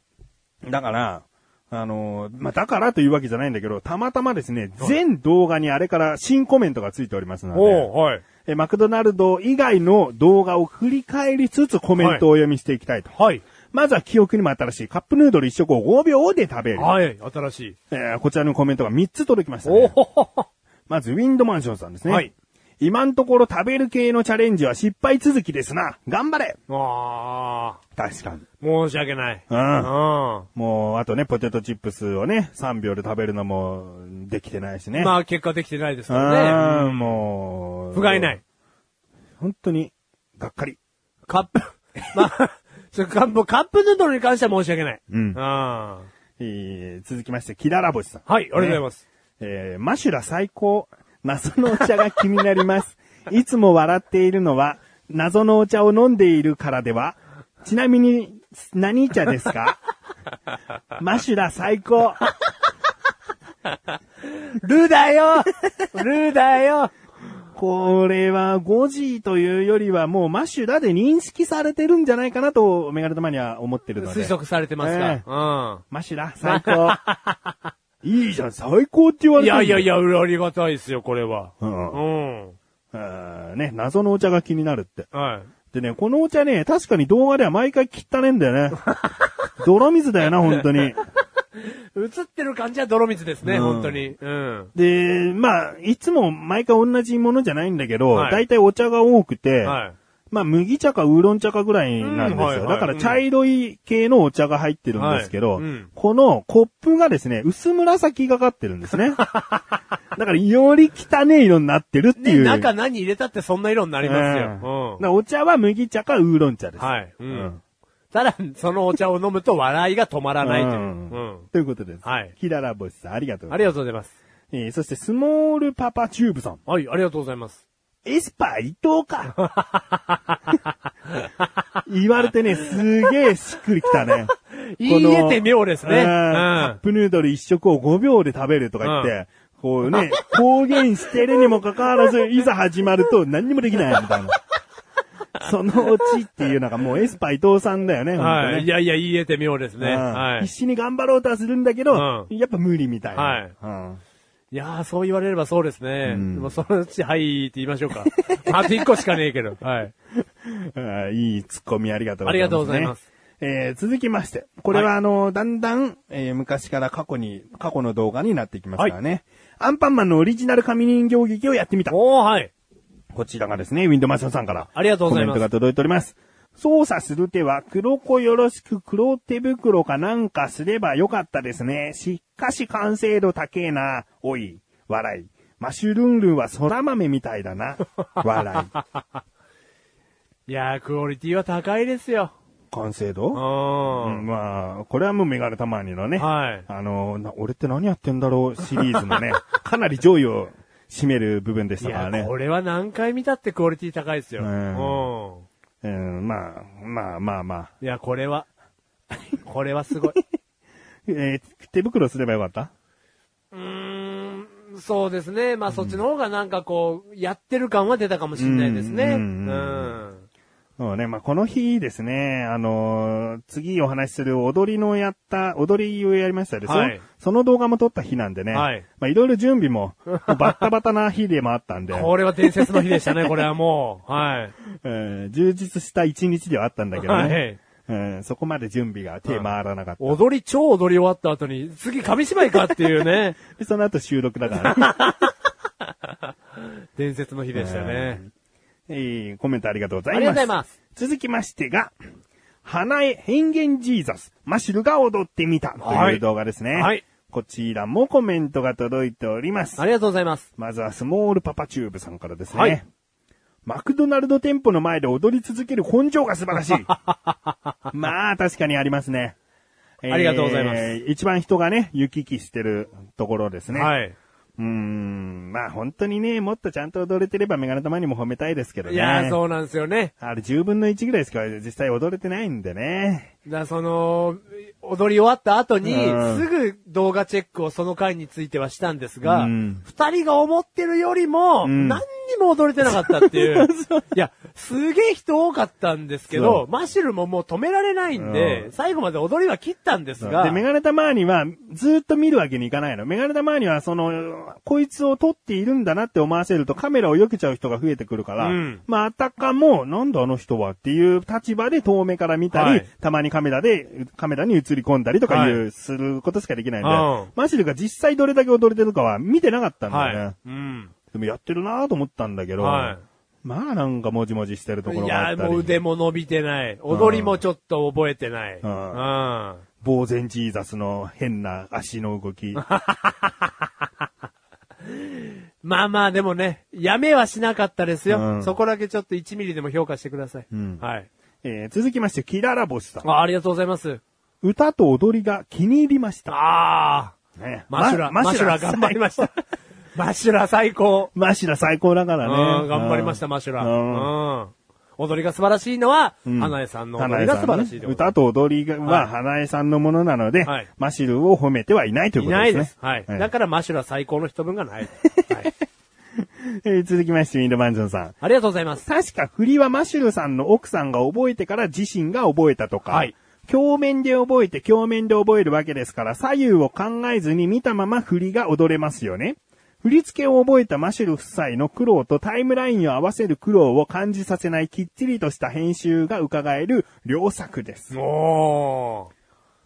Speaker 2: だから、あのーまあ、だからというわけじゃないんだけど、たまたまですね、全動画にあれから新コメントがついておりますの
Speaker 1: お
Speaker 2: で
Speaker 1: う、、はい。
Speaker 2: えマクドナルド以外の動画を振り返りつつコメントをお読みしていきたいと。
Speaker 1: はい。
Speaker 2: まずは記憶にも新しいカップヌードル一食を5秒で食べる。
Speaker 1: はい、新しい。
Speaker 2: えーこちらのコメントが3つ届きました、
Speaker 1: お
Speaker 2: ね。
Speaker 1: お
Speaker 2: まずウィンドマンションさんですね。
Speaker 1: はい
Speaker 2: 今のところ食べる系のチャレンジは失敗続きですな。頑張れ
Speaker 1: あ
Speaker 2: 確かに。
Speaker 1: ー、申し訳ない。
Speaker 2: う。
Speaker 1: うんん。
Speaker 2: もう、あとね、ポテトチップスをね、3秒で食べるのもできてないしね。
Speaker 1: まあ、結果できてないですからね。
Speaker 2: あ、うん、もう。
Speaker 1: 不甲斐ない。。
Speaker 2: 本当に、がっかり。
Speaker 1: カップ、まあ、 それカップ、カップヌードルに関しては申し訳ない。
Speaker 2: うん
Speaker 1: あ
Speaker 2: えー続きまして、キララボシさん。
Speaker 1: ーはい、ありがとうございます。
Speaker 2: えーマシュラ最高。謎のお茶が気になります。 いつも笑っているのは、謎のお茶を飲んでいるからでは、ちなみに、何茶です かマシュラ最高。
Speaker 1: ルーだよルーだよ
Speaker 2: これは5時というよりはもうマシュラで認識されてるんじゃないかなと、メガネ玉には思ってるので。
Speaker 1: 推測されてます
Speaker 2: ええ
Speaker 1: か
Speaker 2: マシュラ最高。 いいじゃん、最高って言わ
Speaker 1: うん。
Speaker 2: れ
Speaker 1: い
Speaker 2: てる
Speaker 1: やいやいや、ありがたいですよ、これは。
Speaker 2: うん
Speaker 1: うん。
Speaker 2: えーね、謎のお茶が気になるって。
Speaker 1: はい。
Speaker 2: でね、このお茶ね、確かに動画では毎回汚ねえんだよ ね。泥水だよな、本当に。
Speaker 1: 映ってる感じは泥水ですね、
Speaker 2: うん
Speaker 1: 本当に。うん。
Speaker 2: で、まあ、いつも毎回同じものじゃないんだけど、
Speaker 1: はい
Speaker 2: 大体お茶が多くて、
Speaker 1: はい。
Speaker 2: まあ、麦茶かウーロン茶かぐらいなん
Speaker 1: う
Speaker 2: ですよ。
Speaker 1: んはいはい
Speaker 2: だから、茶色い系のお茶が入ってるんですけど、
Speaker 1: はいうん
Speaker 2: このコップがですね、薄紫がかってるんですね。だ から、より汚い色になってるって
Speaker 1: ね、
Speaker 2: いう。
Speaker 1: 中何入れたってそんな色になります
Speaker 2: うん
Speaker 1: よ。
Speaker 2: だからお茶は麦茶かウーロン茶で
Speaker 1: うん。
Speaker 2: す。
Speaker 1: はい。う
Speaker 2: うんん。
Speaker 1: ただ、そのお茶を飲むと笑いが止まらないという。
Speaker 2: うん
Speaker 1: うん。
Speaker 2: ということです。
Speaker 1: はい
Speaker 2: ひららぼしさん、ありがとうご
Speaker 1: あり
Speaker 2: ざいま
Speaker 1: がとうございます。
Speaker 2: す。えーそして、スモールパパチューブさん。
Speaker 1: はい、ありがとうございます。
Speaker 2: エスパー伊藤か。 言われてね、すげえしっくりきたね。
Speaker 1: 言い得て妙ですね。
Speaker 2: うん
Speaker 1: う
Speaker 2: カッ
Speaker 1: ん。
Speaker 2: プヌードル一食を5秒で食べるとか言って、こうね、公言してるにもかか わらず、いざ始まると何にもできないみたいな。そのうちっていうのがもうエスパー伊藤さんだよね、
Speaker 1: は
Speaker 2: 本当
Speaker 1: い。い
Speaker 2: ね
Speaker 1: やいや、言い得て妙ですね。
Speaker 2: うん
Speaker 1: はい。
Speaker 2: 必死に頑張ろうとはするんだけど、
Speaker 1: う
Speaker 2: やっぱ無理みたいな。
Speaker 1: はい
Speaker 2: うん
Speaker 1: いやー、そう言われればそうですね。
Speaker 2: うん
Speaker 1: でもそのうち、はいって言いましょう か。あと一個しかねえけど。はい。
Speaker 2: あ ーいいツッコミありがとう
Speaker 1: あ
Speaker 2: ございます、ね。
Speaker 1: りがとうございます。
Speaker 2: えー、続きまして。
Speaker 3: これはあの、だんだん、えー昔から過去に、過去の動画になってきますからね。アンパンマンのオリジナル紙人形劇をやってみた。
Speaker 1: おー、はい。
Speaker 2: こちらがですね、ウィンドマションさんから。
Speaker 1: ありがとうございます
Speaker 2: コメントが届いております。
Speaker 3: 操作する手は黒子よろしく黒手袋かなんかすればよかったですね。しかし完成度高えな。おい、笑い。マシュルンルンは空豆みたいだな。笑い。
Speaker 1: いやー、クオリティは高いですよ。
Speaker 2: 完成
Speaker 1: う
Speaker 2: 度
Speaker 1: ん。
Speaker 2: うん、まあ、これはもうメガネたまにのね。
Speaker 1: はい。
Speaker 2: あの、な俺って何やってんだろうシリーズのね、 かなり上位を占める部分でし
Speaker 1: い
Speaker 2: たから
Speaker 1: や、
Speaker 2: ね。
Speaker 1: これは何回見たってクオリティ高いですよ。
Speaker 2: う
Speaker 1: うんん。
Speaker 2: うん、まあ、まあまあまあ。
Speaker 1: いや、これは、 これはすご い。
Speaker 2: えー手袋すればよかった
Speaker 1: うーん、そうですね。まあ、そっちの方がなんかこう、やってる感は出たかもしれないですね。
Speaker 2: う
Speaker 1: うんん。
Speaker 2: そうね。まあ、この日ですね、あのー次お話しする踊りのやった、踊りをやりましたでしょ、
Speaker 1: はい
Speaker 2: その動画も撮った日なんでね。
Speaker 1: はい
Speaker 2: まあ、いろいろ準備も、もうバッタバタな日でもあったんで、
Speaker 1: これは伝説の日でした ね、これはもう。はい。
Speaker 2: えー充実した一日ではあったんだけどね。
Speaker 1: はい
Speaker 2: うんそこまで準備が手回らなかった。
Speaker 1: 踊り、超踊り終わった後に、次紙芝居かっていう ね、
Speaker 2: でその後収録だから ね。
Speaker 1: 伝説の日でしたね。
Speaker 2: えーコメントありがとうございます。
Speaker 1: ありがとうございます。
Speaker 2: 続きましてが、花江変幻ジーザス、マシュルが踊ってみたと
Speaker 1: はいいう
Speaker 2: 動画ですね。
Speaker 1: はい
Speaker 2: こちらもコメントが届いております
Speaker 1: あ。りがとうございます。
Speaker 2: まずはスモールパパチューブさんからですね。
Speaker 1: はい
Speaker 2: マクドナルド店舗の前で踊り続ける根性が素晴ら しい。まあ、確かにありますね。えー
Speaker 1: ありがとうございます。
Speaker 2: 一番人がね、行き来してるところですね。
Speaker 1: はい。
Speaker 2: うーん、まあ本当にね、もっとちゃんと踊れてればメガネ玉にも褒めたいですけどね。
Speaker 1: いやー、そうなんですよね。
Speaker 2: あれ10分の1ぐらいしか実際踊れてないんでね。
Speaker 1: だからその、踊り終わった後に、
Speaker 2: うん
Speaker 1: すぐ動画チェックをその回についてはしたんですが、
Speaker 2: う
Speaker 1: 二、
Speaker 2: ん
Speaker 1: 人が思ってるよりも、
Speaker 2: ん
Speaker 1: 何にも踊れてなかったって いう。いや、すげえ人多かったんですけ
Speaker 2: そ
Speaker 1: ど、マシュルももう止められないんで、
Speaker 2: うん
Speaker 1: 最後まで踊りは切ったんですが、
Speaker 2: で、メガネたまーにはずっと見るわけにいかないの。メガネたまーにはその、こいつを撮っているんだなって思わせるとカメラを避けちゃう人が増えてくるから、
Speaker 1: うん
Speaker 2: まああたかも、なんだあの人はっていう立場で遠目から見たり、
Speaker 1: はい
Speaker 2: たまにカメラで、カメラに映り込んだりとかいう、
Speaker 1: は
Speaker 2: することしかできないんで、
Speaker 1: うん
Speaker 2: マシルが実際どれだけ踊れてるかは見てなかったんだよね。
Speaker 1: はい。うん。
Speaker 2: でもやってるなぁと思ったんだけど、
Speaker 1: はい
Speaker 2: まあなんかもじもじしてるところ
Speaker 1: い
Speaker 2: があ
Speaker 1: や
Speaker 2: った
Speaker 1: もう
Speaker 2: り、
Speaker 1: 腕も伸びてない。踊りもちょっと覚えてない。
Speaker 2: う
Speaker 1: うんん。
Speaker 2: 呆然ジーザスの変な足の 動き。
Speaker 1: まあまあ、でもね、やめはしなかったですよ。
Speaker 2: うん
Speaker 1: そこだけちょっと1ミリでも評価してください。
Speaker 2: うん
Speaker 1: はい。
Speaker 2: えー続きまして、キララボシさん。
Speaker 1: あありがとうございます。
Speaker 2: 歌と踊りが気に入りました。
Speaker 1: ああ、
Speaker 2: ね
Speaker 1: マシュラ、
Speaker 2: ま
Speaker 1: マシュラ頑張りました。マシュラ最高。
Speaker 2: マシュラ最高だか
Speaker 1: う
Speaker 2: ら
Speaker 1: ん、
Speaker 2: ね。
Speaker 1: 頑張りました、マシュラ。
Speaker 2: うん
Speaker 1: うん。踊りが素晴らしいのは、
Speaker 2: うん
Speaker 1: 花江さんの
Speaker 2: 花
Speaker 1: 踊
Speaker 2: 江
Speaker 1: り
Speaker 2: さん
Speaker 1: が
Speaker 2: ね
Speaker 1: 素晴らしいってこと
Speaker 2: 歌と踊りが
Speaker 1: は
Speaker 2: はい花江さんのものなので、
Speaker 1: はい
Speaker 2: マシュルを褒めてはいないという
Speaker 1: い
Speaker 2: こと
Speaker 1: な
Speaker 2: で
Speaker 1: い
Speaker 2: すね。
Speaker 1: です。はい。
Speaker 2: えー
Speaker 1: だからマシュラ最高の一文がない。はい。
Speaker 2: えー続きまして、ウィンドマンジョンさん。
Speaker 1: ありがとうござい ます。
Speaker 2: 確か振りはマシュルさんの奥さんが覚えてから自身が覚えたとか、
Speaker 1: はい
Speaker 2: 鏡面で覚えて鏡面で覚えるわけですから、左右を考えずに見たまま振りが踊れますよね。
Speaker 3: 振り付けを覚えたマシュル夫妻の苦労とタイムラインを合わせる苦労を感じさせないきっちりとした編集が伺える良作です。
Speaker 1: お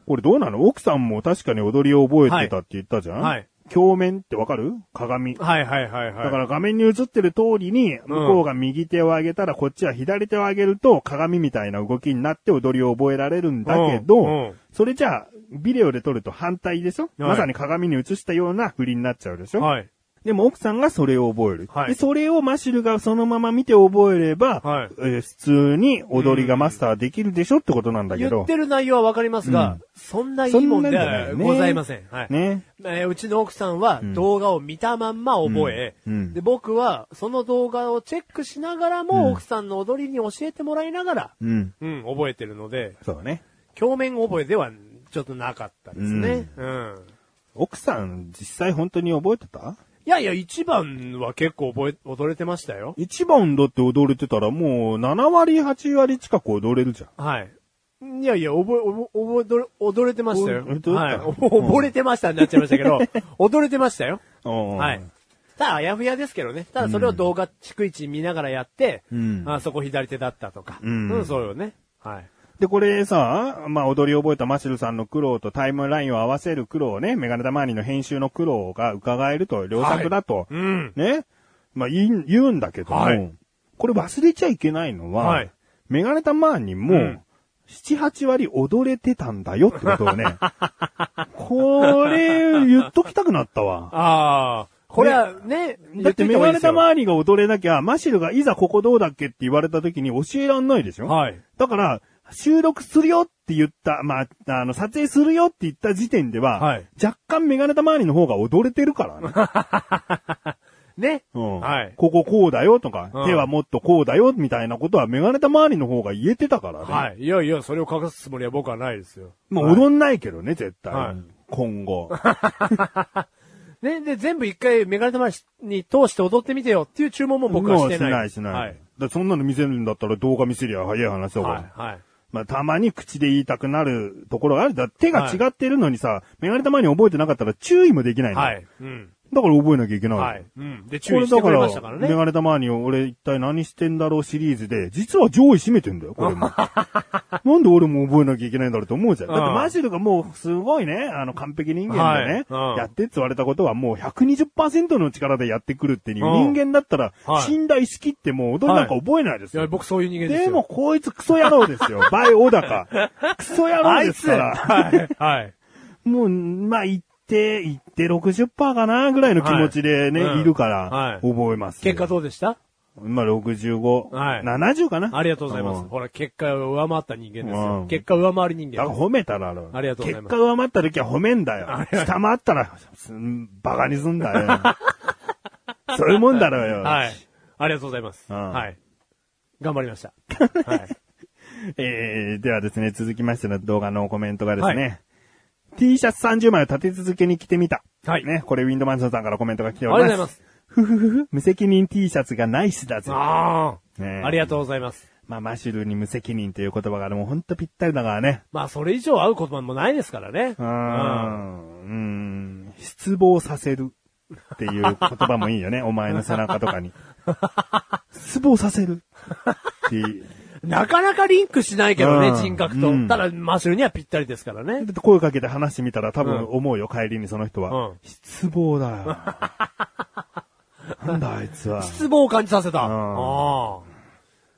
Speaker 2: これどうなの奥さんも確かに踊りを覚えてたって言ったじゃん
Speaker 1: はい。
Speaker 2: 鏡面ってわかる鏡
Speaker 1: ー。。はいはいはいはい。
Speaker 2: だから画面に映ってる通りに、向こうが右手を上げたら、こっちは左手を上げると、鏡みたいな動きになって踊りを覚えられるんだけ
Speaker 1: うんう
Speaker 2: ど
Speaker 1: ん、
Speaker 2: それじゃあ、ビデオで撮ると反対でしょまさに鏡に映したような振りになっちゃうでしょ
Speaker 1: はい。
Speaker 2: でも奥さんがそれを覚える。
Speaker 1: はい
Speaker 2: で、それをマシルがそのまま見て覚えれば、
Speaker 1: はい
Speaker 2: えー普通に踊りがマスターできるでしょってことなんだけ
Speaker 1: 言
Speaker 2: ど
Speaker 1: っ。てる内容はわかりますが、そんないいもんでは
Speaker 2: そんなんじゃないよね
Speaker 1: ございません。はい。
Speaker 2: ね。
Speaker 1: えーうちの奥さんは動画を見たまんま覚え、
Speaker 2: うんうん
Speaker 1: で、僕はその動画をチェックしながらも、奥さんの踊りに教えてもらいながら、
Speaker 2: うん。
Speaker 1: うん、覚えてるので、
Speaker 2: そうね。
Speaker 1: 表面覚えではちょっとなかったですね。うん。
Speaker 2: 奥さん、実際本当に覚えてた
Speaker 1: いやいや、一番は結構覚え、踊れてましたよ。
Speaker 2: 一番だって踊れてたらもう7割8割近く踊れるじゃん。
Speaker 1: はい。いやいや、覚え、覚え、踊れ、踊れてましたよ。
Speaker 2: お踊れた
Speaker 1: はい。
Speaker 2: うん
Speaker 1: 溺れてましたになっちゃいましたけど、踊れてましたよ。
Speaker 2: は
Speaker 1: はい。。ただ、あやふやですけどね。ただ、それを動画、逐一見ながらやって、
Speaker 2: うん
Speaker 1: あそこ左手だったとか。
Speaker 2: うん
Speaker 1: そうよね。はい。
Speaker 2: で、これさ、まあ、踊り覚えたマシルさんの苦労とタイムラインを合わせる苦労をね、メガネタマーニの編集の苦労が伺えると、良作だと、
Speaker 1: うん。
Speaker 2: ね。まあ、言い言うんだけども、
Speaker 1: はい
Speaker 2: これ忘れちゃいけないのは、
Speaker 1: はい
Speaker 2: メガネタマーニも、
Speaker 1: うん
Speaker 2: 7、8割踊れてたんだよってこと をね。これ、言っときたくなったわ。
Speaker 1: ああ、これはね、
Speaker 2: だってメガネタ
Speaker 1: ま
Speaker 2: 周りが踊れなきゃ、マシルがいざここどうだっけって言われた時に教えらんないでしょ
Speaker 1: はい。
Speaker 2: だから、収録するよって言った、まあ、あの、撮影するよって言った時点では、
Speaker 1: はい
Speaker 2: 若干メガネタ周りの方が踊れてるからね。
Speaker 1: ね。
Speaker 2: うん
Speaker 1: はい
Speaker 2: こここうだよとか、
Speaker 1: うん
Speaker 2: 手はもっとこうだよみたいなことはメガネタ周りの方が言えてたからね。
Speaker 1: はい。いやいや、それを隠すつもりは僕はないですよ。
Speaker 2: まあ、踊んないけどね、絶対。
Speaker 1: はい
Speaker 2: 今後。
Speaker 1: ね、で、全部一回メガネ玉に通して踊ってみてよっていう注文も 僕はしてない。
Speaker 2: もうしない、しない。
Speaker 1: は
Speaker 2: だ
Speaker 1: い
Speaker 2: か。らそんなの見せるんだったら動画見せりゃ早い話だから。
Speaker 1: はい。はい。
Speaker 2: まあ、たまに口で言いたくなるところがある。だ手が違ってるのにさ、メガネたまに覚えてなかったら注意もできないの。
Speaker 1: はい。うん。
Speaker 2: だから覚えなきゃいけないの。
Speaker 1: はい。うん。で、
Speaker 2: こ
Speaker 1: 注意
Speaker 2: れ
Speaker 1: して
Speaker 2: だ
Speaker 1: く
Speaker 2: か
Speaker 1: れましたから
Speaker 2: ら、メ
Speaker 1: ね。
Speaker 2: ガネたまに俺一体何してんだろうシリーズで、実は上位占めてんだよ、こ れも。なんで俺も覚えなきゃいけないんだろうと思うじゃん。だって
Speaker 1: うん
Speaker 2: マシルがもうすごいね、あの完璧人間でね、
Speaker 1: はいうん
Speaker 2: やってって言われたことはもう120%の力でやってくるっていう
Speaker 1: うん
Speaker 2: 人間だったら
Speaker 1: はい、
Speaker 2: 信頼しきってもう踊りなんか覚えないです
Speaker 1: い
Speaker 2: よ
Speaker 1: や、。僕そういう人間ですよ。
Speaker 2: でも、こいつクソ野郎 ですよ。バイオダカ。クソ野郎
Speaker 1: あ
Speaker 2: で
Speaker 1: い
Speaker 2: す
Speaker 1: つ
Speaker 2: から。
Speaker 1: はい。はい。
Speaker 2: もう、まあ、言って、言って60%かなぐらいの気持ちでね、
Speaker 1: はい
Speaker 2: い、
Speaker 1: うん
Speaker 2: るから、
Speaker 1: はい
Speaker 2: 覚えますよ。
Speaker 1: 結果どうでした
Speaker 2: まあ、65、
Speaker 1: はい
Speaker 2: 70かな。
Speaker 1: ありがとうございます。
Speaker 2: ん
Speaker 1: ほら、結果を上回った人間です
Speaker 2: う
Speaker 1: よ
Speaker 2: ん。
Speaker 1: 結果上回り人
Speaker 2: だか
Speaker 1: 間
Speaker 2: ら
Speaker 1: です。
Speaker 2: 褒めたらだろ
Speaker 1: ありがとうございます
Speaker 2: 結果上回った時は褒めんだよ。下回ったら、すバカにすんだよ。 そういうもんだろうよ。
Speaker 1: はい。ありがとうございます。
Speaker 2: うん
Speaker 1: はい。頑張り ました。はい。
Speaker 2: えー、ではですね、続きましての動画のコメントがですね、
Speaker 1: は
Speaker 2: T シャツ30枚を立て続けに着てみた。
Speaker 1: はい
Speaker 2: ね、これウィンドマンソンさんからコメントが来ており
Speaker 1: あ
Speaker 2: ます。
Speaker 1: りがとうございます。
Speaker 2: ふふふふ、無責任 T シャツがナイスだぜ。
Speaker 1: あ
Speaker 2: ねえ
Speaker 1: あ。ありがとうございます。
Speaker 2: まあ、マシュルに無責任という言葉があれもうほんとぴったりだからね。
Speaker 1: まあ、それ以上合う言葉もないですからね。
Speaker 2: うーん。うん。失望させるっていう言葉もいいよね。お前の背中とか に。失望させるっていう。
Speaker 1: なかなかリンクしないけどね、
Speaker 2: うん
Speaker 1: 人格と。
Speaker 2: うん
Speaker 1: ただ、マシュルにはぴったりですからね。
Speaker 2: だって声かけて話してみたら多
Speaker 1: う
Speaker 2: 分
Speaker 1: ん
Speaker 2: 思うよ、帰りにその人は。
Speaker 1: うん
Speaker 2: 失 望だよ。なんだあいつは。
Speaker 1: 失望を感じさせた。
Speaker 2: うん
Speaker 1: ああ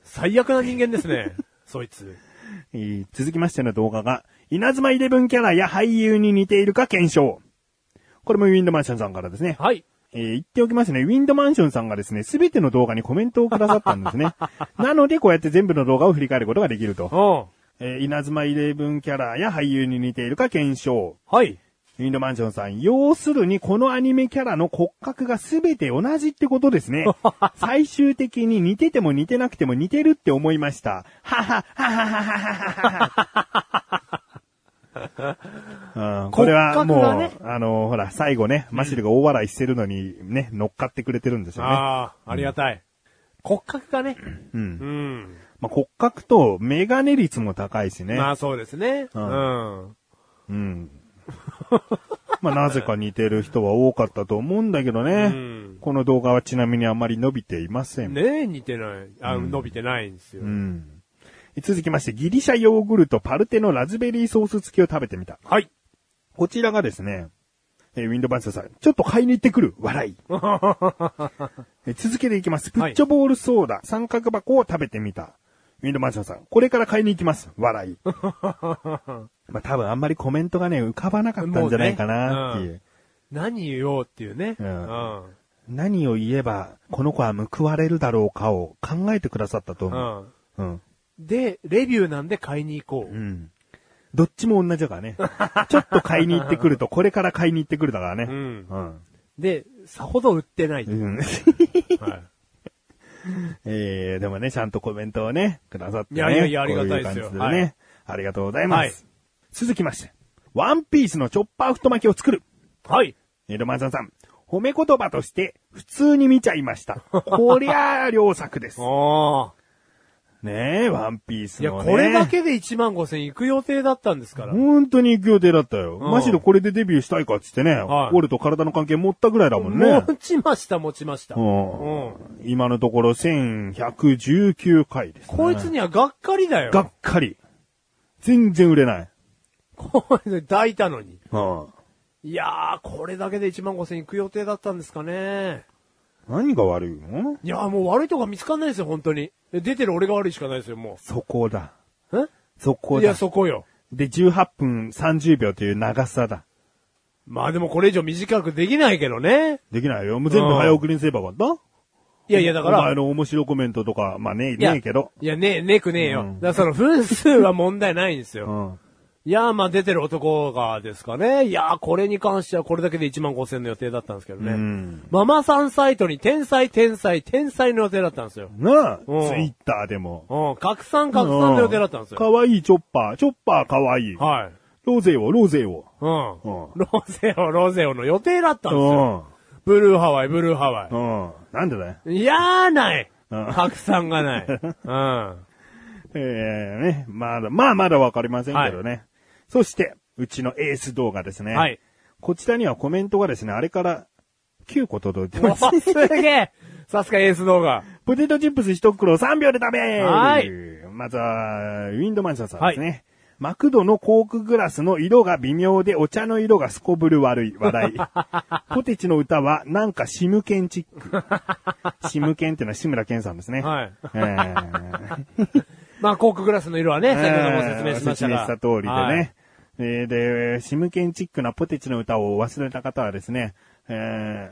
Speaker 1: 最悪な人間です ね。そいつ。
Speaker 2: えー続きましての動画が、稲妻イレブンキャラや俳優に似ているか検証。これもウィンドマンションさんからですね。
Speaker 1: はい。
Speaker 2: えー言っておきますね。ウィンドマンションさんがですね、すべての動画にコメントをくださったんで すね。なので、こうやって全部の動画を振り返ることができる
Speaker 1: う
Speaker 2: と。
Speaker 1: ん。
Speaker 2: えー稲妻イレブンキャラや俳優に似ているか検証。
Speaker 1: はい。
Speaker 2: ウィンドマンションさん、要するにこのアニメキャラの骨格がすべて同じってこと ですね。最終的に似てても似てなくても似てるって思いました。はは、ははははははは。 うん、これはもう、
Speaker 1: 骨格がね
Speaker 2: あの、ほら、最後ね、マシルが大笑いしてるのにね、乗っかってくれてるんですよね。
Speaker 1: ああ、ありがたい。骨格がね。
Speaker 2: う。
Speaker 1: うんん。
Speaker 2: まあ、骨格とメガネ率も高いしね。
Speaker 1: まあそうですね。うん。
Speaker 2: うん。まあ、なぜか似てる人は多かったと思うんだけど
Speaker 1: う
Speaker 2: ね。
Speaker 1: ん。
Speaker 2: この動画はちなみにあんまり伸びていません。
Speaker 1: ねえ、似てない。あ、伸びてないんですよ
Speaker 2: う。ん。続きまして、ギリシャヨーグルトパルテのラズベリーソース付きを食べてみた。
Speaker 1: はい。
Speaker 2: こちらがですね、えーウィンドバンサーさん、ちょっと買いに行ってくる、笑い。 えー続けていきます。プッチョボールソーダ、三角箱を食べてみた。ウィンドバンサーさん、これから買いに行きます、笑 い。まあ多分あんまりコメントがね、浮かばなかったんじゃないかなっていう。
Speaker 1: もうね何言おうっていうね。
Speaker 2: う
Speaker 1: うんん。
Speaker 2: 何を言えば、この子は報われるだろうかを考えてくださったと
Speaker 1: う
Speaker 2: 思う。
Speaker 1: ん。
Speaker 2: うん。
Speaker 1: で、レビューなんで買いに行こう。
Speaker 2: うん。どっちも同じだか らね。ちょっと買いに行ってくると、これから買いに行ってくるだから
Speaker 1: う
Speaker 2: ね。
Speaker 1: ん。
Speaker 2: うん。
Speaker 1: で、さほど売ってない。
Speaker 2: うん。
Speaker 1: は
Speaker 2: えー、でもね、ちゃんとコメントをね、くださってね。
Speaker 1: いやいやいやありがたいですよ
Speaker 2: こうう感じでね、
Speaker 1: はい
Speaker 2: ありがとうございます。
Speaker 1: はい
Speaker 2: 続きまして、ワンピースのチョッパー太巻きを作る。
Speaker 1: い。はい。
Speaker 2: エルマンさんさん、褒め言葉として、普通に見ちゃい ました。こりゃあ、良作です。
Speaker 1: ああ。
Speaker 2: ねえ、ワンピース
Speaker 1: いや、
Speaker 2: のね。
Speaker 1: これだ。けで1万5千行く予定だったんですから。
Speaker 2: 本当に行く予定だったよ。
Speaker 1: うん
Speaker 2: マシロこれでデビューしたいかっつってね、
Speaker 1: はい
Speaker 2: 俺と体の関係持ったぐらいだもんね。
Speaker 1: 持ちました、持ちました。
Speaker 2: う
Speaker 1: うん。
Speaker 2: ん今のところ1119回です、ね。
Speaker 1: こいつにはがっかりだよ。
Speaker 2: がっかり。全然売れない。
Speaker 1: これで 抱いたのに。
Speaker 2: うん
Speaker 1: いやー、これだけで1万5千行く予定だったんですかね。
Speaker 2: 何が悪いの
Speaker 1: いやー、もう悪いとこは見つかんないですよ、本当に。で出てる俺が悪いしかないですよ、も
Speaker 2: そこだ。
Speaker 1: う。え
Speaker 2: そこ
Speaker 1: いや、
Speaker 2: だ。
Speaker 1: そこよ。
Speaker 2: で、18分30秒という長さだ。
Speaker 1: まあでもこれ以上短くできないけどね。
Speaker 2: できないよ。もう全部早送りにすればよかった
Speaker 1: いやいや、だか
Speaker 2: お前
Speaker 1: ら。
Speaker 2: の面白コメントとか、まあね、
Speaker 1: いや
Speaker 2: ねえけど。
Speaker 1: いや、ねえ、ねくねえよ。
Speaker 2: うん
Speaker 1: だからその分数は問題ないんですよ。
Speaker 2: うん。
Speaker 1: いやー、まあ出てる男がですかね。いやー、これに関してはこれだけで1万5千の予定だったんですけどね。
Speaker 2: うん
Speaker 1: ママさんサイトに天才、天才、天才の予定だったんですよ。
Speaker 2: なあ、ツ
Speaker 1: うん
Speaker 2: イッターでも。
Speaker 1: うん、拡散拡散の予定だったんです
Speaker 2: か
Speaker 1: よ。
Speaker 2: わいいチョッパー、チョッパーかわいい。
Speaker 1: はい。
Speaker 2: ロゼオ、ロゼオ。
Speaker 1: うん。
Speaker 2: うん
Speaker 1: ロゼオ、ロゼオの予定だったん
Speaker 2: う
Speaker 1: ですよ。
Speaker 2: ん。
Speaker 1: ブルーハワイ、ブルーハワ
Speaker 2: うん。なんでだよ。
Speaker 1: イ。いやー、ない。
Speaker 2: うん
Speaker 1: 拡散が ない。うん。
Speaker 2: えー、ね、まだ、まあまだわかりませんけどね。そして、うちのエース動画ですね。
Speaker 1: はい。
Speaker 2: こちらにはコメントがですね、あれから9個届いて
Speaker 1: お
Speaker 2: ます。
Speaker 1: ーすげえさすがエース動画。
Speaker 2: ポテトチップス1袋を3秒で食べる
Speaker 1: はい
Speaker 2: まずは、ウィンドマンサーさんですね。マクドのコークグラスの色が微妙でお茶の色がすこぶる悪 い。笑い。ポテチの歌はなんかシムケンチック。シムケンってのは志村けんさんですね。
Speaker 1: はい
Speaker 2: えー
Speaker 1: まあ、コークグラスの色はね、先ほども説明しましたが。
Speaker 2: えー説明した通りでね。
Speaker 1: はい
Speaker 2: えーで、シムケンチックなポテチの歌を忘れた方はですね、えー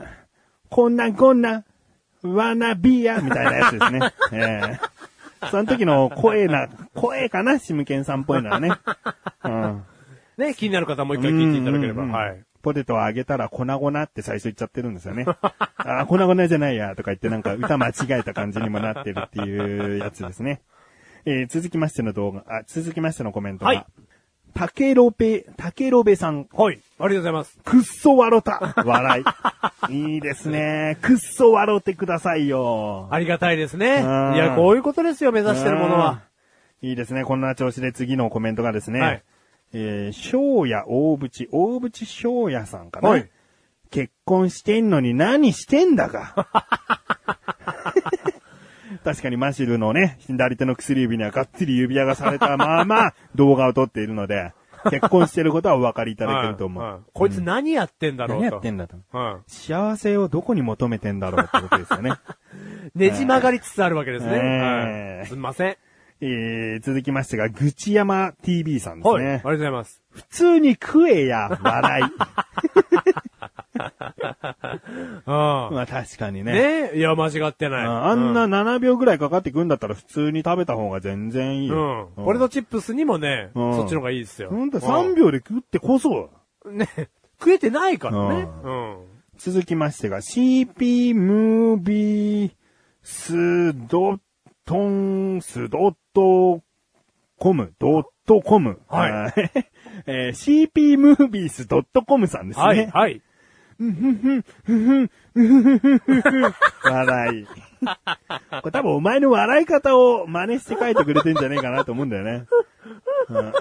Speaker 2: こんなんこんなん、わなびや、みたいなやつ ですね。えーその時の声な、声かなシムケンさんっぽいのはね。うん
Speaker 1: ね、気になる方はもう一回聞いていただければ。
Speaker 2: うんうんうん
Speaker 1: はい。
Speaker 2: ポテトを揚げたら粉々って最初言っちゃってるんですよね。 あー、粉々じゃないやとか言ってなんか歌間違えた感じにもなってるっていうやつですね。えー続きましての動画、あ、続きましてのコメントが。
Speaker 1: はい
Speaker 2: タケロベ、タケロベさん、
Speaker 1: はい。ありがとうございます。
Speaker 2: くっそわろた。笑い。いいですね。くっそわろてくださいよ。
Speaker 1: ありがたいですね。い
Speaker 2: ん
Speaker 1: や、こういうことですよ、目指してるものは。
Speaker 2: うん。いいですね。こんな調子で次のコメントがですね。
Speaker 1: はい
Speaker 2: えー、翔也大淵、大淵翔也さんかな。
Speaker 1: はい
Speaker 2: 結婚してんのに何してんだか。 確かにマシルのね、左手の薬指にはがっつり指輪がされた まま動画を撮っているので、結婚してることはお分かりいただける と思う。
Speaker 1: はいはいこいつ何やってんだろ
Speaker 2: 何
Speaker 1: う
Speaker 2: や
Speaker 1: と。
Speaker 2: ってんだと。
Speaker 1: うん。
Speaker 2: 幸せをどこに求めてんだろうってことです よね。
Speaker 1: ねじ曲がりつつあるわけですね。
Speaker 2: えー
Speaker 1: はいすんません。
Speaker 2: えー、続きましてが、ぐちやま TV さんです
Speaker 1: はい。あ
Speaker 2: ね
Speaker 1: りが。とうございます。
Speaker 2: 普通に食えや、笑 い。
Speaker 1: う
Speaker 2: まあ確かに
Speaker 1: ん。
Speaker 2: ね。
Speaker 1: ねいや、間違って
Speaker 2: う
Speaker 1: ない。
Speaker 2: んあんな7秒ぐらいかかってくんだったら普通に食べた方が全然いい
Speaker 1: うん。
Speaker 2: よ
Speaker 1: う。ん。ポテトチップスにもね、
Speaker 2: うん
Speaker 1: そっちの方がいいですよ。
Speaker 2: ほんと3秒で食ってこそ。
Speaker 1: うん。ね、食えてないからね。
Speaker 2: う
Speaker 1: うん。
Speaker 2: 続きましてが、CP ムービースドトンスドットコム、ドットコム。
Speaker 1: はい
Speaker 2: い。 えー CP ムービースドットコムさんですね。
Speaker 1: はい、はい。
Speaker 2: 笑い。これ多分お前の笑い方を真似して書いてくれてんじゃねえかなと思うんだよね。うん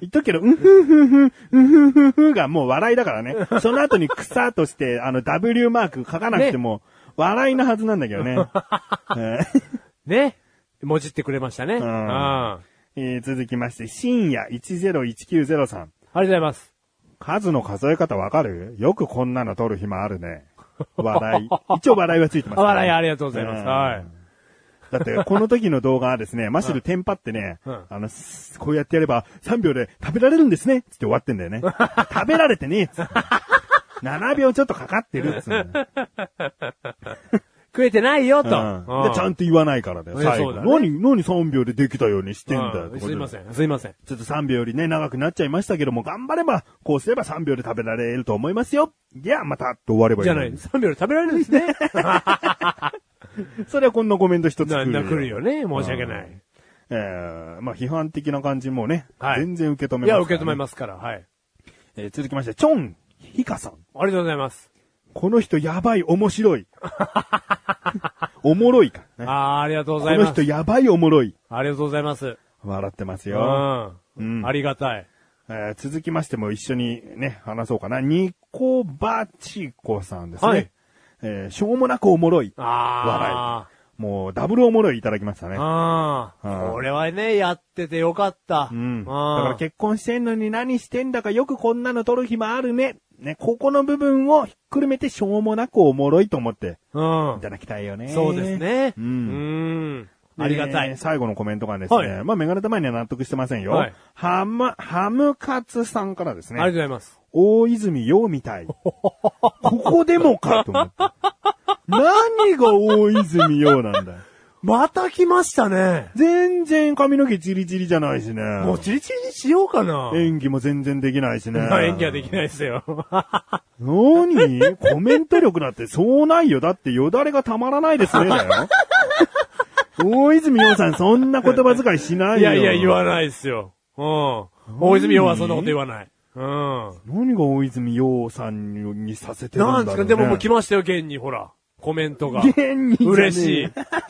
Speaker 2: 言っとくけど、うんふんふんふん、うんふんふんふんがもう笑いだからね。その後に草として、あの W マーク書かなくても、笑いなはずなんだけどね。えー
Speaker 1: ね。もじってくれましたね。うんんあ
Speaker 2: えー続きまして、深夜101903さん。
Speaker 1: りがとうございます。
Speaker 2: 数の数え方わかるよくこんなの取る暇あるね。笑い。一応笑いはついてます、
Speaker 1: あ笑いありがとうございます。
Speaker 2: うん
Speaker 1: はい。
Speaker 2: だって、この時の動画はですね、マシルテンパってね、
Speaker 1: うん
Speaker 2: あの、すこうやってやれば3秒で食べられるんですねっつって終わってんだよね。食べられてねえっつって。7秒ちょっとかかってるっつって。
Speaker 1: 食えてないよと。
Speaker 2: うん
Speaker 1: う
Speaker 2: でちゃんと言わないからだよ、
Speaker 1: いや
Speaker 2: 最
Speaker 1: そ
Speaker 2: 後。
Speaker 1: うだね
Speaker 2: 何、何3秒でできたようにしてんだよ、
Speaker 1: うんすいませ
Speaker 2: ん。
Speaker 1: ん。すいません。
Speaker 2: ちょっと3秒よりね、長くなっちゃいましたけども、頑張れば、こうすれば3秒で食べられると思いますよ。じゃあ、また、と終わればいい
Speaker 1: じゃ
Speaker 2: の
Speaker 1: ない。
Speaker 2: に。
Speaker 1: 3秒で食べられるんで すね。
Speaker 2: それはこんなコメント一つ来
Speaker 1: な
Speaker 2: る
Speaker 1: んだ来るよね。申し訳ない。
Speaker 2: えー、まあ批判的な感じもね、
Speaker 1: はい
Speaker 2: 全然受け止め
Speaker 1: い
Speaker 2: ま
Speaker 1: や、
Speaker 2: す、
Speaker 1: 受け止めますから。はい。
Speaker 2: す。えー続きまして、チョン・ヒカさん。
Speaker 1: ありがとうございます。
Speaker 2: この人やばい、面白 い。おもろいか、ね。
Speaker 1: あーありがとうご
Speaker 2: こ
Speaker 1: ざい
Speaker 2: の
Speaker 1: ま
Speaker 2: 人
Speaker 1: す。
Speaker 2: やばい、おもろい。
Speaker 1: ありがとうございます。
Speaker 2: 笑ってます
Speaker 1: う
Speaker 2: よ。
Speaker 1: ん。
Speaker 2: うん
Speaker 1: ありがたい。
Speaker 2: えー続きましても一緒にね、話そうかな。ニコバチコさんですね。
Speaker 1: はい
Speaker 2: えーしょうもなくおもろい。
Speaker 1: あ
Speaker 2: もう、ダブルおもろいいただきました
Speaker 1: あ。
Speaker 2: ね。
Speaker 1: あ
Speaker 2: う
Speaker 1: あ。
Speaker 2: ん
Speaker 1: これはね、やっててよかった。
Speaker 2: うん。だ
Speaker 1: あー
Speaker 2: から結婚してんのに何してんだかよくこんなの撮る暇あるね。ね、ここの部分をひっくるめてしょうもなくおもろいと思って
Speaker 1: うん
Speaker 2: いただきたいよね。
Speaker 1: そうです。ね。
Speaker 2: う
Speaker 1: うんん。ありがた
Speaker 2: で
Speaker 1: い。
Speaker 2: 最後のコメントがですね、
Speaker 1: はい
Speaker 2: まあメガネたまには納得してませんよ。
Speaker 1: はい
Speaker 2: ハム、ハムカツさんからです
Speaker 1: ありがとうご
Speaker 2: ね、
Speaker 1: ざいます。
Speaker 2: 大泉洋みたい。ここでもかと思った。何が大泉洋なんだよ
Speaker 1: また来ましたね。
Speaker 2: 全然髪の毛チリチリじゃないしね。
Speaker 1: もうチリチリにしようかな。
Speaker 2: 演技も全然できないしね。
Speaker 1: まあ 演技はできないですよ。
Speaker 2: 何コメント力なんてそうないよ。だってよだれがたまらな いですね、だよ。大泉洋さん、そんな言葉遣いしない
Speaker 1: い
Speaker 2: よ。
Speaker 1: やいや、言わないですよ。うん。大泉洋はそんなこと言わない。うん。
Speaker 2: 何が大泉洋さんにさせてるんだろ
Speaker 1: な
Speaker 2: うんね、
Speaker 1: ですか、でももう来ましたよ、現に、ほら。コメントが。
Speaker 2: 現にじゃねえ
Speaker 1: 嬉しい。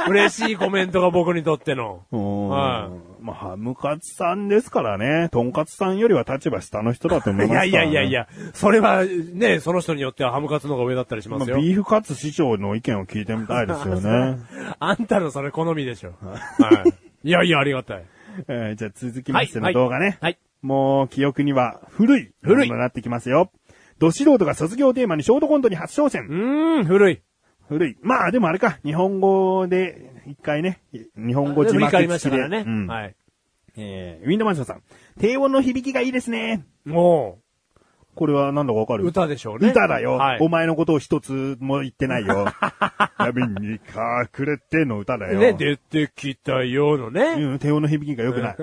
Speaker 1: 嬉しいコメントが僕にとっての。
Speaker 2: うん
Speaker 1: は
Speaker 2: まあ、ハムカツさんですからね。トンカツさんよりは立場下の人だと思い
Speaker 1: い
Speaker 2: ますから、
Speaker 1: や
Speaker 2: ね。
Speaker 1: いやいやい。や、それはね、その人によってはハムカツの方が上だったりし
Speaker 2: ま
Speaker 1: ま
Speaker 2: あ、
Speaker 1: すよ。
Speaker 2: ビーフカツ師匠の意見を聞いてみたいです よね。
Speaker 1: あんたのそれ好みで しょ。はい。いやいや、ありがたい。
Speaker 2: えーじゃあ続き
Speaker 1: は
Speaker 2: ま
Speaker 1: い。
Speaker 2: しての動画ね。
Speaker 1: はい。
Speaker 2: もう記憶には古い
Speaker 1: 古い
Speaker 2: ものになってきますよ。ど素人が卒業テーマにショートコントに初挑
Speaker 1: う
Speaker 2: 戦。
Speaker 1: ーん、古い。
Speaker 2: 古い。まあでもあれか、日本語で一回ね、日本語字
Speaker 1: 振り
Speaker 2: 幕
Speaker 1: 返り
Speaker 2: 付
Speaker 1: ま
Speaker 2: き
Speaker 1: した
Speaker 2: で。
Speaker 1: からね。
Speaker 2: うん
Speaker 1: はい。
Speaker 2: えーウィンドマンションさん。低音の響きがいいですね。
Speaker 1: も
Speaker 2: これは何だかわか
Speaker 1: う、
Speaker 2: る
Speaker 1: 歌でしょうね。
Speaker 2: 歌だよ、
Speaker 1: はい
Speaker 2: お。前のことを一つも言ってな いよ。闇に隠れての歌だよ。
Speaker 1: ね、出てきたよのね。
Speaker 2: うん、低音の響きが良くない。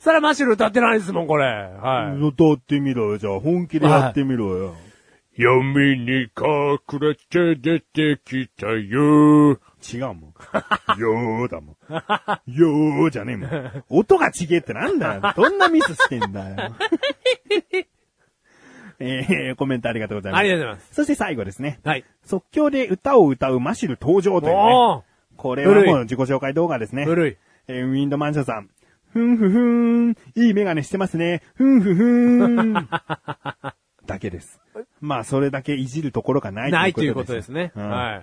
Speaker 1: それはマシュル歌ってないですもん、これ。はい。
Speaker 2: 歌ってみろよ、じゃあ。本気でやってみろよ。
Speaker 1: 闇に隠れて出てきたよ。
Speaker 2: 違う もん。よーだもん。よーじゃねえもん。音がちげえってなんだよ。どんなミスしてん だよ。えー、コメントありがとうございます。
Speaker 1: ありがとうございます。
Speaker 2: そして最後ですね。
Speaker 1: はい。
Speaker 2: 即興で歌を歌うマシル登場というね。
Speaker 1: おー
Speaker 2: これは
Speaker 1: 古い
Speaker 2: もう自己紹介動画ですね。
Speaker 1: 古い。
Speaker 2: えーウィンドマンションさん。ふんふふーん。いいメガネしてますね。ふんふふ ーん。だけです。まあ、それだけいじるところがない
Speaker 1: ない
Speaker 2: と
Speaker 1: と
Speaker 2: い
Speaker 1: いうう
Speaker 2: こ
Speaker 1: ことと
Speaker 2: で。
Speaker 1: ですすね。
Speaker 2: うん
Speaker 1: はい。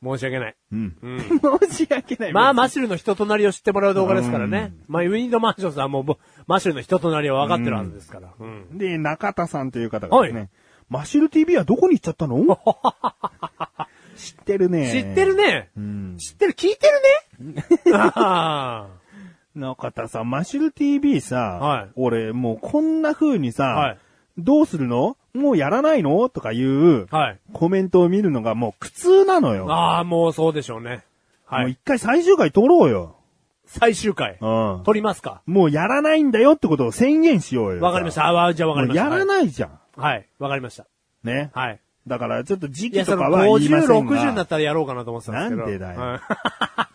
Speaker 1: 申し訳ない。
Speaker 2: うん。
Speaker 1: うん。
Speaker 3: 申し訳ない。
Speaker 1: まあ、マシュルの人となりを知ってもらう動画ですからね。まあ、ウィンドマンションさんももう、マシュルの人となりは分かってるはずですから。うん。
Speaker 2: で、中田さんという方がですね、
Speaker 1: はい
Speaker 2: マシュル TV はどこに行っちゃったの 知ってるね。
Speaker 1: 知ってる。ね。
Speaker 2: うん。
Speaker 1: 知ってる、聞いてるね。 ああ。
Speaker 2: 中田さん、マシュル TV さ、
Speaker 1: はい
Speaker 2: 俺もうこんな風にさ、
Speaker 1: はい
Speaker 2: どうするのもうやらないのとかいう、
Speaker 1: はい。
Speaker 2: コメントを見るのがもう苦痛なのよ。
Speaker 1: ああ、もうそうでしょうね。
Speaker 2: も
Speaker 1: は
Speaker 2: う
Speaker 1: い
Speaker 2: 一。回最終回撮ろうよ。
Speaker 1: 最終回
Speaker 2: う。ん。
Speaker 1: 撮りますか。
Speaker 2: もうやらないんだよってことを宣言しようよ。
Speaker 1: わかりました。あわじゃあわかり
Speaker 2: も
Speaker 1: ま
Speaker 2: う
Speaker 1: した。
Speaker 2: やらないじゃん。
Speaker 1: はいはい。わかりました。
Speaker 2: ね。
Speaker 1: はい。
Speaker 2: だからちょっと時
Speaker 1: い
Speaker 2: 期
Speaker 1: や、
Speaker 2: と
Speaker 1: そ
Speaker 2: か
Speaker 1: の
Speaker 2: は言いませ
Speaker 1: 50、
Speaker 2: んが。
Speaker 1: 60になったらやろうかなと思ってたんですけど。
Speaker 2: なんでだよ
Speaker 1: はい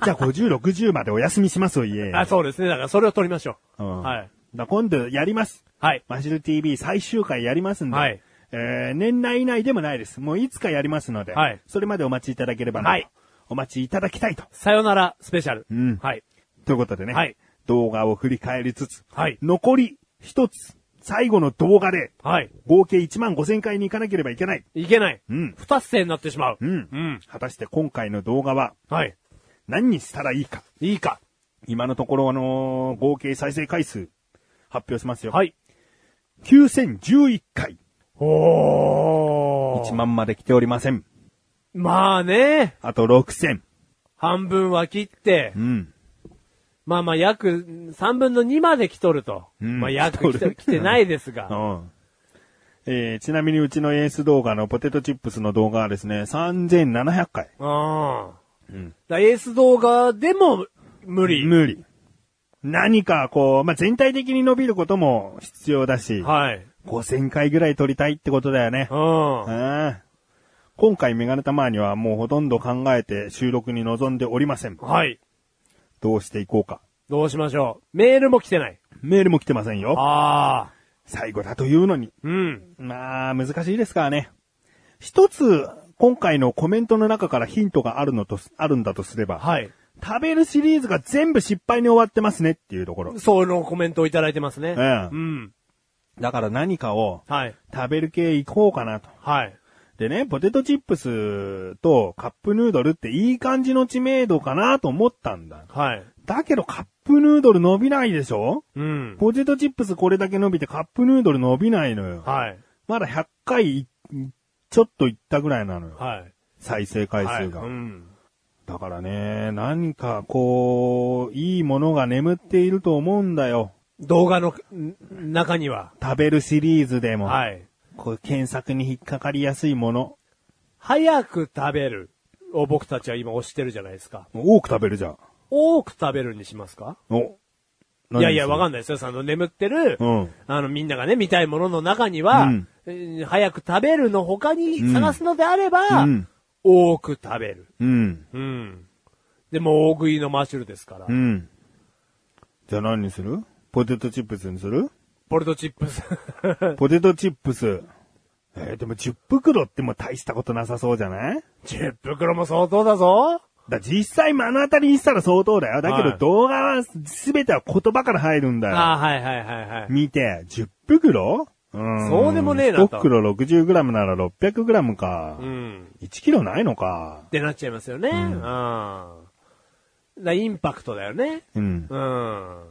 Speaker 2: じゃあ50、60までお休みしますを言えよ。
Speaker 1: あ、そうですね。だからそれを撮りましょう。
Speaker 2: うん
Speaker 1: はい。
Speaker 2: だから今度やります。
Speaker 1: はい。
Speaker 2: マシル TV 最終回やりますんで。
Speaker 1: はい
Speaker 2: えー、年内以内でもないです。もういつかやりますので。
Speaker 1: はい
Speaker 2: それまでお待ちいただければなと。
Speaker 1: はい
Speaker 2: お待ちいただきたいと。
Speaker 1: さよならスペシャル。
Speaker 2: うん
Speaker 1: はい。
Speaker 2: ということでね。
Speaker 1: はい
Speaker 2: 動画を振り返りつつ、
Speaker 1: はい
Speaker 2: 残り一つ、最後の動画で、
Speaker 1: はい。
Speaker 2: 合計1万5千回に行かなければいけない。
Speaker 1: いけない。
Speaker 2: うん
Speaker 1: 不達成になってしまう。
Speaker 2: うん
Speaker 1: うん。
Speaker 2: 果たして今回の動画は
Speaker 1: はい。
Speaker 2: 何にしたらいいか。
Speaker 1: いいか。
Speaker 2: 今のところ、あのー合計再生回数、発表しますよ。
Speaker 1: はい。
Speaker 2: 9011回。
Speaker 1: お
Speaker 2: 1。万まで来ておりません。
Speaker 1: まあね、
Speaker 2: あと6000。
Speaker 1: 半分は切って
Speaker 2: う、ん。
Speaker 1: まあまあ約3分の2まで来とると。
Speaker 2: うん
Speaker 1: まあ約来
Speaker 2: 来とる
Speaker 1: て来てないです
Speaker 2: う
Speaker 1: が。
Speaker 2: ん。えー、ちなみにうちのエース動画のポテトチップスの動画はですね、3700回。
Speaker 1: ああ。
Speaker 2: うん
Speaker 1: だエース動画でも無理。
Speaker 2: 無理。何かこう、まあ、全体的に伸びることも必要だし、
Speaker 1: はい。
Speaker 2: 5000回ぐらい撮りたいってことだよね
Speaker 1: う。ん。
Speaker 2: うん今回メガネたまにはもうほとんど考えて収録に臨んでおりません。
Speaker 1: はい。
Speaker 2: どうしていこうか。
Speaker 1: どうしましょう。メールも来てない。
Speaker 2: メールも来てませんよ。
Speaker 1: ああ。
Speaker 2: 最後だというのに。
Speaker 1: うん。
Speaker 2: まあ、難しいですからね。一つ、今回のコメントの中からヒントがあるのとす、あるんだとすれば、
Speaker 1: はい。
Speaker 2: 食べるシリーズが全部失敗に終わってますねっていうところ。
Speaker 1: そのコメントをいただいてますね。
Speaker 2: ええ
Speaker 1: うん。
Speaker 2: だから何かを
Speaker 1: はい。
Speaker 2: 食べる系いこうかなと。
Speaker 1: はい。
Speaker 2: でね、ポテトチップスとカップヌードルっていい感じの知名度かなと思ったんだ。
Speaker 1: はい。
Speaker 2: だけどカップヌードル伸びないでしょ
Speaker 1: うん。
Speaker 2: ポテトチップスこれだけ伸びてカップヌードル伸びないのよ。
Speaker 1: はい。
Speaker 2: まだ100回いちょっといったぐらいなのよ。
Speaker 1: はい。
Speaker 2: 再生回
Speaker 1: はい。
Speaker 2: 数が。
Speaker 1: うん。
Speaker 2: だからね、何かこう、いいものが眠っていると思うんだよ。
Speaker 1: 動画のん中には。
Speaker 2: 食べるシリーズでも。
Speaker 1: はい。
Speaker 2: こう検索に引っかかりやすいもの。
Speaker 1: 早く食べるを僕たちは今押してるじゃないですか。
Speaker 2: 多く食べるじゃん。
Speaker 1: 多く食べるにしますか
Speaker 2: お。
Speaker 1: いやいや、わか
Speaker 2: ん
Speaker 1: んないですよ。その眠ってる、
Speaker 2: うん
Speaker 1: あのみんながね、見たいものの中には、
Speaker 2: うん
Speaker 1: えー早く食べるの他に探すのであれば、
Speaker 2: うん
Speaker 1: 多く食べる。
Speaker 2: うん。
Speaker 1: うん。でも、大食いのマッシュルですから。
Speaker 2: うん。じゃあ何にするポテトチップスにする
Speaker 1: ポルトチップス。
Speaker 2: ポテトチップス。えー、でも10袋ってもう大したことなさそうじゃない
Speaker 1: 10袋も相当だぞ。
Speaker 2: だ実際目の当たりにしたら相当だよ。だけ
Speaker 1: は
Speaker 2: ど
Speaker 1: い
Speaker 2: 動画は全ては言葉から入るんだよ。
Speaker 1: ああ、はいはいはいはい。
Speaker 2: 見て、10袋うん
Speaker 1: そうでもねえなと
Speaker 2: 1袋 60g なら 600g か
Speaker 1: う。ん。
Speaker 2: 1キロないのか
Speaker 1: っ。てなっちゃいますよね。うん。だからインパクトだよね。
Speaker 2: うん。
Speaker 1: うん。
Speaker 2: う。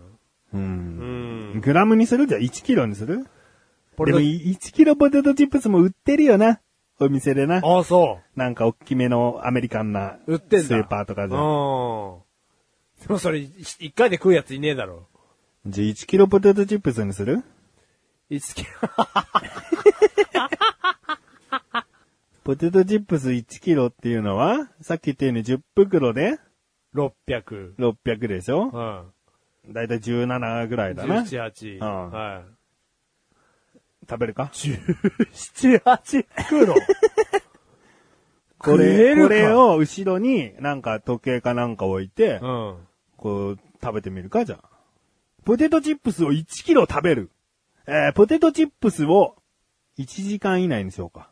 Speaker 1: うんん。
Speaker 2: グラムにするじゃあ1キロにする
Speaker 1: ポ
Speaker 2: で
Speaker 1: ル
Speaker 2: も
Speaker 1: ト
Speaker 2: 1キロポテトチップスも売ってるよな。お店でな。
Speaker 1: ああ、そ
Speaker 2: なんか大きめのアメリカンな。
Speaker 1: う。売ってんだ。
Speaker 2: スーパーとか
Speaker 1: うん。
Speaker 2: で
Speaker 1: で。もそれ、い一回で食うやついねえだろ。
Speaker 2: じゃあ1キロポテトチップスにする
Speaker 1: 一キロ。
Speaker 2: ポテトチップス1キロっていうのは、さっき言ったように10袋で
Speaker 1: 600。
Speaker 2: 600でしょ
Speaker 1: うん。
Speaker 2: だいたい17ぐらいだな。
Speaker 1: 17、8。
Speaker 2: うん
Speaker 1: はい。
Speaker 2: 食べるか
Speaker 1: 17、8袋。
Speaker 2: こ
Speaker 1: 食え
Speaker 2: れ、
Speaker 1: るか
Speaker 2: これを後ろになんか時計かなんか置いて、
Speaker 1: うん。
Speaker 2: こう食べてみるかじゃあ。ポテトチップスを1キロ食べる。えー、ポテトチップスを1時間以内にしよ うか。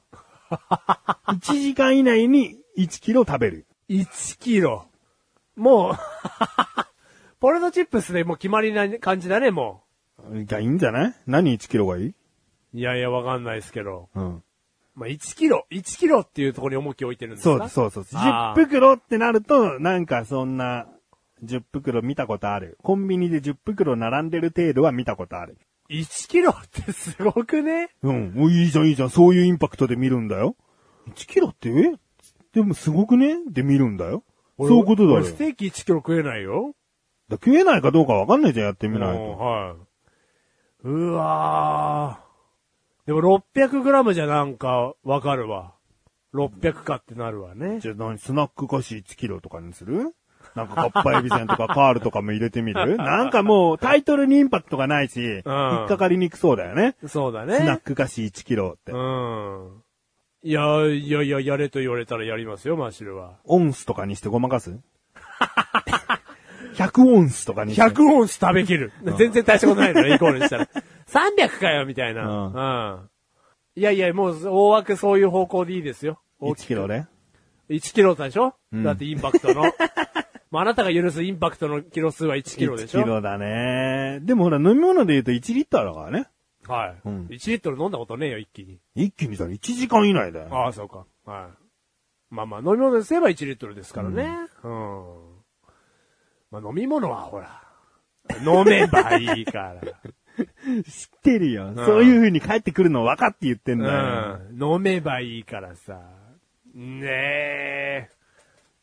Speaker 2: 1時間以内に1キロ食べる。
Speaker 1: 1キロ。もう、 ポルトチップスでもう決まりな感じだね、も。
Speaker 2: がいいんじゃない何1キロがいいう
Speaker 1: いやいや、わかんないですけど。
Speaker 2: うん。
Speaker 1: まあ、1キロ、1キロっていうところに重きを置いてるんですか
Speaker 2: そうです、そうそう。
Speaker 1: あ
Speaker 2: 10
Speaker 1: ー
Speaker 2: 袋ってなると、なんかそんな、10袋見たことある。コンビニで10袋並んでる程度は見たことある。
Speaker 1: 1キロってすごくね
Speaker 2: うん。おいいじゃん、いいじゃん。そういうインパクトで見るんだよ。1キロって、えでもすごくねで見るんだよ。そういうことだよ。
Speaker 1: 俺ステーキ1キロ食えないよ。
Speaker 2: だ食えないかどうかわかんないじゃん、やってみない
Speaker 1: うん
Speaker 2: と。
Speaker 1: はい。うわー。でも600グラムじゃなんかわかるわ。600かってなるわね。
Speaker 2: じゃあ何、スナック菓子1キロとかにするなんか、カッパエビせんとかカールとかも入れてみ るなんかもう、タイトルにインパクトがないし、引っかかりにくそうだよね。
Speaker 1: そうだね。
Speaker 2: スナック菓子1キロって。
Speaker 1: うん。いや、いやいや、やれと言われたらやりますよ、マッシュルは。
Speaker 2: オンスとかにしてごま かす ?100 オンスとかにして。
Speaker 1: 100オンス食べきる。全然大したことないのね、イコールにした ら。300かよ、みたいな。
Speaker 2: うん
Speaker 1: うん。いやいや、もう大枠そういう方向でいいですよ。大き
Speaker 2: 1
Speaker 1: く
Speaker 2: キロね。
Speaker 1: 1キロだでしょ、
Speaker 2: ん
Speaker 1: だってインパクトの。 まあ、あなたが許すインパクトのキロ数は1キロでしょ
Speaker 2: 1キロだね。でもほら、飲み物で言うと1リッターだからね。
Speaker 1: はい、
Speaker 2: うん
Speaker 1: 1リットル飲んだことねえよ、一気に。
Speaker 2: 一気にだら1時間以内だよ。
Speaker 1: ああ、そうか。はい。まあまあ、飲み物にすれば1リットルですからね。うん。まあ、飲み物はほら、飲めばいい から。
Speaker 2: 知ってるよ。そういう風に帰ってくるの分かって言ってんだよ。
Speaker 1: うん。飲めばいいからさ。ねえ。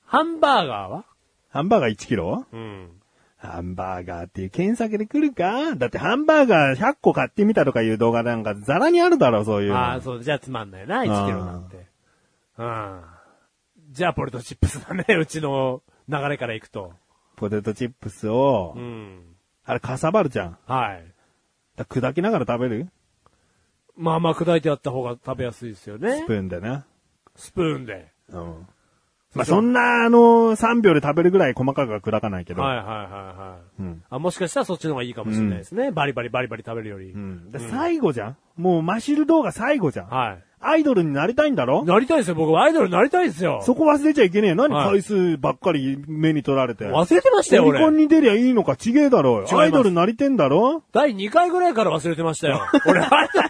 Speaker 1: ハンバーガーは
Speaker 2: ハンバーガー1キロ
Speaker 1: うん。
Speaker 2: ハンバーガーっていう検索で来るかだってハンバーガー100個買ってみたとかいう動画なんかザラにあるだろ、そういうの。
Speaker 1: ああ、そう、じゃあつまんないな、1キロなんて。うん。じゃあポテトチップスだね、 うちの流れからいくと。
Speaker 2: ポテトチップスを、
Speaker 1: うん。
Speaker 2: あれかさばるじゃん。
Speaker 1: はい。
Speaker 2: だから砕きながら食べる
Speaker 1: まあまあ砕いてあった方が食べやすいですよね
Speaker 2: スプ。ーンでね。
Speaker 1: スプーンで。
Speaker 2: うん。まあ、そんな、あの、3秒で食べるぐらい細かくは砕かないけど。
Speaker 1: はいはいはいはい、
Speaker 2: うん
Speaker 1: あ。もしかしたらそっちの方がいいかもしれないですね。バリバリバリバリ食べるより。
Speaker 2: うん。で最後じゃんもうマシュル動画最後じゃん
Speaker 1: はい。
Speaker 2: アイドルになりたいんだろ
Speaker 1: なりたいですよ、僕はアイドルになりたいですよ。
Speaker 2: そこ忘れちゃいけねえ。何
Speaker 1: はい
Speaker 2: 回数ばっかり目に取られて。
Speaker 1: 忘れてましたよ、
Speaker 2: オリコン
Speaker 1: 俺。
Speaker 2: に出りゃいいのかちげえだろ
Speaker 1: 違います
Speaker 2: アイドルなりてんだろ
Speaker 1: 第2回ぐらいから忘れてましたよ。 俺、アイドル、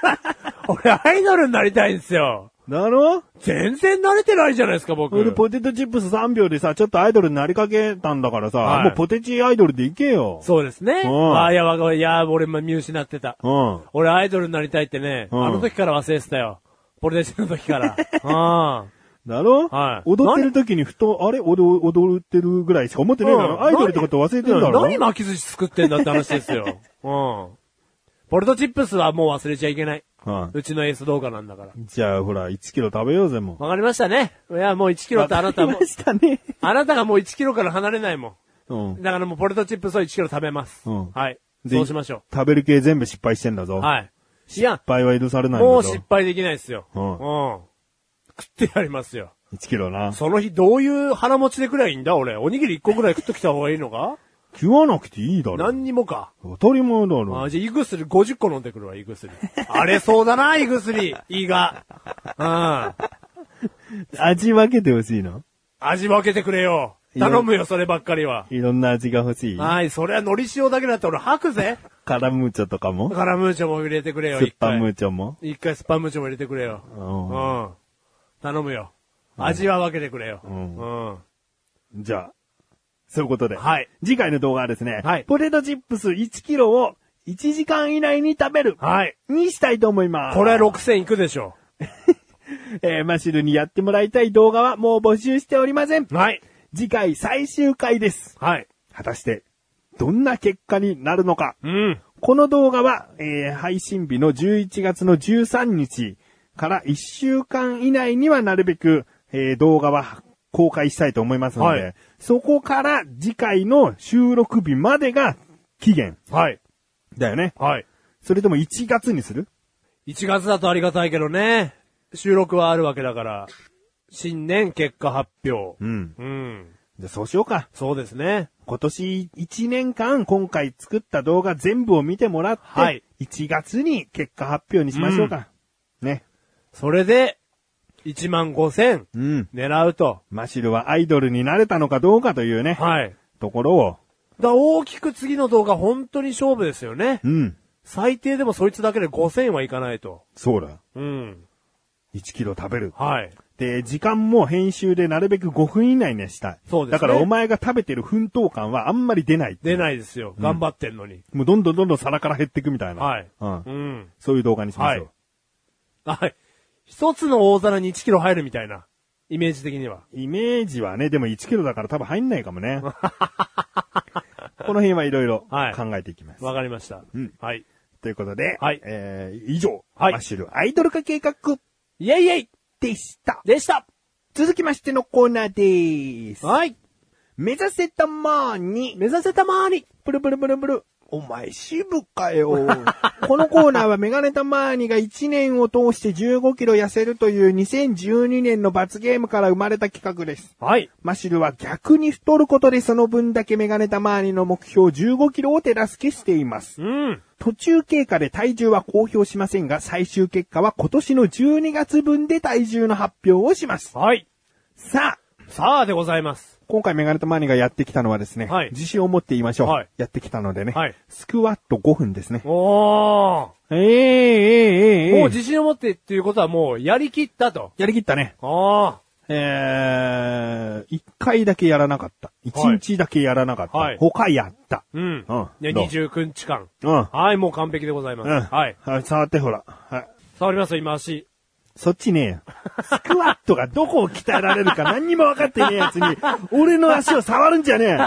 Speaker 1: 俺、アイドルになりたいんですよ。
Speaker 2: だろ
Speaker 1: 全然慣れてないじゃないですか、僕。
Speaker 2: 俺ポテトチップス3秒でさ、ちょっとアイドルになりかけたんだからさ、
Speaker 1: はい
Speaker 2: もうポテチアイドルでいけよ。
Speaker 1: そうですね。
Speaker 2: うん
Speaker 1: あ、いや、わかいや、俺、見失ってた。
Speaker 2: うん。
Speaker 1: 俺、アイドルになりたいってね、
Speaker 2: うん
Speaker 1: あの時から忘れてたよ。ポルデチの時 から。うん。
Speaker 2: だろ
Speaker 1: はい
Speaker 2: 踊ってる時にふと、あれ踊踊ってるぐらいしか思ってねえだろ、
Speaker 1: うん
Speaker 2: アイドルってこと忘れてんだろ
Speaker 1: 何巻き寿司作ってんだって話ですよ。 うん。ポルトチップスはもう忘れちゃいけない。
Speaker 2: は
Speaker 1: うちのエース動画なんだから。
Speaker 2: い。じゃあ、ほら、1キロ食べようぜ、もう。
Speaker 1: わかりましたね。いや、もう1キロってあなたも
Speaker 2: わかりま、したね。
Speaker 1: あなたがもう1キロから離れないも
Speaker 2: うん
Speaker 1: ん。。だからもうポルトチップスを1キロ食べます。
Speaker 2: うん
Speaker 1: はい。
Speaker 2: で
Speaker 1: そうしましょ
Speaker 2: 食べる系全部失敗してんだぞ。
Speaker 1: う。
Speaker 2: い。
Speaker 1: はい。いや
Speaker 2: 失、敗は許されないん
Speaker 1: もう
Speaker 2: だぞ。
Speaker 1: 失敗できないですよ。
Speaker 2: うん
Speaker 1: うん。食ってやりますよ。
Speaker 2: 1キロな。
Speaker 1: その日どういう腹持ちでくらいいんだ俺。おにぎり1個くらい食っときた方がいいのか
Speaker 2: 食わなくていいだろ。
Speaker 1: 何にもか。
Speaker 2: 当たり前だろ。
Speaker 1: あじゃあ、胃薬50個飲んでくるわ、胃薬。荒れそうだな、胃薬。胃が。うん。
Speaker 2: 味分けてほしいの
Speaker 1: 味分けてくれよ。頼むよ、そればっかりは。
Speaker 2: いろんな味が欲しい。
Speaker 1: はい、それは海苔塩だけだって俺吐くぜ。
Speaker 2: カラムーチョとかも
Speaker 1: カラムーチョも入れてくれよ、
Speaker 2: スッ
Speaker 1: 一
Speaker 2: パムー
Speaker 1: 回。
Speaker 2: チョも
Speaker 1: 一回スパムーチョも入れてくれよ。
Speaker 2: うん
Speaker 1: うん。頼むよ。味は分けてくれよ。
Speaker 2: ん
Speaker 1: うん。
Speaker 2: じゃあ、そういうことで。
Speaker 1: はい。
Speaker 2: 次回の動画はですね、
Speaker 1: はい
Speaker 2: ポテトチップス1キロを1時間以内に食べる。
Speaker 1: はい。
Speaker 2: にしたいと思います。
Speaker 1: これ6000いくでしょ
Speaker 2: えーマシルにやってもらいたい動画はもう募集しておりません
Speaker 1: う。。はい。
Speaker 2: 次回最終回です。
Speaker 1: はい。
Speaker 2: 果たして、どんな結果になるのか。
Speaker 1: うん。
Speaker 2: この動画は、えー配信日の11月の13日から1週間以内にはなるべく、えー動画は公開したいと思いますので、
Speaker 1: はい
Speaker 2: そこから次回の収録日までが期限
Speaker 1: はい。
Speaker 2: だよね。
Speaker 1: はい。
Speaker 2: それとも1月にする
Speaker 1: 1月だとありがたいけどね。収録はあるわけだから。新年結果発表。
Speaker 2: ん。
Speaker 1: うん。
Speaker 2: じゃあそうしようか。
Speaker 1: そうですね。
Speaker 2: 今年1年間今回作った動画全部を見てもらって、
Speaker 1: はい
Speaker 2: 1月に結果発表にしましょうか。ね。
Speaker 1: それで、1万5千
Speaker 2: うん。
Speaker 1: 狙うと。
Speaker 2: マシルはアイドルになれたのかどうかというね、
Speaker 1: はい。
Speaker 2: ところを、
Speaker 1: だ大きく次の動画本当に勝負ですよね。
Speaker 2: うん。
Speaker 1: 最低でもそいつだけで5千はいかないと。
Speaker 2: そうだ。
Speaker 1: うん。
Speaker 2: 1キロ食べる。
Speaker 1: はい。
Speaker 2: で、時間も編集でなるべく5分以内にはしたい。
Speaker 1: そうですね
Speaker 2: だからお前が食べてる奮闘感はあんまり出ない。
Speaker 1: 出ないですよ。頑張ってんのに。
Speaker 2: もうどんどんどんどん皿から減っていくみたいな。
Speaker 1: はい。
Speaker 2: うん。
Speaker 1: うん。
Speaker 2: そういう動画にしましょう。
Speaker 1: はい。一つの大皿に1キロ入るみたいな。イメージ的には。
Speaker 2: イメージはね、でも1キロだから多分入んないか もね。この辺はいろいろ
Speaker 1: はい
Speaker 2: 考えていきます。
Speaker 1: わかりました。
Speaker 2: うん
Speaker 1: はい。
Speaker 2: ということで、
Speaker 1: はい
Speaker 2: えー、以上、
Speaker 1: はい
Speaker 2: マッシュルアイドル化計画
Speaker 1: イェイイェイ
Speaker 2: でした。
Speaker 1: でした
Speaker 2: 続きましてのコーナーでーす。
Speaker 1: はい
Speaker 2: 目指せたまーに、
Speaker 1: 目指せたまーに
Speaker 2: ブルブルブルブル。お前、渋かよ。 このコーナーはメガネタマーニが1年を通して15キロ痩せるという2012年の罰ゲームから生まれた企画です。
Speaker 1: はい。
Speaker 2: マシルは逆に太ることでその分だけメガネタマーニの目標15キロを手助けしています。
Speaker 1: うん。
Speaker 2: 途中経過で体重は公表しませんが、最終結果は今年の12月分で体重の発表をします。
Speaker 1: はい。
Speaker 2: さあ、
Speaker 1: さあでございます。
Speaker 2: 今回メガネとマーニーがやってきたのはですね、
Speaker 1: はい
Speaker 2: 自信を持って言いましょう。
Speaker 1: はい
Speaker 2: やってきたのでね、
Speaker 1: はい
Speaker 2: スクワット5分ですね。
Speaker 1: おー。
Speaker 5: ええええええ
Speaker 1: もう自信を持ってっていうことはもうやりきったと。
Speaker 2: やりきったね。
Speaker 1: あ
Speaker 2: えー、1回だけやらなかった。
Speaker 1: はい
Speaker 2: 1日だけやらなかった。
Speaker 1: はい
Speaker 2: 他やった。
Speaker 1: ー。うん。
Speaker 5: うん
Speaker 1: で、
Speaker 5: どう
Speaker 1: 29日間。
Speaker 5: うん。
Speaker 1: はい、もう完璧でございます。
Speaker 5: うん
Speaker 1: はい。
Speaker 2: はい、触ってほら。はい。
Speaker 1: 触りますよ、今足。
Speaker 2: そっ ちねえよ。スクワットがどこを鍛えられるか何にも分かってねえやつに、俺の足を触るんじゃねえ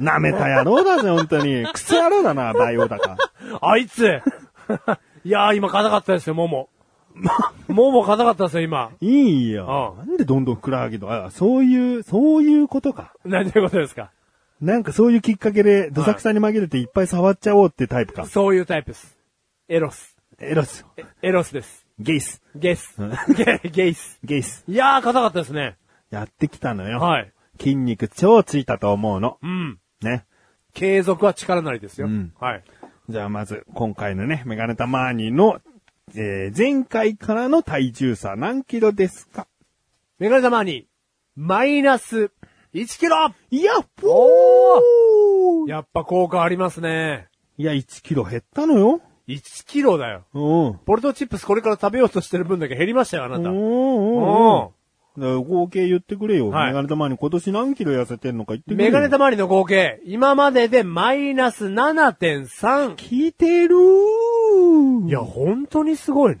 Speaker 5: 舐めた野郎だぜ、本当に。
Speaker 2: クソ野郎だな、バイオだか。
Speaker 1: あい ついやー、今硬かったですよ、もも。もも硬かったですよ、今。
Speaker 5: いいよ。
Speaker 1: う
Speaker 2: なんでどんどんふくらはぎと、あそういう、そういうことか。
Speaker 1: ん。何ていうことですか
Speaker 2: なんかそういうきっかけで、どさくさに紛れていっぱい触っちゃおうってタイプか。
Speaker 1: そういうタイプです。エロス。
Speaker 2: エロス。
Speaker 1: えエロスです。
Speaker 2: ゲイス。
Speaker 1: ゲス。ゲ、ゲイス。
Speaker 2: ゲイス。
Speaker 1: いやー、硬かったですね。
Speaker 2: やってきたのよ。
Speaker 1: はい。
Speaker 2: 筋肉超ついたと思うの。
Speaker 1: うん。
Speaker 2: ね。
Speaker 1: 継続は力なりですよ。
Speaker 2: うん
Speaker 1: はい。
Speaker 2: じゃあまず、今回のね、メガネタマーニーの、えー、前回からの体重差何キロですか
Speaker 1: メガネ玉に、マイナス1キロ
Speaker 2: いやっ
Speaker 1: お
Speaker 2: ほー
Speaker 1: やっぱ効果ありますね。
Speaker 2: いや、1キロ減ったのよ。
Speaker 1: 1キロだよ。
Speaker 2: うん。
Speaker 1: ポルトチップスこれから食べようとしてる分だけ減りましたよ、あなた。
Speaker 2: お
Speaker 1: お
Speaker 2: お合計言ってくれよ。
Speaker 1: はい
Speaker 2: メガネたまに今年何キロ痩せてんのか言ってくれ
Speaker 1: メ
Speaker 2: よ。
Speaker 1: ガネたまりの合計、今まででマイナス7.3。
Speaker 2: 聞いてる
Speaker 1: いや、本当にすごいね。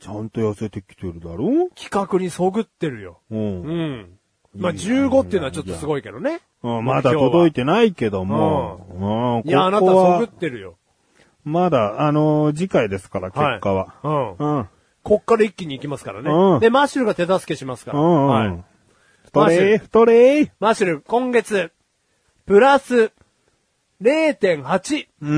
Speaker 2: ちゃんと痩せてきてるだろ
Speaker 1: 企画にそぐってるよ。
Speaker 2: うん
Speaker 1: う。ん。まあ、15っていうのはちょっとすごいけどね。
Speaker 2: うんまだ届いてないけども。うん
Speaker 1: いや、あなた
Speaker 2: ここは
Speaker 1: そぐってるよ。
Speaker 2: まだ、あのー次回ですから、結果は。
Speaker 1: はい。うん。
Speaker 2: うん。
Speaker 1: こっから一気に行きますからね。
Speaker 2: うん
Speaker 1: で、マッシュルが手助けしますか
Speaker 2: う
Speaker 1: ら。
Speaker 2: ん。
Speaker 1: は
Speaker 2: う
Speaker 1: い
Speaker 2: ん。。太れー、太れー。
Speaker 1: マッシュル、今月、プラス、0.8。
Speaker 2: うー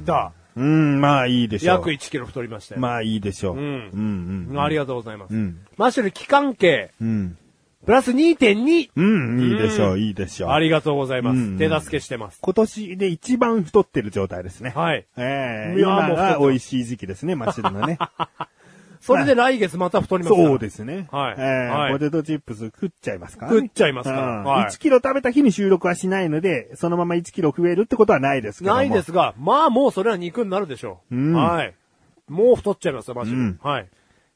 Speaker 2: ん。
Speaker 1: だ。
Speaker 2: うん、まあいいでしょう。
Speaker 1: 約1キロ太りましたよ。
Speaker 2: まあいいでしょう。
Speaker 1: うん
Speaker 2: うん。うん。
Speaker 1: ありがとうございます。
Speaker 2: うん
Speaker 1: マッシュル、期間系、
Speaker 2: うん。
Speaker 1: プラス2.2。
Speaker 2: うん、いいでし
Speaker 1: う
Speaker 2: ょう、いいでしょう。
Speaker 1: ありがとうございます。
Speaker 2: うん
Speaker 1: 手助けしてます。
Speaker 2: 今年で一番太ってる状態ですね。
Speaker 1: はい。
Speaker 2: ええ
Speaker 1: いや
Speaker 2: 今
Speaker 1: もう太っ
Speaker 2: が
Speaker 1: てます
Speaker 2: 美味しい時期ですね、マシル のね。
Speaker 1: それで来月また太りますから。
Speaker 2: そうですね。
Speaker 1: はい
Speaker 2: ええ
Speaker 1: はい
Speaker 2: ポテトチップス食っちゃいますから、ね。
Speaker 1: 食っちゃいますから
Speaker 2: うん
Speaker 1: はい
Speaker 2: 1キロ食べた日に収録はしないので、そのまま1キロ増えるってことはないですけども。
Speaker 1: ないですが、まあもうそれは肉になるでしょう。
Speaker 2: うん
Speaker 1: はい。もう太っちゃいますよ、マッシュル。
Speaker 2: うん
Speaker 1: はい。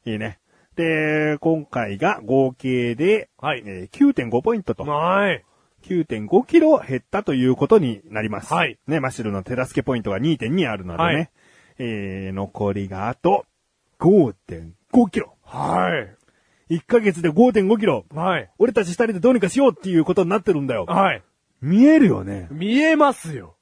Speaker 2: いいね。で、今回が合計で、
Speaker 1: はい
Speaker 2: えー9.5ポイントと、
Speaker 1: はい。
Speaker 2: 9.5キロ減ったということになります。
Speaker 1: はい
Speaker 2: ね、マシルの手助けポイントが2.2あるのでね。
Speaker 1: はい
Speaker 2: えー残りがあと5.5キロ。
Speaker 1: はい。
Speaker 2: 1ヶ月で5.5キロ。
Speaker 1: はい。
Speaker 2: 俺たち二人でどうにかしようっていうことになってるんだよ。
Speaker 1: はい。
Speaker 2: 見えるよね。
Speaker 1: 見えますよ。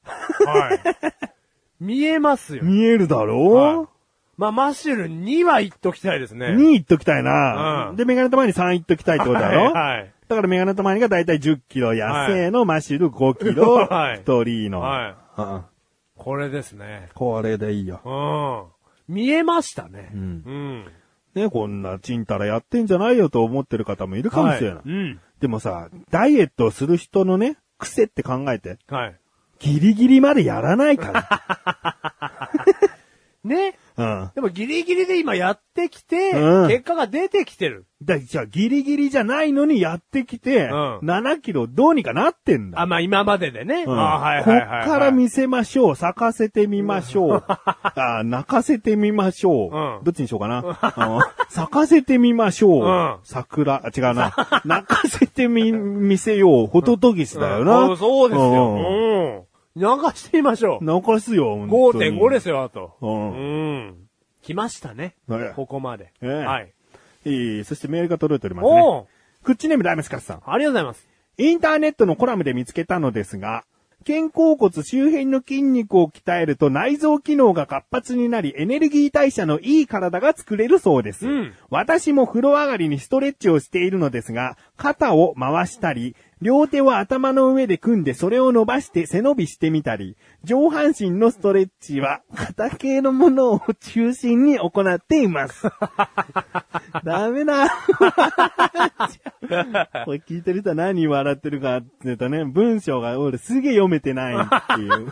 Speaker 1: はい。 見えますよ。
Speaker 2: 見えるだ
Speaker 1: はい
Speaker 2: ろ
Speaker 1: まあ、マッシュル2は言っときたいです
Speaker 2: う、
Speaker 1: ね。
Speaker 2: ?2 いっときたいな。
Speaker 1: うん
Speaker 2: で、メガネたまに3いっときたいってことだろ、
Speaker 1: はいはい
Speaker 2: だからメガネたまにがだいたい10キロ痩せの、マシル5キロ、
Speaker 1: はい
Speaker 2: 一人の、
Speaker 1: はい。
Speaker 2: うん
Speaker 1: これですね。
Speaker 2: これでいいよ。
Speaker 1: うん。見えましたね。うんうん。
Speaker 2: ね、こんなちんたらやってんじゃないよと思ってる方もいるかもしれない。
Speaker 1: はいうん。
Speaker 2: でもさ、ダイエットをする人のね、癖って考えて、
Speaker 1: はい。
Speaker 2: ギリギリまでやらないか
Speaker 1: ね。
Speaker 2: ら。 うん。
Speaker 1: でもギリギリで今やってきて、
Speaker 2: うん
Speaker 1: 結果が出てきてる。
Speaker 2: だ、じゃあギリギリじゃないのにやってきて、
Speaker 1: うん
Speaker 2: 7キロどうにかなってんだ。
Speaker 1: あ、まあ今まででね。
Speaker 2: うん
Speaker 1: あはいはいはい、はい。
Speaker 2: こっから見せましょう。咲かせてみましょう。あ泣かせてみましょう。
Speaker 1: うん
Speaker 2: どっちにしようかな。あの咲かせてみましょう。
Speaker 1: うん
Speaker 2: 桜、あ違うな。泣かせてみ、見せよう。ホトトギスだよな。
Speaker 1: うん そうです
Speaker 2: うん
Speaker 1: よ。うん。流してみましょう。
Speaker 2: 泣かすよ。本当に
Speaker 1: 5.5ですよ、あと。
Speaker 2: うん
Speaker 1: うん。来ましたね
Speaker 2: ね。
Speaker 1: ここまで。
Speaker 2: ええ
Speaker 1: はい。
Speaker 2: いいそしてメールが届いております
Speaker 1: お
Speaker 2: ね。
Speaker 1: う
Speaker 2: クッチネームライムスカスさん。
Speaker 1: ありがとうございます。
Speaker 2: インターネットのコラムで見つけたのですが、肩甲骨周辺の筋肉を鍛えると内臓機能が活発になりエネルギー代謝のいい体が作れるそうです。
Speaker 1: うん
Speaker 2: 私も風呂上がりにストレッチをしているのですが、肩を回したり、両手を頭の上で組んでそれを伸ばして背伸びしてみたり、上半身のストレッチは肩系のものを中心に行って います。ダメだ。これ聞いてる人は何笑ってるかって言うとね、文章が俺すげえ読めてないっていう。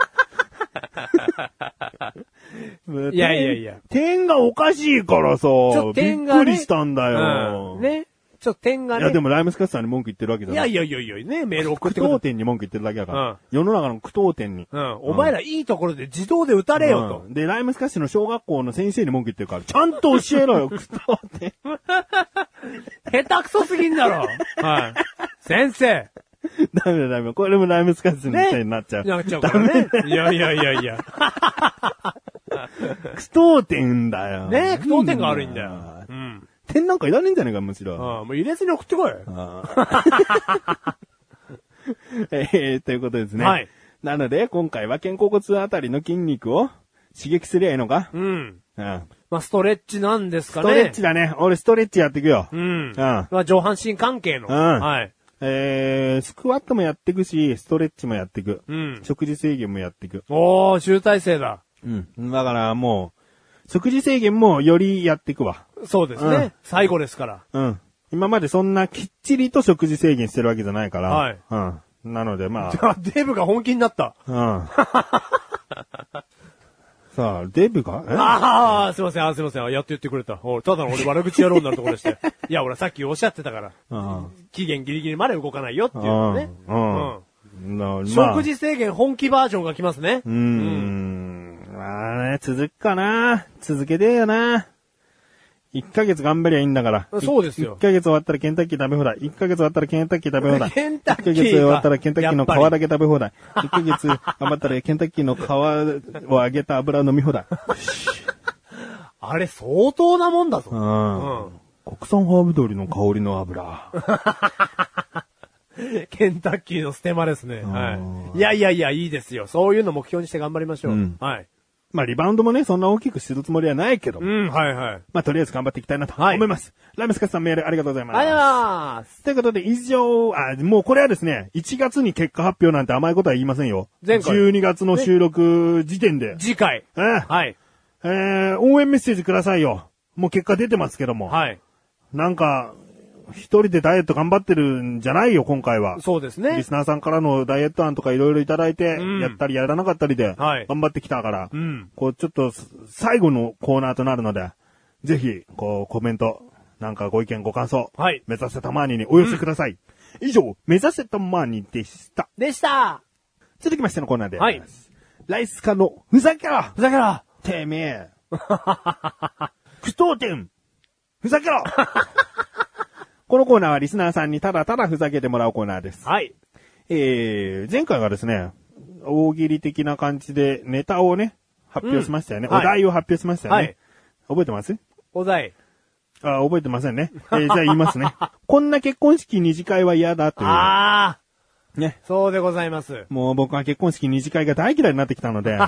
Speaker 2: もう
Speaker 1: い やいやいや。
Speaker 2: 点点がおかしいからさ、
Speaker 1: ちょっと
Speaker 2: び
Speaker 1: 点
Speaker 2: っ
Speaker 1: がね
Speaker 2: くりしたんだよ。
Speaker 1: うんね。ちょっと点が
Speaker 2: いや、
Speaker 1: ね
Speaker 2: で。もライムスカッシュさんに文句言ってるわけじゃ
Speaker 1: い
Speaker 2: な
Speaker 1: や
Speaker 2: い。
Speaker 1: いやいやいや、ね、メール送っ
Speaker 2: 苦
Speaker 1: てく
Speaker 2: 闘
Speaker 1: る。
Speaker 2: 点に文句言ってるだけだから。
Speaker 1: うん
Speaker 2: 世の中の苦闘点に。
Speaker 1: うん。お前らいいところで自動で打たれよと
Speaker 2: う。んで、ライムスカッシュの小学校の先生に文句言ってるから、ちゃんと教え ろよ、苦闘点。
Speaker 1: 下手くそすぎんだろ。 はい。先生。
Speaker 2: ダメだ、ダメだ。これもライムスカッシュみたいになっちゃう。
Speaker 1: なっちゃうからね。いやいやいやいや。
Speaker 2: 苦闘点だよ。
Speaker 1: ね苦闘点が悪いんだよ。うん。
Speaker 2: 点なんかいらねえんじゃねえか、むしろ。
Speaker 1: ああ、もう入れずに送ってこい。
Speaker 2: えー、ということですね。
Speaker 1: はい
Speaker 2: なので、今回は肩甲骨あたりの筋肉を刺激すりゃいいのか、
Speaker 1: うん。
Speaker 2: うん、
Speaker 1: まあ、ストレッチなんですか
Speaker 2: ス
Speaker 1: ね。
Speaker 2: トレッチだね。俺ストレッチやっていくよ。
Speaker 1: うん。
Speaker 2: ん
Speaker 1: まあ、上半身関係の。
Speaker 2: うん
Speaker 1: はい。
Speaker 2: えー、スクワットもやっていくし、ストレッチもやっていく。
Speaker 1: うん。
Speaker 2: 食事制限もやっていく。
Speaker 1: おー、集大成だ。
Speaker 2: うん。だからもう、食事制限もよりやっていくわ。
Speaker 1: そうですね。
Speaker 2: うん
Speaker 1: 最後ですから。
Speaker 2: うん。今までそんなきっちりと食事制限してるわけじゃないから。
Speaker 1: はい
Speaker 2: うん。なのでまあ
Speaker 1: じ。ゃあ、デブが本気になった。
Speaker 2: うん。さあ、デブがえ
Speaker 1: ああ、すいません、あーすいません。やっと言ってくれた。おただの俺悪口野郎になるところでして。いや、俺はさっきおっしゃってたから。
Speaker 2: うん。
Speaker 1: 期限ギリギリまで動かないよっていうのね。
Speaker 2: うん。うん。なまあ
Speaker 1: 食事制限本気バージョンが来ますね
Speaker 2: う。ーん。まあね、続くかな。続けてえよな。1ヶ月頑張りゃいいんだから。
Speaker 1: そうですよ
Speaker 2: 1ヶ月終わったらケンタッキー食べ放題。1ヶ月終わったらケンタッキー食べ放題。
Speaker 1: ケンタッキーか
Speaker 2: 1ヶ月終わったらケンタッキーの皮
Speaker 1: やっぱ
Speaker 2: だけ食べ放題。1ヶ月余ったらケンタッキーの皮を揚げた油飲み 放題。
Speaker 1: あれ、相当なもんだぞ。
Speaker 2: うん。国産ハーブ鶏の香りの油。
Speaker 1: ケンタッキーのステマですね。はい。いやいやいや、いいですよ。そういうの目標にして頑張りましょう。
Speaker 2: うん
Speaker 1: はい。
Speaker 2: まあリバウンドもね、そんな大きくするつもりはないけど
Speaker 1: う。ん、はいはい。ありがとう
Speaker 2: まあとりあえず頑張っていきたいなと思います。ライムスカツさんメールありがとうございます。
Speaker 1: ございます。
Speaker 2: ということで、以上、あ、もうこれはですね、1月に結果発表なんて甘いことは言いませんよ。
Speaker 1: 前回
Speaker 2: 12月の収録時点で。
Speaker 1: 次回。
Speaker 2: ええ
Speaker 1: はい。
Speaker 2: えー応援メッセージくださいよ。もう結果出てますけども。
Speaker 1: はい。
Speaker 2: なんか、一人でダイエット頑張ってるんじゃないよ、今回は。
Speaker 1: そうです
Speaker 2: リ
Speaker 1: ね
Speaker 2: ス。ナーさんからのダイエット案とかいろいろいただいて、
Speaker 1: うん
Speaker 2: やったりやらなかったりで、
Speaker 1: はい
Speaker 2: 頑張ってきたから、
Speaker 1: うん
Speaker 2: こうちょっとす最後のコーナーとなるので、ぜひ、こうコメント、なんかご意見ご感想、
Speaker 1: はい
Speaker 2: 目指せたまーににお寄せください。以上、目指せたまーにでした。
Speaker 1: でした。
Speaker 2: 続きましてのコーナーです。
Speaker 1: はい
Speaker 2: ライスカの、ふざけろ
Speaker 1: ふざけろ
Speaker 2: てめえ。苦闘点ふざけ ろこのコーナーはリスナーさんにただただふざけてもらうコーナーです。
Speaker 1: はい。
Speaker 2: えー、前回はですね、大喜利的な感じでネタをね、発表しましたよね。
Speaker 1: うんはい
Speaker 2: お題を発表しましたよね。
Speaker 1: はい
Speaker 2: 覚えてます
Speaker 1: お題。
Speaker 2: あ覚えてません ね。えーじゃあ言いますね。こんな結婚式二次会は嫌だという。
Speaker 1: ああ、
Speaker 2: ね。
Speaker 1: そうでございます。
Speaker 2: もう僕は結婚式二次会が大嫌いになってき たので、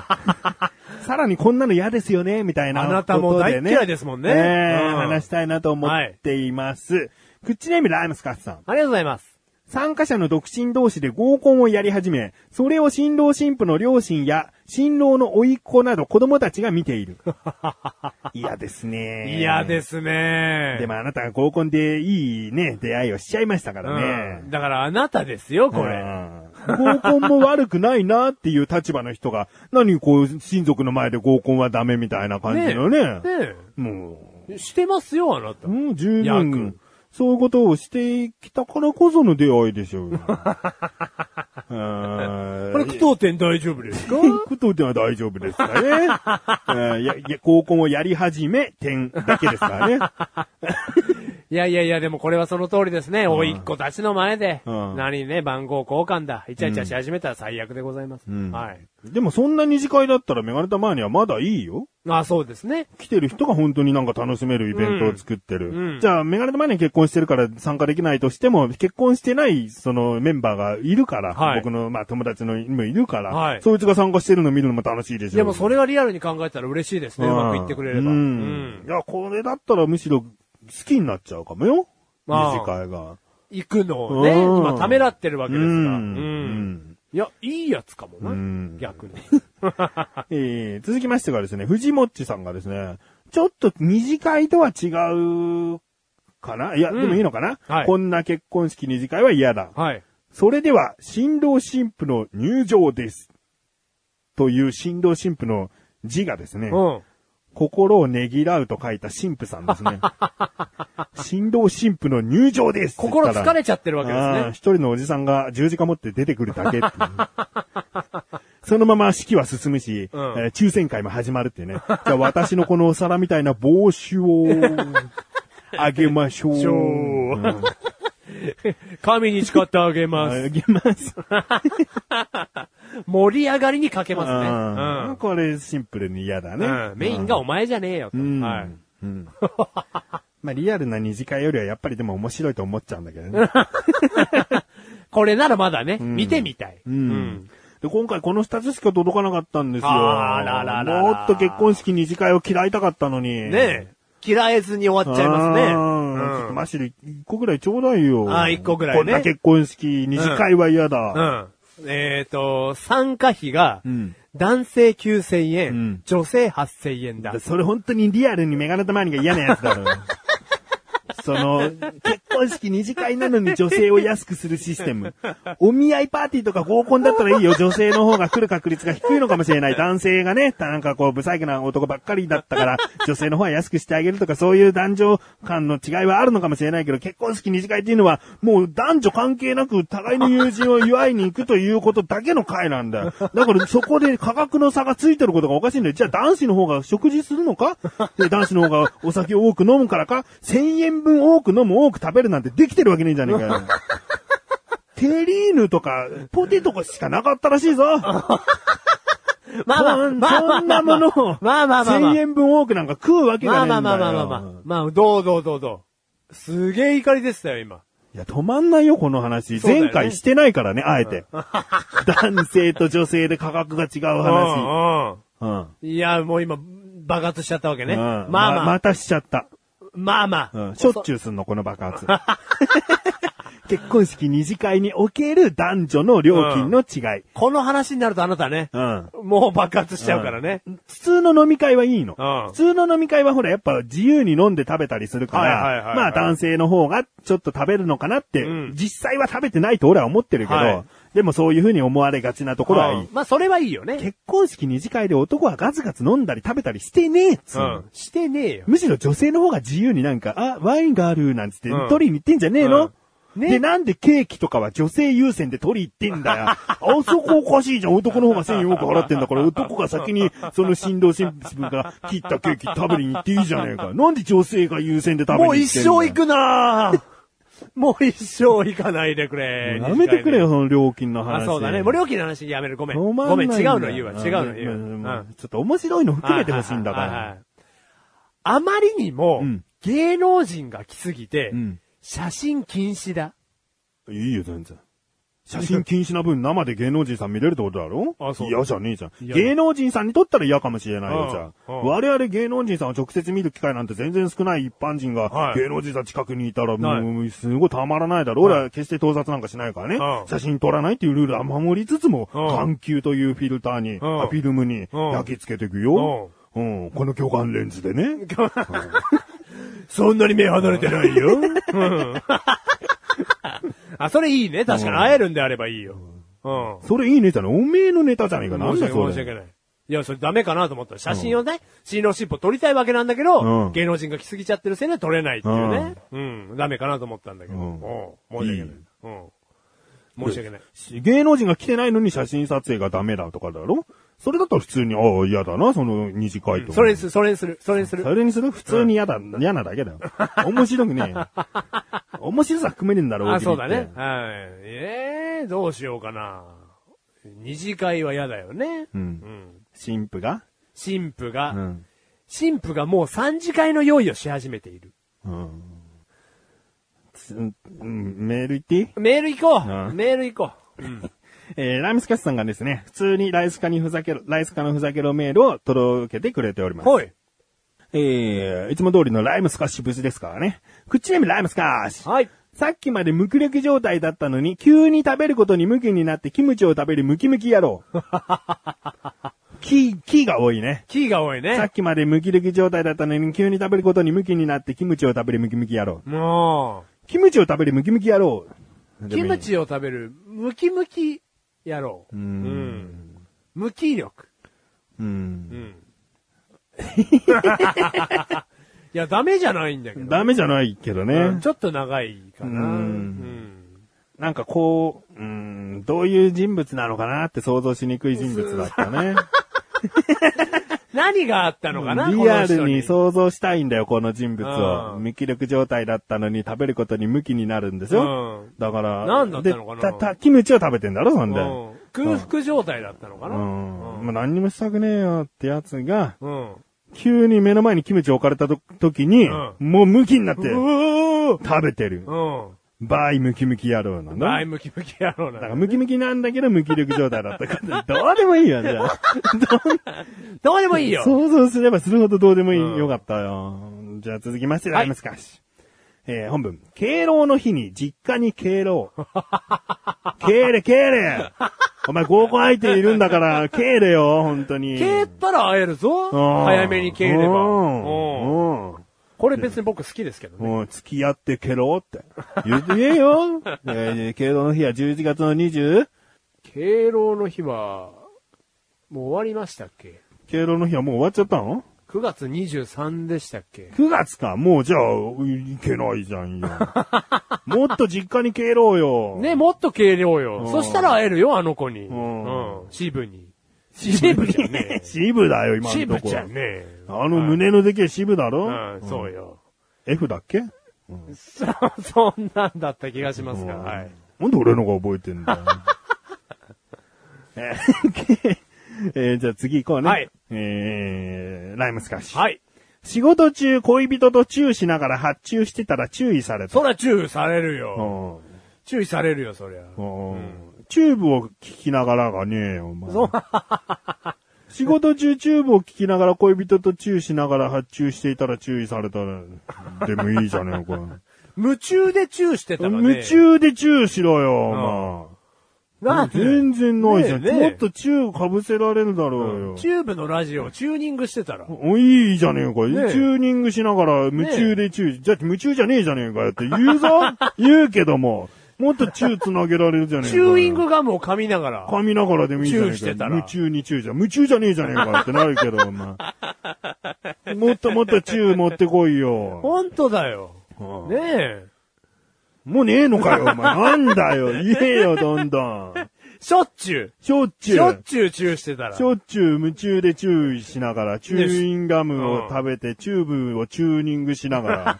Speaker 2: さらにこんなの嫌ですよね、みたいな
Speaker 1: あなたも
Speaker 2: ことでね
Speaker 1: 大嫌いですもんね
Speaker 2: え
Speaker 1: う
Speaker 2: ー
Speaker 1: ん
Speaker 2: 話したいなと思っています。クッチネームライムスカッツさん。
Speaker 1: ありがとうございます。
Speaker 2: 参加者の独身同士で合コンをやり始め、それを新郎新婦の両親や新郎の甥いっ子など子供たちが見ている。 嫌ですね。。
Speaker 1: 嫌ですすね。
Speaker 2: でもあなたが合コンでいいね、出会いをしちゃいましたから
Speaker 1: う
Speaker 2: ね
Speaker 1: ん。だからあなたですよ、これ。
Speaker 2: うん合コンも悪くないなっていう立場の人が、何こう、親族の前で合コンはダメみたいな感じのね。
Speaker 1: ね
Speaker 2: も
Speaker 1: えしてますよ、あなた
Speaker 2: う、。もう十
Speaker 1: 約
Speaker 2: 分、そういうことをしてきたからこその出会いでしょ うよ。
Speaker 1: こ
Speaker 2: こ
Speaker 1: れ、苦闘点大丈夫ですか
Speaker 2: 工藤店は大丈夫ですかね。えーやや合コンをやり始め、点だけですからね。
Speaker 1: いやいやいや、でもこれはその通りですね。おいっ子たちの前で、
Speaker 2: うん
Speaker 1: 何ね、番号交換だ。イチャイチャし始めたら最悪でございます。はい。
Speaker 2: でもそんな二次会だったらメガネた前にはまだいいよ。
Speaker 1: あそうですね。
Speaker 2: 来てる人が本当になんか楽しめるイベントを作ってる。
Speaker 1: うんうん
Speaker 2: じゃあ、メガネの前に結婚してるから参加できないとしても、結婚してない、そのメンバーがいるから、
Speaker 1: はい
Speaker 2: 僕の、まあ、友達のにもいるから、
Speaker 1: はい
Speaker 2: そいつが参加してるの見るのも楽しいでしょう。
Speaker 1: でもそれがリアルに考えたら嬉しいですね。うまくいってくれれば。
Speaker 2: う。
Speaker 1: うんん
Speaker 2: い。や、これだったらむしろ好きになっちゃうかもよ。
Speaker 1: まあ
Speaker 2: 二次会が。
Speaker 1: 行くのをね、
Speaker 2: うん
Speaker 1: 今ためらってるわけですから。う
Speaker 2: うん
Speaker 1: ん。いや、いいやつかも
Speaker 2: う
Speaker 1: な。
Speaker 2: ん
Speaker 1: 逆に。
Speaker 2: えー続きましてがですね、藤もっちさんがですね、ちょっと二次会とは違う、かないや、
Speaker 1: うん
Speaker 2: でもいいのかな、
Speaker 1: はい
Speaker 2: こんな結婚式二次会は嫌だ。
Speaker 1: はい。
Speaker 2: それでは、新郎新婦の入場です。という新郎新婦の字がですね、
Speaker 1: うん。
Speaker 2: 心をねぎらうと書いた神父さんで すね。新郎神父の入場ですって言
Speaker 1: 心
Speaker 2: ったら
Speaker 1: 疲れちゃってるわけ
Speaker 2: ああ
Speaker 1: で
Speaker 2: 一
Speaker 1: すね。
Speaker 2: 人のおじさんが十字架持って出てくる だけっていうそのまま式は進むし、
Speaker 1: うん
Speaker 2: えー抽選会も始まるっていうね。じゃあ私のこのお皿みたいな帽子 を、あげましょう。
Speaker 1: しょう
Speaker 2: うん
Speaker 1: 神に誓ってあげます。
Speaker 2: あげます。
Speaker 1: 盛り上がりにかけますね。
Speaker 2: ああこれシンプルに嫌だ
Speaker 1: う
Speaker 2: ね。
Speaker 1: ん。うん。メインがお前じゃねえよと。
Speaker 2: うん。
Speaker 1: はい。
Speaker 2: うん。まあリアルな二次会よりはやっぱりでも面白いと思っちゃうんだけどね。
Speaker 1: これならまだね、見てみたい。
Speaker 2: うん。で、今回この2つしか届かなかったんですよ。
Speaker 1: あらららら
Speaker 2: もっと結婚式二次会を嫌いたかったのに。
Speaker 1: ねえ。嫌えずに終わ
Speaker 2: あー。
Speaker 1: っちゃいますね。
Speaker 2: ちょっと
Speaker 1: うん
Speaker 2: マシル1個ぐらいちょうだいよ。
Speaker 1: あー一個ぐらいね
Speaker 2: こんな結婚式二次会は嫌だ。
Speaker 1: うん。えっ、と、参加費が
Speaker 2: うん、
Speaker 1: 男性9000円、
Speaker 2: うん
Speaker 1: 女性8000円だ。
Speaker 2: それ本当にリアルにメガネたまわりが嫌なやつだろ。その、結婚式二次会なのに女性を安くするシステム。お見合いパーティーとか合コンだったらいいよ。女性の方が来る確率が低いのかもしれない。男性がね、なんかこう、不細工な男ばっかりだったから、女性の方は安くしてあげるとか、そういう男女間の違いはあるのかもしれないけど、結婚式二次会っていうのは、もう男女関係なく互いの友人を祝いに行くということだけの会なんだよ。だからそこで価格の差がついてることがおかしいんだよ。じゃあ男子の方が食事するのかで男子の方がお酒を多く飲むからか ?1000 円分多く飲む多く食べるなんてできてるわけねえじゃねえかよ。テリーヌとか、ポテトかしかなかったらしいぞ。
Speaker 1: まあまあ、まあまあまあ、
Speaker 2: そんなものを、
Speaker 1: まあまあまあまあ
Speaker 2: 1000円分多くなんか食うわけ
Speaker 1: ま
Speaker 2: が
Speaker 1: あ
Speaker 2: ね
Speaker 1: ま
Speaker 2: え
Speaker 1: あ
Speaker 2: ん
Speaker 1: ま
Speaker 2: だ
Speaker 1: あ
Speaker 2: よ。
Speaker 1: まあまあまあ、まあ、どうどうどうどう。すげえ怒りでしたよ、今。
Speaker 2: いや、止まんないよ、この話。
Speaker 1: そうだよね
Speaker 2: 前回してないからね、あえて。 男性と女性で価格が違う話。
Speaker 1: うん
Speaker 2: うん。
Speaker 1: うん。いや、もう今、爆発しちゃったわけね。
Speaker 2: うん
Speaker 1: まあ
Speaker 2: ま
Speaker 1: まあ、
Speaker 2: たしちゃった。
Speaker 1: まあま
Speaker 2: うん。
Speaker 1: あ。
Speaker 2: しょっちゅうすんの、この爆 発。結婚式二次会における男女の料金の違い。
Speaker 1: この話になるとあなたね、
Speaker 2: うん。
Speaker 1: もう爆発しちゃうからね。
Speaker 2: 普通の飲み会はいいの。
Speaker 1: うん
Speaker 2: 普通の飲み会はほら、やっぱ自由に飲んで食べたりするか
Speaker 1: はいはいはいは
Speaker 2: ら、
Speaker 1: い
Speaker 2: まあ男性の方がちょっと食べるのかなって
Speaker 1: うん、
Speaker 2: 実際は食べてないと俺は思ってるけ
Speaker 1: はい
Speaker 2: ど、でもそういう風に思われがちなところはいい
Speaker 1: うん。まあ、それはいいよね。
Speaker 2: 結婚式二次会で男はガツガツ飲んだり食べたりしてねえっつ
Speaker 1: う
Speaker 2: うの
Speaker 1: ん。してねえよ。
Speaker 2: むしろ女性の方が自由になんか、あ、ワインがあるなんつって
Speaker 1: うん
Speaker 2: 取りに行ってんじゃねえの、
Speaker 1: うんね
Speaker 2: で、なんでケーキとかは女性優先で取り行ってんだ よ。あそこおかしいじゃん。男の方が1000円多く払ってんだから、男が先にその新郎新婦が切ったケーキ食べに行っていいじゃねえか。なんで女性が優先で食べに行ってんだよ
Speaker 1: もう一生行くなぁもう一生行かないでくれ。
Speaker 2: やめてくれよ、。その料金の話。
Speaker 1: あ、そうだね。無料金の話やめる。ごめん。
Speaker 2: 止ま
Speaker 1: ご
Speaker 2: な
Speaker 1: め
Speaker 2: い
Speaker 1: ん、
Speaker 2: んだ
Speaker 1: 違
Speaker 2: よ
Speaker 1: うの言うわ。違うの言うわ。
Speaker 2: ん
Speaker 1: う
Speaker 2: うんんちょっと面白いの含めてほしいんだか
Speaker 1: ははは
Speaker 2: ら。
Speaker 1: いあまりにも
Speaker 2: うん、
Speaker 1: 芸能人が来すぎて
Speaker 2: うん、
Speaker 1: 写真禁止だ。
Speaker 2: いいよ、全然。写真禁止な分、生で芸能人さん見れるってことだろ
Speaker 1: あそう
Speaker 2: 嫌じゃねえじゃん。
Speaker 1: 嫌だ
Speaker 2: 芸能人さんにとったら嫌かもしれないよ、じゃあ。
Speaker 1: うんうん
Speaker 2: 我々芸能人さんを直接見る機会なんて全然少ない一般人が、
Speaker 1: はい
Speaker 2: 芸能人さん近くにいたら、
Speaker 1: ない
Speaker 2: もう、すごいたまらないだろう。俺は決して盗撮なんかしないからね。
Speaker 1: うん
Speaker 2: 写真撮らないっていうルールは守りつつも、
Speaker 1: うん
Speaker 2: 環球というフィルターに、
Speaker 1: ん
Speaker 2: あフィルムに
Speaker 1: うん
Speaker 2: 焼き付けていくよ。うん、この魚眼レンズでね。
Speaker 1: そんなに目離れてない よ。うんあ、それいいね。確かに会えるんであればいいよ。うん。
Speaker 2: それいいネタね。おめえのネタじゃねえか。なん
Speaker 1: 申し
Speaker 2: だ
Speaker 1: 訳
Speaker 2: そ
Speaker 1: 申し
Speaker 2: れ。
Speaker 1: 訳ない。いや、それダメかなと思った。写真をね、新郎新婦撮りたいわけなんだけど、
Speaker 2: うん
Speaker 1: 芸能人が来すぎちゃってるせいで撮れないっていうね。うん、ダメかなと思ったんだけど。
Speaker 2: う
Speaker 1: うんん、申し訳ない。うん。申し訳ない。
Speaker 2: 芸能人が来てないのに写真撮影がダメだとかだろそれだったら普通に、ああ、嫌だな、その二次会とか。
Speaker 1: それにする、それにする、それにする。
Speaker 2: それにする普通に嫌だ、嫌なだけだよ。面白く ねえよ。面白さ含めねえんだろ、
Speaker 1: あ、
Speaker 2: 大喜利
Speaker 1: そ
Speaker 2: っ
Speaker 1: う
Speaker 2: て
Speaker 1: だね。。はい。えー、どうしようかな。二次会は嫌だよね。う
Speaker 2: う。
Speaker 1: んん。
Speaker 2: 神父が
Speaker 1: 新婦が、
Speaker 2: うん。
Speaker 1: 新婦がもう三次会の用意をし始めている。
Speaker 2: うん。つうんメール言っていい
Speaker 1: メール行こう、
Speaker 2: うん
Speaker 1: メール行こう、うん、
Speaker 2: えーライムスカスさんがですね、普通にライスカにふざけろ、ライスカのふざけろメールを届けてくれております。
Speaker 1: ほい。
Speaker 2: えー、いつも通りのライムスカッシュ無事ですからね。クッチネームライムスカッシュ。
Speaker 1: はい。
Speaker 2: さっきまで無気力状態だったのに、急に食べることに無気になってキムチを食べるムキムキ野 郎。キ、キが多いね。
Speaker 1: キーが多いね。
Speaker 2: さっきまで無気力状態だったのに、急に食べることに無気になってキムチを食べるムキムキ野郎。
Speaker 1: も
Speaker 2: キムチを食べるムキムキ野郎。
Speaker 1: う、キムチを食べる、ムキムキ野郎。うんん。無気力。
Speaker 2: う。
Speaker 1: うんん。いや、ダメじゃないんだけど。
Speaker 2: ダメじゃないけどね。
Speaker 1: うんちょっと長いかな。
Speaker 2: うん
Speaker 1: うん
Speaker 2: なんかこう、うーん、どういう人物なのかなって想像しにくい人物だった ね。
Speaker 1: 何があったのかな、
Speaker 2: リアルに
Speaker 1: う。
Speaker 2: 想像したいんだよ、この人物を。
Speaker 1: うん
Speaker 2: 無気力状態だったのに食べることに無気になるんですよ。
Speaker 1: うん
Speaker 2: だから、
Speaker 1: 何だったのかな
Speaker 2: でた、た、キムチを食べてんだろ、そんで。
Speaker 1: うん空腹状態だったのか
Speaker 2: う
Speaker 1: な。
Speaker 2: ん。
Speaker 1: うん
Speaker 2: まあ、何にもしたくねえよってやつが、
Speaker 1: うん。
Speaker 2: 急に目の前にキムチ置かれたと時に、
Speaker 1: うん
Speaker 2: もう無気になって、
Speaker 1: う
Speaker 2: 食べてる。
Speaker 1: ん。
Speaker 2: バイムキムキ野郎なんだ。
Speaker 1: 前向き向きやろうな
Speaker 2: だか。らムキムキなんだけど無気力状態だったから、どうでもいいよ、じゃあ。
Speaker 1: どうでもいいよ。
Speaker 2: 想像すればするほどどうでもいい、
Speaker 1: うん
Speaker 2: よかったよ。じゃあ続きましてで
Speaker 1: は
Speaker 2: あ
Speaker 1: い
Speaker 2: りますか。えー、本文。敬老の日に実家に 敬老。敬礼、敬礼お前合コン相手いるんだから、敬礼よ、本当に。
Speaker 1: 蹴ったら会えるぞ。
Speaker 2: うん
Speaker 1: 早めに蹴れば。うん
Speaker 2: うん。うん
Speaker 1: これ別に僕好きですけどね。
Speaker 2: もう付き合ってけろって。言って言えよ。えー、敬老の日は11月の 20?
Speaker 1: 敬老の日は、もう終わりましたっけ
Speaker 2: 敬老の日はもう終わっちゃったの
Speaker 1: ?9 月23でしたっけ
Speaker 2: ?9 月か。もうじゃあ、いけないじゃ んよ。もっと実家に敬老よ。
Speaker 1: ね、もっと軽量よ
Speaker 2: う。ん
Speaker 1: そしたら会えるよ、あの子に。うんん。シブに。シブじゃねえ。
Speaker 2: シブだよ、今
Speaker 1: シブ
Speaker 2: のとこ
Speaker 1: ちゃんねえ。
Speaker 2: あの胸のでけえシブだ
Speaker 1: う
Speaker 2: ろ
Speaker 1: ん、そうよ。
Speaker 2: ?F だっけ
Speaker 1: そ、そんなんだった気がしますが、
Speaker 2: うん
Speaker 1: はい。
Speaker 2: なんで俺のが覚えてんだ よ。えー えーじゃあ次行こうね。
Speaker 1: はい。
Speaker 2: えー、ライムスカッシュ。
Speaker 1: はい。
Speaker 2: 仕事中、恋人とチューしながら発注してたら注意された。
Speaker 1: そりゃ注意される
Speaker 2: う
Speaker 1: よ。
Speaker 2: ん
Speaker 1: 注意されるよ、そりゃ。
Speaker 2: うんチューブを聞きながらがねえよ、お前。 仕事中チューブを聞きながら恋人とチューしながら発注していたら注意されたら、でもいいじゃねえ よ、これ。
Speaker 1: 夢中でチューしてたらね。
Speaker 2: 夢中でチューしろよ、お
Speaker 1: な
Speaker 2: 前。
Speaker 1: んで
Speaker 2: 全然ないじゃん。
Speaker 1: ねえねえ
Speaker 2: もっとチュー被せられるだろうよ。
Speaker 1: チューブのラジオをチューニングしてたら。
Speaker 2: おいいじゃねえか。
Speaker 1: ねえ
Speaker 2: チューニングしながら夢中でチュー、じゃあ夢中じゃねえじゃねえかよって言うぞ言うけども、もっとチュー繋げられるじゃね え
Speaker 1: チ
Speaker 2: か
Speaker 1: ュ
Speaker 2: よ。
Speaker 1: ーイングガムを噛みながら。
Speaker 2: 噛みながらでもいいじゃねえかよ
Speaker 1: チューしてたら
Speaker 2: 夢中にチューじゃ。夢中じゃねえじゃねえかよってなるけど、お前。もっともっとチュー持ってこいよ。
Speaker 1: ほんとだよ。
Speaker 2: うん
Speaker 1: ねえ。
Speaker 2: もうねえのかよ、お前。なんだよ。言えよ、どんどん。
Speaker 1: しょっちゅう。
Speaker 2: しょっちゅ
Speaker 1: しょ
Speaker 2: う
Speaker 1: っ。ちゅうチューしてたら。
Speaker 2: しょっちゅう夢中でチューしながら、チューインガムを食べて、チューブをチューニングしな がら、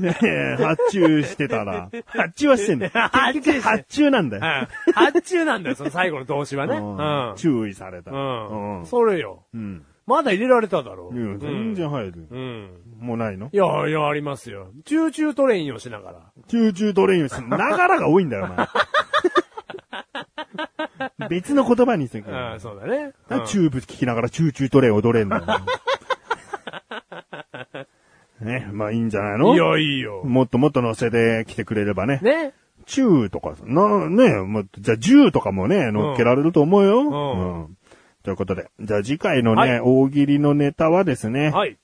Speaker 2: ねえ、発注してたら、発注はしてんだよ。結局発注なんだ
Speaker 1: うん。
Speaker 2: よ。
Speaker 1: あっちゅうなんだよ、その最後の動詞はね。
Speaker 2: うん
Speaker 1: う
Speaker 2: 注意された。
Speaker 1: ん。うん。
Speaker 2: う
Speaker 1: それよ。
Speaker 2: ん。
Speaker 1: まだ入れられただろ。
Speaker 2: うんいや全然入る
Speaker 1: う。ん。
Speaker 2: もうないの
Speaker 1: いや、いや、ありますよ。チューチュートレインをしながら。
Speaker 2: チューチュートレインをしながらが多いんだ よ、お前。別の言葉にするから。
Speaker 1: うん、そうだね。
Speaker 2: なんでチューブ聞きながらチューチュートレイン踊れんのね、まあいいんじゃないの
Speaker 1: いや、いいよ。
Speaker 2: もっともっと乗せてきてくれればね。
Speaker 1: ね。
Speaker 2: チューとか、な、ね、もっとじゃあ10とかもね、乗っけられると思うよ。
Speaker 1: ん
Speaker 2: うんということで、じゃあ次回のね、
Speaker 1: はい
Speaker 2: 大喜利のネタはですね、
Speaker 1: はい。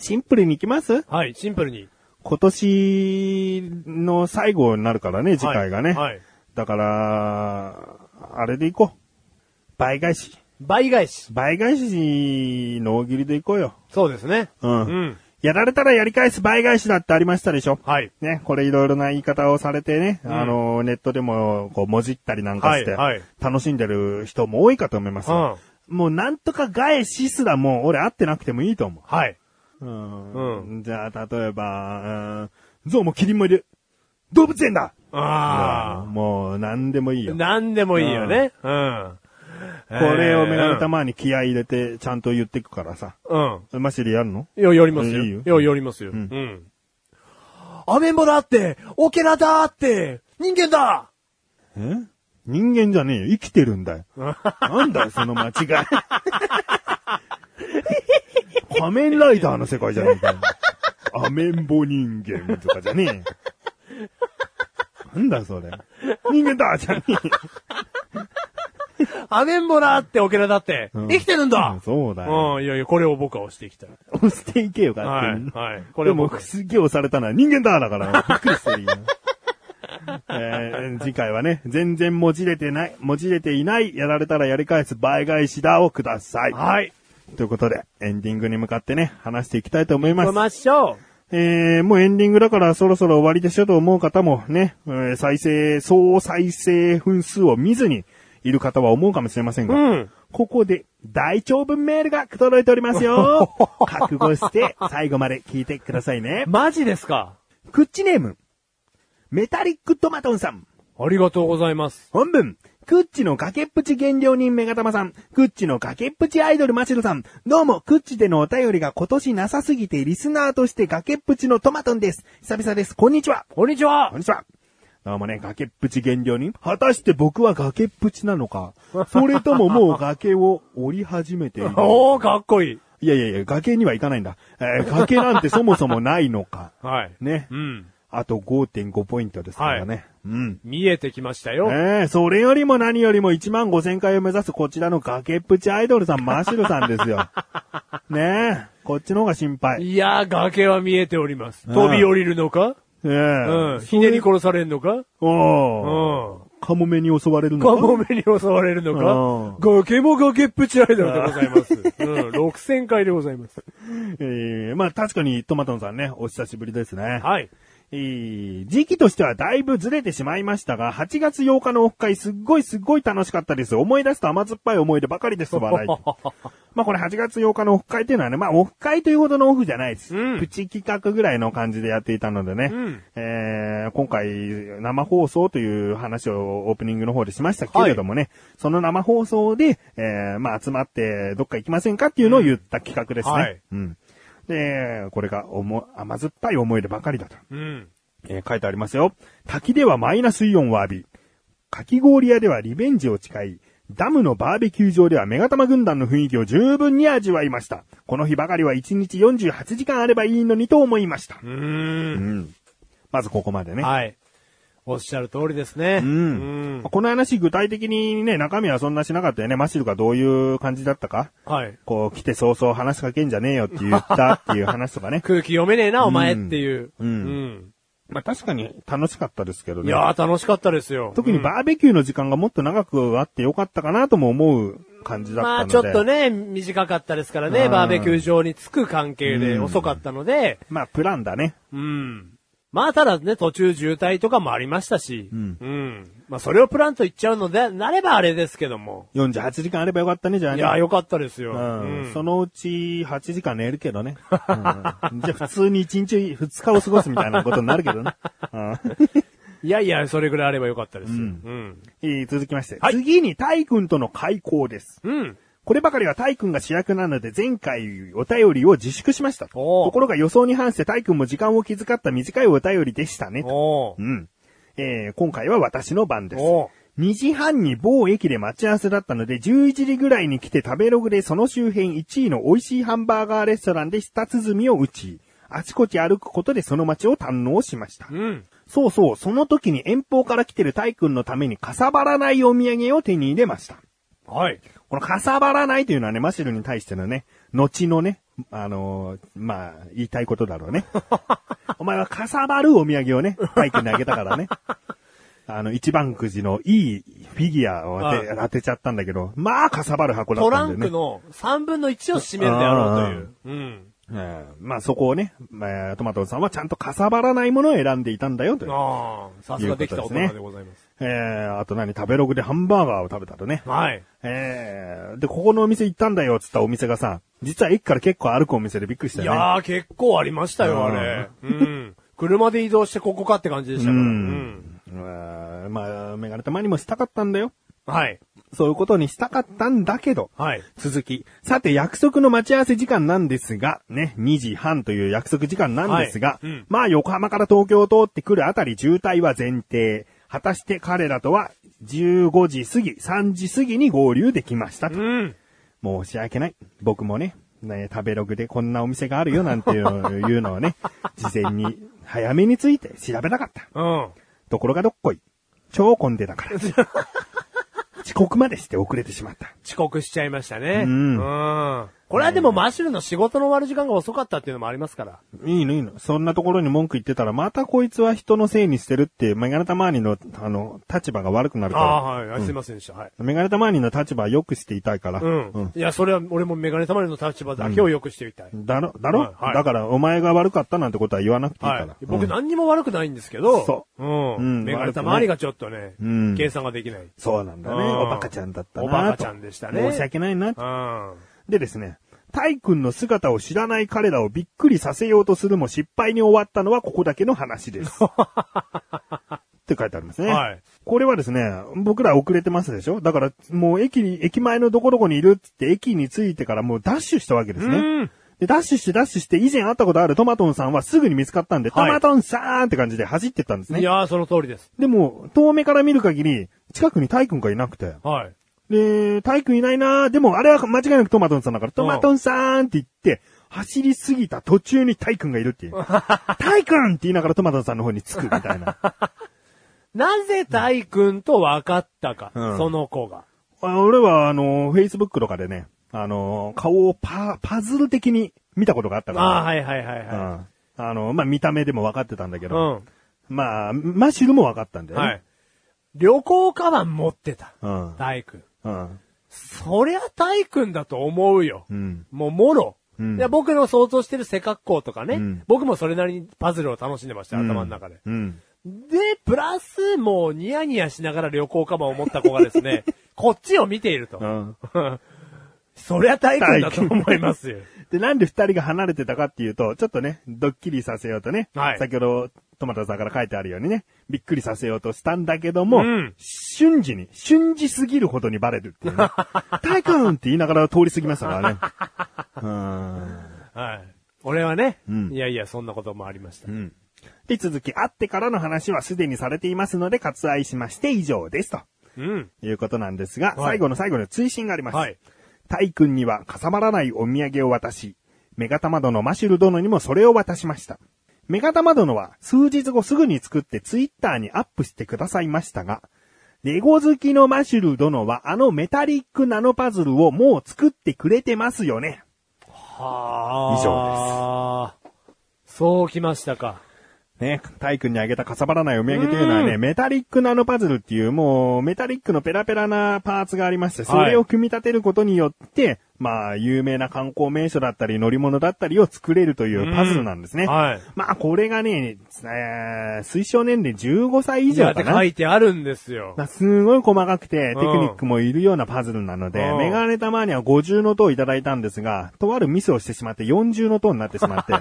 Speaker 2: シンプルにいきます
Speaker 1: はい、シンプルに。
Speaker 2: 今年の最後になるからね、次回がね。
Speaker 1: はいはい。
Speaker 2: だから、あれでいこう。倍返し。
Speaker 1: 倍返し。
Speaker 2: 倍返しの大喜利でいこうよ。
Speaker 1: そうですね。
Speaker 2: うん
Speaker 1: うん。
Speaker 2: やられたらやり返す倍返しだってありましたでしょ
Speaker 1: はい。
Speaker 2: ね、これいろいろな言い方をされてね、
Speaker 1: ん
Speaker 2: あの、ネットでも、こう、もじったりなんかして
Speaker 1: はいはい、
Speaker 2: 楽しんでる人も多いかと思いますよ。もうなんとか返しすらもう、俺会ってなくてもいいと思
Speaker 1: はい。
Speaker 2: う。
Speaker 1: ん
Speaker 2: じゃあ、例えば、うんゾウもキリンもいる。動物園だ
Speaker 1: あ
Speaker 2: もう、なんでもいい
Speaker 1: あ。
Speaker 2: よ。
Speaker 1: なんでもいいよね。うん。
Speaker 2: これを目が
Speaker 1: ま。
Speaker 2: 玉に気合い入れて、ちゃんと言っていくからさ。
Speaker 1: うん。
Speaker 2: マシでやるの
Speaker 1: いや、やります
Speaker 2: いいよ
Speaker 1: よ。いや、やりますよ。うんん。アメンボだって、オケラだって、人間だ
Speaker 2: え人間じゃねえよ。生きてるんだ よ。なんだよ、その間違い。仮面ライダーの世界じゃねえかよ。アメンボ人間とかじゃねえ。なんだよそれ。人間だじゃねえよ。
Speaker 1: アメンボだって、オケラだって、
Speaker 2: うん
Speaker 1: 生きてるん
Speaker 2: う
Speaker 1: だ
Speaker 2: んそうだよ。
Speaker 1: うん、いやいや、これを僕は押していきたい。
Speaker 2: 押していけよ、勝
Speaker 1: は
Speaker 2: 手に
Speaker 1: い、。はい。こ
Speaker 2: こ
Speaker 1: れ
Speaker 2: れ
Speaker 1: を
Speaker 2: も
Speaker 1: 僕
Speaker 2: う、すげえ押されたのは人間だだから、びっくりしてるよ。えー次回はね、全然もじれてない、もじれていない、やられたらやり返す倍返しだをください。
Speaker 1: はい。
Speaker 2: ということで、エンディングに向かってね、話していきたいと思いま
Speaker 1: 行
Speaker 2: す
Speaker 1: き。ましょう。
Speaker 2: えー、もうエンディングだからそろそろ終わりでしょと思う方もね、えー再生、総再生分数を見ずにいる方は思うかもしれませんが、
Speaker 1: うん
Speaker 2: ここで大長文メールが届いておりますよ。覚悟して最後まで聞いてくださいね。
Speaker 1: マジですか
Speaker 2: クッチネーム、メタリックトマトンさん。
Speaker 1: ありがとうございます。
Speaker 2: 本文、クッチの崖っぷち減量人メガタマさん、クッチの崖っぷちアイドルマシロさん、どうも、クッチでのお便りが今年なさすぎてリスナーとして崖っぷちのトマトンです。久々です。こんにちは。
Speaker 1: こんにちは
Speaker 2: こんにちは。どうもね、崖っぷち減量人。果たして僕は崖っぷちなのかそれとももう崖を降り始めている
Speaker 1: おー、かっこいい。
Speaker 2: いやいやいや、崖には行かないんだ。えー崖なんてそもそもないのか
Speaker 1: はい。
Speaker 2: ね
Speaker 1: う。ん。
Speaker 2: あと5.5ポイントですからね。
Speaker 1: は
Speaker 2: うん。
Speaker 1: 見えてきましたよ。
Speaker 2: ええそれよりも何よりも1万5000回を目指すこちらの崖っぷちアイドルさん、マシルさんで すよ。ねえ、こっちの方が心配。
Speaker 1: いやー、崖は見えております。
Speaker 2: うん
Speaker 1: 飛び降りるのか
Speaker 2: ええ
Speaker 1: うん。ひねり殺されるのかう
Speaker 2: おー
Speaker 1: ん。
Speaker 2: カモメに襲われる の
Speaker 1: カ
Speaker 2: か
Speaker 1: モメに襲われるのか崖も崖っぷちアイドルでございます。 うん。6000回でございます。
Speaker 2: ええまあ確かにトマトンさんね、お久しぶりですね。
Speaker 1: はい。
Speaker 2: えー時期としてはだいぶずれてしまいましたが、8月8日のオフ会すっごいすっごい楽しかったです。思い出すと甘酸っぱい思い出ばかりです。笑い。 まあこれ8月8日のオフ会っていうのはね、まあオフ会というほどのオフじゃないです。
Speaker 1: うん
Speaker 2: プチ企画ぐらいの感じでやっていたのでね。
Speaker 1: うん
Speaker 2: えー今回生放送という話をオープニングの方でしましたけれどもね、その生放送で、えーまあ集まってどっか行きませんかっていうのを言った企画ですね。
Speaker 1: はい
Speaker 2: うん。で、これがおも甘酸っぱい思い出ばかりだと。
Speaker 1: うん。
Speaker 2: えー書いてありますよ。滝ではマイナスイオンを浴び、かき氷屋ではリベンジを誓い、ダムのバーベキュー場ではメガタマ軍団の雰囲気を十分に味わいました。この日ばかりは1日48時間あればいいのにと思いました。
Speaker 1: う。
Speaker 2: うんん。まずここまでね。
Speaker 1: はい。おっしゃる通りですね。
Speaker 2: うん。この話具体的にね、中身はそんなしなかったよね。マシルがどういう感じだったか
Speaker 1: うんはい。。
Speaker 2: こう来て早々話しかけんじゃねえよって言ったっていう話とかね
Speaker 1: 空気読めねえな、お前っていう。
Speaker 2: うん まあ確かに楽しかったですけど
Speaker 1: うんい
Speaker 2: ね。
Speaker 1: やー、楽しかったですよ。
Speaker 2: 特に
Speaker 1: うん
Speaker 2: バーベキューの時間がもっと長くあってよかったかなとも思う感じだ
Speaker 1: ま
Speaker 2: った
Speaker 1: あち
Speaker 2: ので。
Speaker 1: ょっと。ね、短かったですから
Speaker 2: う
Speaker 1: ね、
Speaker 2: ん
Speaker 1: バーベキュー場に着く関係で
Speaker 2: うん
Speaker 1: 遅かったので、
Speaker 2: まあプランだね。
Speaker 1: うん。まあただね、途中渋滞とかもありましたし、
Speaker 2: うん
Speaker 1: まあそれをプランと言っちゃうので、なればあれですけども。
Speaker 2: 48時間あればよかったね、じゃあ
Speaker 1: い
Speaker 2: ね。
Speaker 1: や、よかったですよ。
Speaker 2: うん
Speaker 1: うん
Speaker 2: そのうち8時間寝るけどね。うんじゃあ普通に1日2日を過ごすみたいなことになるけどね。うん
Speaker 1: いやいや、それぐらいあればよかったですよ。
Speaker 2: う
Speaker 1: うんん。
Speaker 2: えー続きまして。
Speaker 1: はい
Speaker 2: 次にタイ君との開口です。
Speaker 1: うん。
Speaker 2: こればかりはタイ君が主役なので前回お便りを自粛しました。
Speaker 1: おー
Speaker 2: ところが予想に反してタイ君も時間を気遣った短いお便りでしたね。
Speaker 1: お
Speaker 2: う
Speaker 1: ー
Speaker 2: ん。えー今回は私の番です。
Speaker 1: お
Speaker 2: 2時半に某駅で待ち合わせだったので、11時ぐらいに来て食べログでその周辺1位の美味しいハンバーガーレストランで舌鼓を打ち、あちこち歩くことでその街を堪能しました。
Speaker 1: うん。
Speaker 2: そうそう、その時に遠方から来てるタイ君のためにかさばらないお土産を手に入れました。
Speaker 1: はい。
Speaker 2: このかさばらないというのはね、マシルに対してのね、後のね、あのーまあ、言いたいことだろ うね。お前はかさばるお土産をね、タイ君にあげたからね。あの、一番くじのいいフィギュアを当て,、当てちゃったんだけど、まあ、かさばる箱だっ
Speaker 1: ト
Speaker 2: た
Speaker 1: ラ
Speaker 2: んだよ
Speaker 1: ン
Speaker 2: ね。
Speaker 1: クの3分の1を占めるであろうという。うん。
Speaker 2: ええまあ、そこをね、まあ、トマトさんはちゃんとかさばらないものを選んでいたんだよという。
Speaker 1: ああ、さすができた大人でございます。
Speaker 2: ええあと何、食べログでハンバーガーを食べたとね。
Speaker 1: はい。
Speaker 2: ええで、ここのお店行ったんだよ、つったお店がさ、実は駅から結構歩くお店でびっくりした
Speaker 1: い
Speaker 2: よね。
Speaker 1: やー、結構ありました
Speaker 2: うん
Speaker 1: よ、あれ。うん。車で移動してここかって感じでしたから。う
Speaker 2: う
Speaker 1: んん。
Speaker 2: うんまあ、メガネたまにもしたかったんだよ。
Speaker 1: はい。
Speaker 2: そういうことにしたかったんだけど。
Speaker 1: はい。
Speaker 2: 続き。さて、約束の待ち合わせ時間なんですが、ね、2時半という約束時間なんですが、
Speaker 1: はいうん
Speaker 2: まあ、横浜から東京を通ってくるあたり渋滞は前提。果たして彼らとは15時過ぎ、3時過ぎに合流できましたと。
Speaker 1: うん。
Speaker 2: 申し訳ない。僕もね、ね食べログでこんなお店があるよなんていうのいうのはね、事前に早めについて調べなかった。
Speaker 1: うん。
Speaker 2: ところがどっこい。超混んでた から。遅刻までして遅れてしまった。
Speaker 1: 遅刻しちゃいましたね。
Speaker 2: うん
Speaker 1: うん。これはでもマッシュルの仕事の終わる時間が遅かったっていうのもありますから。
Speaker 2: いいのいいの。そんなところに文句言ってたら、またこいつは人のせいにしてるって、メガネタマーニの、あの、立場が悪くなる
Speaker 1: あ
Speaker 2: から。
Speaker 1: あ、はい、はいすいませんでした。はい。
Speaker 2: メガネタマーニの立場は良くしていたいから。
Speaker 1: うん。
Speaker 2: うん
Speaker 1: いや、それは俺もメガネたまりの立場だけを良くしてみたい。
Speaker 2: だろ、だろ、
Speaker 1: はいはい
Speaker 2: だから、お前が悪かったなんてことは言わなくていいか
Speaker 1: は
Speaker 2: ら。
Speaker 1: い。僕
Speaker 2: うん
Speaker 1: 何にも悪くないんですけど、。
Speaker 2: そう
Speaker 1: うん。
Speaker 2: うん
Speaker 1: メガネたまりがちょっとね、
Speaker 2: うん
Speaker 1: 計算ができない。
Speaker 2: そうなんだね。
Speaker 1: うん
Speaker 2: おバカちゃんだったな
Speaker 1: お
Speaker 2: と。
Speaker 1: バカちゃんでしたね
Speaker 2: 申し訳ないなと。
Speaker 1: うん。
Speaker 2: でですね、タイ君の姿を知らない彼らをびっくりさせようとするも失敗に終わったのはここだけの 話です。って書いてありますね。
Speaker 1: はい
Speaker 2: これはですね、僕ら遅れてますでしょだから、もう駅に、駅前のどこどこにいるっつって駅に着いてからもうダッシュしたわけです
Speaker 1: うん
Speaker 2: ね。で、ダッシュしてダッシュして以前会ったことあるトマトンさんはすぐに見つかったんで、
Speaker 1: はい
Speaker 2: トマトンさーんって感じで走ってったんです
Speaker 1: い
Speaker 2: ね。
Speaker 1: やー、その通りです。
Speaker 2: でも、遠目から見る限り、近くにタイ君がいなくて。
Speaker 1: はい。
Speaker 2: で、タイ君いないなでも、あれは間違いなくトマトンさんだから、トマトンさんって言って、走りすぎた途中にタイ君がいるっ ていう。タイ君って言いながらトマトンさんの方に着くみたいな。 あ
Speaker 1: なぜ大君と分かったか、
Speaker 2: うん
Speaker 1: その子が。
Speaker 2: 俺は、あの、Facebook とかでね、あの、顔をパ、パズル的に見たことがあった
Speaker 1: ああ、
Speaker 2: か
Speaker 1: はいはいはい
Speaker 2: ら。
Speaker 1: は
Speaker 2: うんあの、まあ、見た目でも分かってたんだけ
Speaker 1: い。うん
Speaker 2: ど、。まあ、マシュルも分かったんだよね。
Speaker 1: はい。旅行カバン持ってた。
Speaker 2: うん
Speaker 1: 大君。
Speaker 2: うん。
Speaker 1: そりゃ大君だと思うよ。
Speaker 2: うん。
Speaker 1: もう、もろ。
Speaker 2: うん
Speaker 1: いや僕の想像してる背格好とかね、
Speaker 2: うん
Speaker 1: 僕もそれなりにパズルを楽しんでました、頭の中で。
Speaker 2: うん。
Speaker 1: で、プラス、もうニヤニヤしながら旅行カバンを持った子がです ね、こっちを見ていると。
Speaker 2: うん。
Speaker 1: そりゃ大君だと思いますよ。
Speaker 2: で、なんで二人が離れてたかっていうと、ちょっとね、ドッキリさせようとね、
Speaker 1: はい
Speaker 2: 先ほど、トマトさんから書いてあるようにね、びっくりさせようとしたんだけども、
Speaker 1: うん
Speaker 2: 瞬時に、瞬時すぎるほどにバレるってい うね。タイ君って言いながら通り過ぎましたからね。うーん
Speaker 1: はい。俺はね、
Speaker 2: うん
Speaker 1: いやいや、そんなこともありました。
Speaker 2: うん。で、続き、会ってからの話はすでにされていますので、割愛しまして以上です、と
Speaker 1: うん。
Speaker 2: いうことなんですが、
Speaker 1: はい
Speaker 2: 最後の最後の追伸があります。
Speaker 1: はい。
Speaker 2: タイ君にはかさばらないお土産を渡し、メガタマ殿マシュル殿にもそれを渡しました。メガタマ殿は数日後すぐに作ってツイッターにアップしてくださいましたが、レゴ好きのマシュル殿はあのメタリックナノパズルをもう作ってくれてますよね。
Speaker 1: は
Speaker 2: 以
Speaker 1: あ。以上です。そうきましたか。
Speaker 2: ね、タイ君にあげたかさばらないお土産というのはね、メタリックナノパズルっていうもうメタリックのペラペラなパーツがありまして、それを組み立てることによって、まあ、有名な観光名所だったり乗り物だったりを作れるというパズルなんですね。
Speaker 1: はい。
Speaker 2: まあ、これがね、えー推奨年齢15歳以
Speaker 1: 以上
Speaker 2: 上
Speaker 1: って
Speaker 2: か
Speaker 1: 書
Speaker 2: な。
Speaker 1: いてあるんですよ。
Speaker 2: まあすごい細かく
Speaker 1: う
Speaker 2: て、テク
Speaker 1: ん
Speaker 2: ニックもいるようなパズルなので、
Speaker 1: うん
Speaker 2: メガネたまには50の塔いただいたんですが、とあるミスをしてしまって40の塔になってしま って、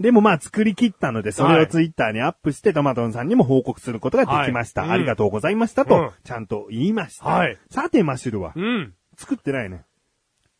Speaker 2: でもまあ作り切ったので、それをツイッターにアップして、トマトンさんにも報告することができました。
Speaker 1: はいうん
Speaker 2: ありがとうございました
Speaker 1: うん
Speaker 2: と、ちゃんと言いました。
Speaker 1: はい
Speaker 2: さて、マシュルは、
Speaker 1: うん。
Speaker 2: 作ってないね。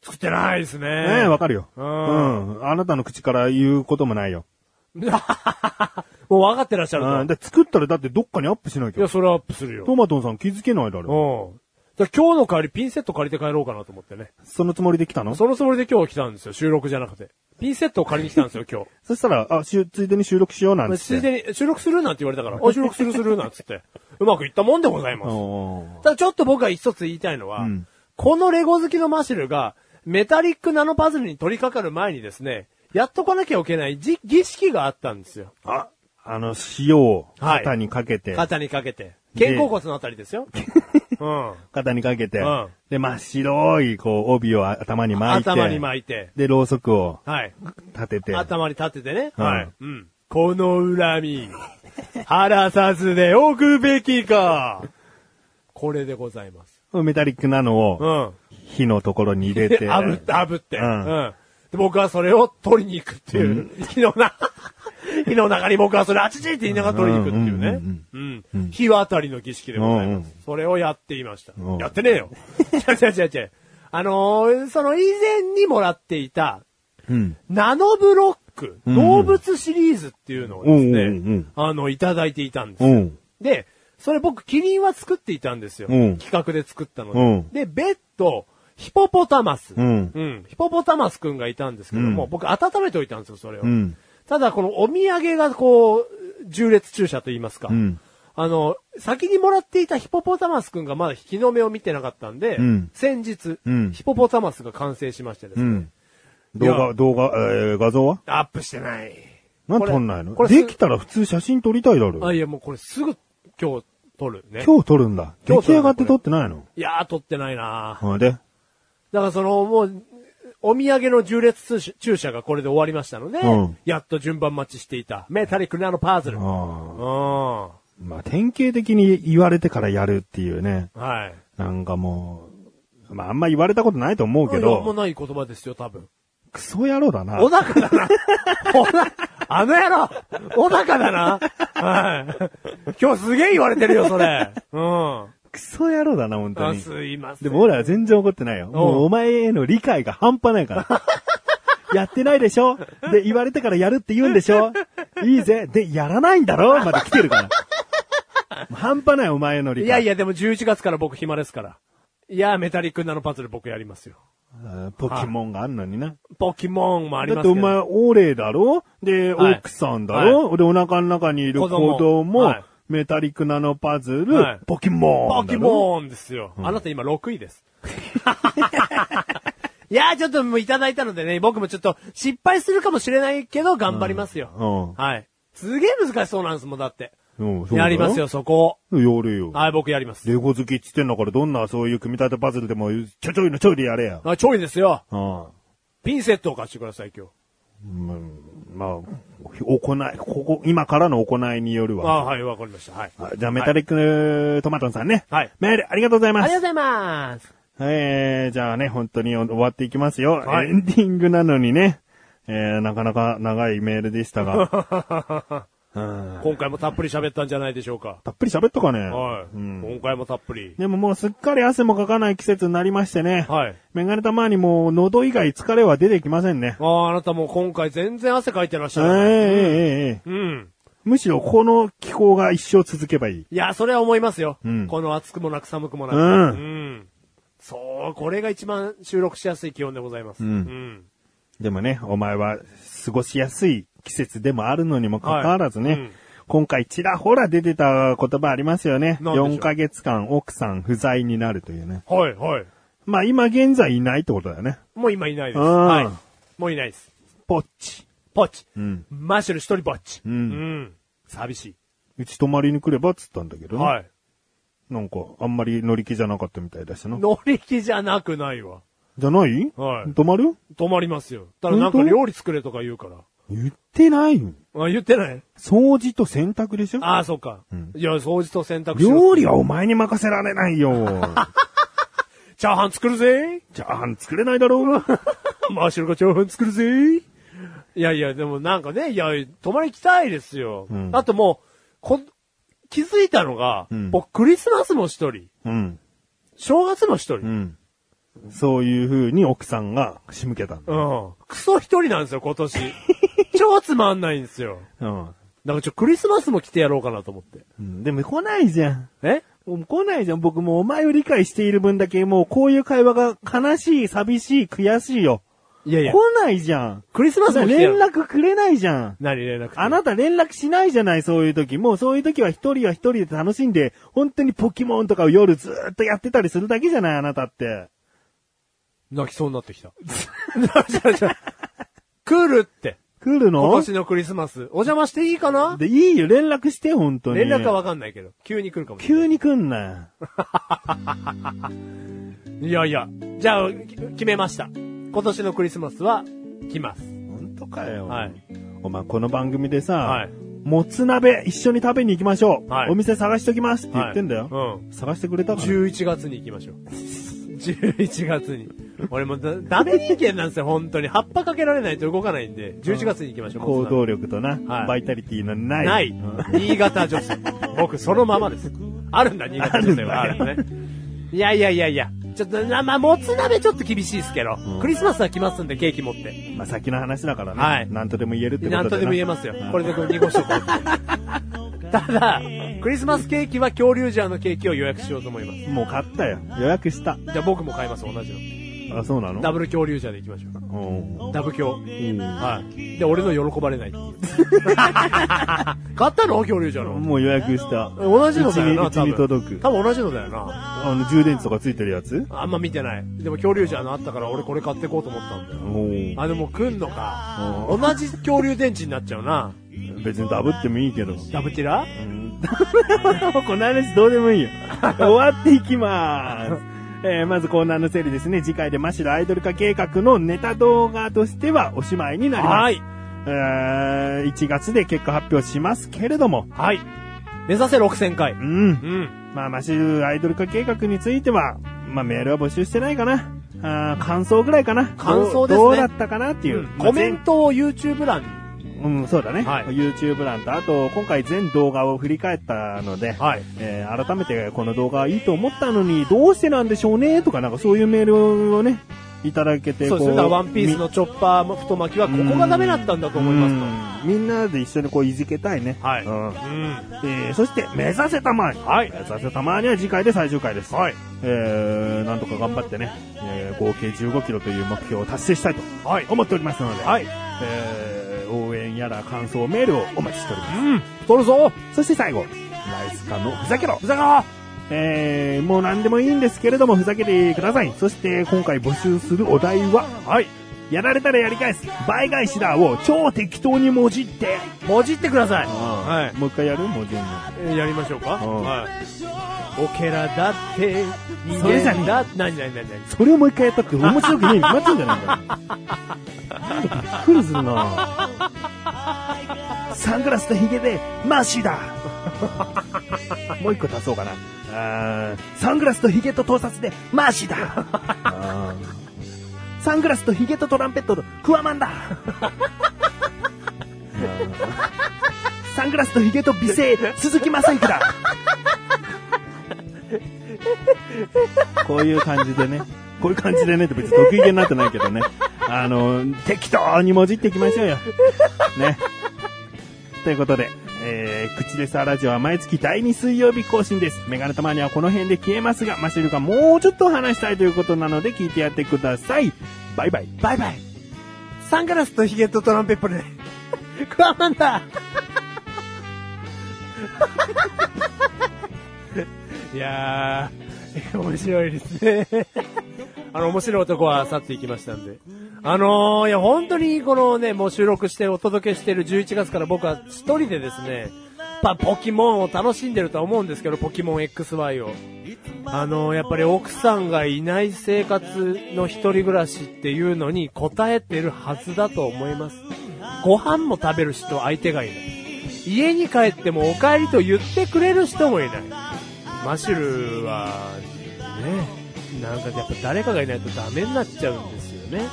Speaker 1: 作ってないですね。
Speaker 2: ねえ、わかるよ。
Speaker 1: う
Speaker 2: うんん。あなたの口から言うこともないよ。
Speaker 1: もう分かってらっしゃる
Speaker 2: うん。
Speaker 1: と。
Speaker 2: で作ったらだってどっかにアップしない
Speaker 1: い
Speaker 2: と
Speaker 1: や、。それはアップするよ。
Speaker 2: トマトンさん気づけないだろ。
Speaker 1: うん。だから今日の代わりピンセット借りて帰ろうかなと思ってね。
Speaker 2: そのつもりで来たのそ
Speaker 1: そのつもりで今日来たんですよ。収録じゃなくて。ピンセットを借りに来たんですよ、今日。
Speaker 2: したら、あ、しゅついでに収録しようなんつって。
Speaker 1: ついでに、収録するなんて言われたから、あ、収録するするなんつっ て。うまくいったもんでございます。
Speaker 2: おー
Speaker 1: ただちょっと僕が一つ言いたいのは、
Speaker 2: うん
Speaker 1: このレゴ好きのマシルが、メタリックナノパズルに取り掛かる前にですね、やっとかなきゃいけないじ儀式があったんですよ。
Speaker 2: あ、あの、塩を
Speaker 1: はい
Speaker 2: 肩にかけて、
Speaker 1: 肩にかけて。肩甲骨のあたりです よ。うん。
Speaker 2: 肩にかけて、
Speaker 1: うん
Speaker 2: で、真っ白い、こう、帯を頭に巻いて、
Speaker 1: 頭に巻いて。
Speaker 2: で、ろうそくを
Speaker 1: はい。
Speaker 2: 立てて、
Speaker 1: 頭に立ててね。
Speaker 2: うん
Speaker 1: はい。うん。この恨み、腹さずでおくべきか。これでございます。
Speaker 2: メタリックなの
Speaker 1: う
Speaker 2: を
Speaker 1: ん。
Speaker 2: 火のところに入れて、
Speaker 1: で、あぶって、あぶって。う。
Speaker 2: うんん
Speaker 1: で、僕はそれを取りに行くって いう。火のな、火の中に僕はそれあちちって言いながら取りに行くっていうね。うん。火渡りの儀式でございます。
Speaker 2: うんうん
Speaker 1: それをやっていました。
Speaker 2: うん
Speaker 1: やってねえよ。 違う違う違う違う。あのーその以前にもらっていた、
Speaker 2: うん。
Speaker 1: ナノブロック、
Speaker 2: ん
Speaker 1: 動物シリーズっていうのをですね、
Speaker 2: うんうんうん
Speaker 1: あの、いただいていたんです
Speaker 2: う
Speaker 1: よ。
Speaker 2: ん。
Speaker 1: で、それ僕、キリンは作っていたんですよ。
Speaker 2: うん
Speaker 1: 企画で作ったので。
Speaker 2: うん
Speaker 1: で、別途、ヒポポタマス、
Speaker 2: うん
Speaker 1: ヒポポタマスくんがいたんですけども、
Speaker 2: うん
Speaker 1: 僕温めておいたんですよ、それを。
Speaker 2: うん
Speaker 1: ただ、このお土産がこう、重列注射と言いますか。
Speaker 2: うん
Speaker 1: あの、先にもらっていたヒポポタマスくんがまだ日の目を見てなかったんで、
Speaker 2: うん
Speaker 1: 先日、
Speaker 2: うん
Speaker 1: ヒポポタマスが完成しましてですね。
Speaker 2: うん動
Speaker 1: いや
Speaker 2: 画、動画、えー、画像は
Speaker 1: アップしてない。
Speaker 2: なん
Speaker 1: こ
Speaker 2: で
Speaker 1: れ
Speaker 2: 撮んないの
Speaker 1: これ
Speaker 2: できたら普通写真撮りたいだろ。
Speaker 1: あ、いや、もうこれすぐ今日撮るね。
Speaker 2: 今日撮るんだ。出
Speaker 1: 今日
Speaker 2: 来
Speaker 1: 撮る
Speaker 2: 上
Speaker 1: の
Speaker 2: がって撮ってないの
Speaker 1: いやー、撮ってないな
Speaker 2: うんで、
Speaker 1: だからその、もう、お土産の重列通し注射がこれで終わりましたので、
Speaker 2: うん
Speaker 1: やっと順番待ちしていた。メタリックなあのパズル。うん。
Speaker 2: ああ。
Speaker 1: は
Speaker 2: まあ、典型的に言われてからやるっていうね。
Speaker 1: い。
Speaker 2: なんかもう、まあ、あんま言われたことないと思うけ
Speaker 1: なんも
Speaker 2: ど、
Speaker 1: ない言葉ですよ、多分。
Speaker 2: クソ野郎だな。
Speaker 1: 小高だ な。小高あの野郎小高だな。はい。今日すげえ言われてるよ、それ。うん。
Speaker 2: クソ野郎だな、本当
Speaker 1: あ
Speaker 2: に。
Speaker 1: すいません。
Speaker 2: でも俺は全然怒ってないよ。もうお前への理解が半端な いから。やってないでしょで、言われてからやるって言うんでしょいいぜ。で、やらないんだろまで来てるから。もう半端ないお前への理解。
Speaker 1: いやいや、でも11月から僕暇ですから。いや、メタリックなのパズル僕やりますよ。
Speaker 2: あー。ポケモンがあんのにな。
Speaker 1: ポケモンもあり
Speaker 2: だ
Speaker 1: ま
Speaker 2: っ
Speaker 1: す
Speaker 2: て
Speaker 1: けど。
Speaker 2: お前、オーレーだろで、
Speaker 1: はい
Speaker 2: 奥さんだろ、で、お腹の中にいる子
Speaker 1: 子
Speaker 2: 供
Speaker 1: 供
Speaker 2: も、
Speaker 1: はい
Speaker 2: メタリックナノパズル、
Speaker 1: はい
Speaker 2: ポケモ
Speaker 1: ポ
Speaker 2: ンだ
Speaker 1: ケ
Speaker 2: ろ。
Speaker 1: モンですよ。あなた今6位 です。いやちょっともういただいたのでね、僕もちょっと失敗するかもしれないけど頑張りますよ。
Speaker 2: うんうん
Speaker 1: はい。すげえ難しそうなんですもん、だって。
Speaker 2: うんそうだ
Speaker 1: やりますよ、。そこ
Speaker 2: やるよ
Speaker 1: を。。はい、僕やります。
Speaker 2: レゴ好きっつってんだから、どんなそういう組み立てパズルでも、ちょちょいのちょいでやれや。
Speaker 1: あ、ちょいですよ。
Speaker 2: うん。
Speaker 1: ピンセットを貸してください、今日。
Speaker 2: うんまあ、行い、ここ、今からの行いによる
Speaker 1: あ
Speaker 2: わ。
Speaker 1: はい、わかりました。はい。
Speaker 2: じゃあ、メタリックトマトンさんね。
Speaker 1: はい
Speaker 2: メール、ありがとうござい
Speaker 1: あ
Speaker 2: ま
Speaker 1: りがとうご
Speaker 2: す。
Speaker 1: ざいます。
Speaker 2: えー、じゃあね、本当に終わっていきますよ。
Speaker 1: はい
Speaker 2: エンディングなのにね。えー、なかなか長いメールでし たが。うん
Speaker 1: 今回もたっぷり喋ったんじゃないでしょうか。
Speaker 2: たっぷり喋ったかね。
Speaker 1: はい。
Speaker 2: うん
Speaker 1: 今回もたっぷり。
Speaker 2: でももうすっかり汗もかかない季節になりましてね。
Speaker 1: はい。
Speaker 2: メガネたまにもう喉以外疲れは出てきませんね。
Speaker 1: ああ、あなたもう今回全然汗かいてらっし
Speaker 2: え
Speaker 1: ゃ
Speaker 2: ー、え
Speaker 1: るね、
Speaker 2: ーえーえー
Speaker 1: うん。
Speaker 2: むしろこの気候が一生続けばいい。
Speaker 1: いや、それは思いますよ。
Speaker 2: うん
Speaker 1: この暑くもなく寒くもなく。
Speaker 2: うん
Speaker 1: んそう、これが一番収録しやすい気温でございます。
Speaker 2: うんでもね、お前は過ごしやすい季節でもあるのにもかかわらずね、
Speaker 1: はいうん
Speaker 2: 今回ちらほら出てた言葉ありますよね。
Speaker 1: なんでしょう
Speaker 2: 4ヶ月間奥さん不在になるというね。
Speaker 1: うんはい、はい。
Speaker 2: まあ今現在いないってことだよね。
Speaker 1: もう今いないです。
Speaker 2: うん
Speaker 1: はい。もういないです。
Speaker 2: ポッチ。
Speaker 1: ポッチ。
Speaker 2: うん。
Speaker 1: マッシュル一人ポッチ。
Speaker 2: うん
Speaker 1: うん。寂し
Speaker 2: うち泊まりに来ればっつったんだけ
Speaker 1: い。
Speaker 2: どね。
Speaker 1: はい。
Speaker 2: なんかあんまり乗り気じゃなかったみたいだしな。
Speaker 1: 乗り気じゃなくないわ。
Speaker 2: じゃない、
Speaker 1: はい
Speaker 2: 泊まる
Speaker 1: 止まりますよ。ただなんか
Speaker 2: 本当
Speaker 1: 料理作れとか言うか
Speaker 2: 言ってないよ。
Speaker 1: ら。あ、言ってない
Speaker 2: 掃除と洗濯でしょ
Speaker 1: ああ、そうか。
Speaker 2: ん
Speaker 1: いや、掃除と洗濯しろ
Speaker 2: 料理はお前に任せられないよ。
Speaker 1: チャーハン作るぜ
Speaker 2: じゃあ、作れないだろう。
Speaker 1: マッシュルがチャーハン作るぜいやいや、でもなんかね、いや、泊まり来たいですよ。
Speaker 2: ん
Speaker 1: あともう、こ、気づいたのが、
Speaker 2: うん
Speaker 1: 僕、クリスマスも一人、
Speaker 2: うん。
Speaker 1: 正月も一人、う、
Speaker 2: うんん。そういう風に奥さんが仕向けたんだ。
Speaker 1: クソ一人なんですよ、今 年。超つまんないんですよ。
Speaker 2: う
Speaker 1: だ
Speaker 2: ん。
Speaker 1: からちょ、クリスマスも来てやろうかなと思って。
Speaker 2: うん、でも来ないじゃん。
Speaker 1: え
Speaker 2: もう来ないじゃん。僕もうお前を理解している分だけもうこういう会話が悲しい、寂しい、悔しいよ。
Speaker 1: いやいや、
Speaker 2: 来ないじゃん。
Speaker 1: クリスマスも来てよ。
Speaker 2: 連絡くれないじゃん。
Speaker 1: 何連絡
Speaker 2: あな
Speaker 1: た
Speaker 2: た連絡しないじゃない、そういう時。もうそういう時は一人は一人で楽しんで、本当にポケモンとかを夜ずーっとやってたりするだけじゃない、あなたって。
Speaker 1: 泣きそうになって きた。来るって。
Speaker 2: 来る
Speaker 1: 今
Speaker 2: の
Speaker 1: 年のクリスマス。お邪魔していいかな
Speaker 2: で、いいよ、連絡して、本当に。
Speaker 1: 連絡はわかんないけど。急に来るかもしれない。
Speaker 2: 急に来んな。
Speaker 1: いやいや、じゃあ、き決めました。今年のクリスマスは、来ます。
Speaker 2: 本当かよ。
Speaker 1: はい。
Speaker 2: お前、この番組でさ、
Speaker 1: はい
Speaker 2: もつ鍋一緒に食べに行きましょう。
Speaker 1: はい
Speaker 2: お店探しときますって言ってんだよ。
Speaker 1: はいうん
Speaker 2: 探してくれたかな
Speaker 1: 11月に行きましょう。11月に。俺もだ、ダメ人間なんですよ、本当に。葉っぱかけられないと動かないんで、11月に行きましょう。
Speaker 2: 行動
Speaker 1: も
Speaker 2: 力とな、
Speaker 1: はい
Speaker 2: バイタリティのな
Speaker 1: つ
Speaker 2: い。
Speaker 1: 鍋
Speaker 2: うん
Speaker 1: ない。新潟女性。僕、そのままです。あるんだ、新潟女性は。
Speaker 2: あ
Speaker 1: あ
Speaker 2: る
Speaker 1: る
Speaker 2: んだ
Speaker 1: ね。いやいやいやいや。ちょっと、なまあ、もつ鍋ちょっと厳しいですけど、
Speaker 2: うん
Speaker 1: クリスマスは来ますんで、ケーキ持って。
Speaker 2: まあ、先の話だからね。
Speaker 1: はい
Speaker 2: なんとでも言えるってこと
Speaker 1: なんとでも言えますよ。これでこう濁しとこう。 ただ、クリスマスケーキは恐竜ジャーのケーキを予約しようと思います。
Speaker 2: す。もう買ったよ。予約した。
Speaker 1: じゃあ僕も買います、同じの。
Speaker 6: あ、そうなの
Speaker 1: ダブル恐竜者でいきましょう。
Speaker 6: うん
Speaker 1: ダブ恐。はい。で、俺の喜ばれない。 買ったの恐竜者の。
Speaker 6: もう予約した。
Speaker 1: 同じのだよな、
Speaker 6: うちに
Speaker 1: 多
Speaker 6: うちに届
Speaker 1: 分。
Speaker 6: く
Speaker 1: 多分同じのだよな。
Speaker 6: あの、充電池とかついてるやつ
Speaker 1: あんま見てない。でも恐竜者のあったから俺これ買ってこうと思ったんだよ。
Speaker 6: おー
Speaker 1: あ、でも来んのか。同じ恐竜電池になっちゃうな。
Speaker 6: 別にダブってもいいけど。
Speaker 1: ダブティラ
Speaker 6: この話どうでも いいよ。
Speaker 2: 終わっていきます。えーまずコーナーの整理ですね。次回でマシロアイドル化計画のネタ動画としてはおしまいになります。
Speaker 1: はい。
Speaker 2: えー1月で結果発表しますけれども、
Speaker 1: はい。目指せ6000回
Speaker 2: う。ん。
Speaker 1: うん。
Speaker 2: まあ、マシルアイドル化計画については、まあ、メールは募集してないかな。あー感想ぐらいかな。
Speaker 1: 感想ですね
Speaker 2: どうどうだったかなっていう。
Speaker 1: コメントを YouTube 欄に。
Speaker 2: うん、そうだね。
Speaker 1: はい
Speaker 2: YouTube 欄と、あと、今回全動画を振り返ったので、
Speaker 1: はい。
Speaker 2: えー改めてこの動画いいと思ったのに、どうしてなんでしょうねとか、なんかそういうメールをね、いただけて、
Speaker 1: そうですね。だからワンピース
Speaker 2: の
Speaker 1: のチョッパーも太巻きはここがダメだったんだと思います
Speaker 2: すみんなで一緒にこういじけたいね。
Speaker 1: と。はい。
Speaker 2: う
Speaker 1: うんん。
Speaker 2: えーそして、目指せたまえ
Speaker 1: はい
Speaker 2: 目。指せたまえには次回で最終回です。
Speaker 1: はい。
Speaker 2: えー、なんとか頑張ってね、えー合計15キロという目標を達成したいと
Speaker 1: はい。
Speaker 2: 思っておりますので、
Speaker 1: はい。
Speaker 2: えー応援やら感想メールをお待ちしております。
Speaker 1: うん。太るぞ
Speaker 2: そして最後、ライスカのふざけろふざけろえー、もう何でもいいんですけれども、ふざけてください。そして、今回募集するお題は、はい。やられたらやり返す、倍返しだを超適当にもじって、
Speaker 1: もじってください。
Speaker 6: は。
Speaker 1: はい
Speaker 6: もう一回やるもう順番。
Speaker 1: い。やりましょうか。
Speaker 6: うん
Speaker 1: はい。オケラだって、人
Speaker 2: それじゃ
Speaker 1: 間
Speaker 2: ねえ
Speaker 1: だって、なになになになに
Speaker 2: それをもう一回やったって面白くねえに決まっちゃうんじゃないかな。びっくりするなサングラスとヒゲで、マシだもう一個足そうかな。あーサングラスとヒゲと盗撮で、マシだサングラスとヒゲとトランペットと、クワマンだサングラスとヒゲと美声、鈴木正幸だ
Speaker 6: こういう感じでね。こういう感じでねって別に得意げになってないけどね。あの、適当にもじっていきましょうよ。ね。
Speaker 2: ということで、えー、口でさラジオは毎月第2水曜日更新です。メガネたまにはこの辺で消えますが、マシルがもうちょっと話したいということなので聞いてやってください。バイバイ。
Speaker 1: バイバイ。サングラスとヒゲとトランペットで、クワマンだいやー、面白いですね。あの、面白い男は去っていきましたんで。あのー、いや、本当にこのね、もう収録してお届けしてる11月から僕は一人でですね、やっぱポケモンを楽しんでるとは思うんですけど、ポケモン XY を。あのー、やっぱり奥さんがいない生活の一人暮らしっていうのに応えてるはずだと思います。ご飯も食べる人相手がいない。家に帰ってもお帰りと言ってくれる人もいない。マシュルは、ね、なんかやっぱ誰かがいないとダメになっちゃうんですよね。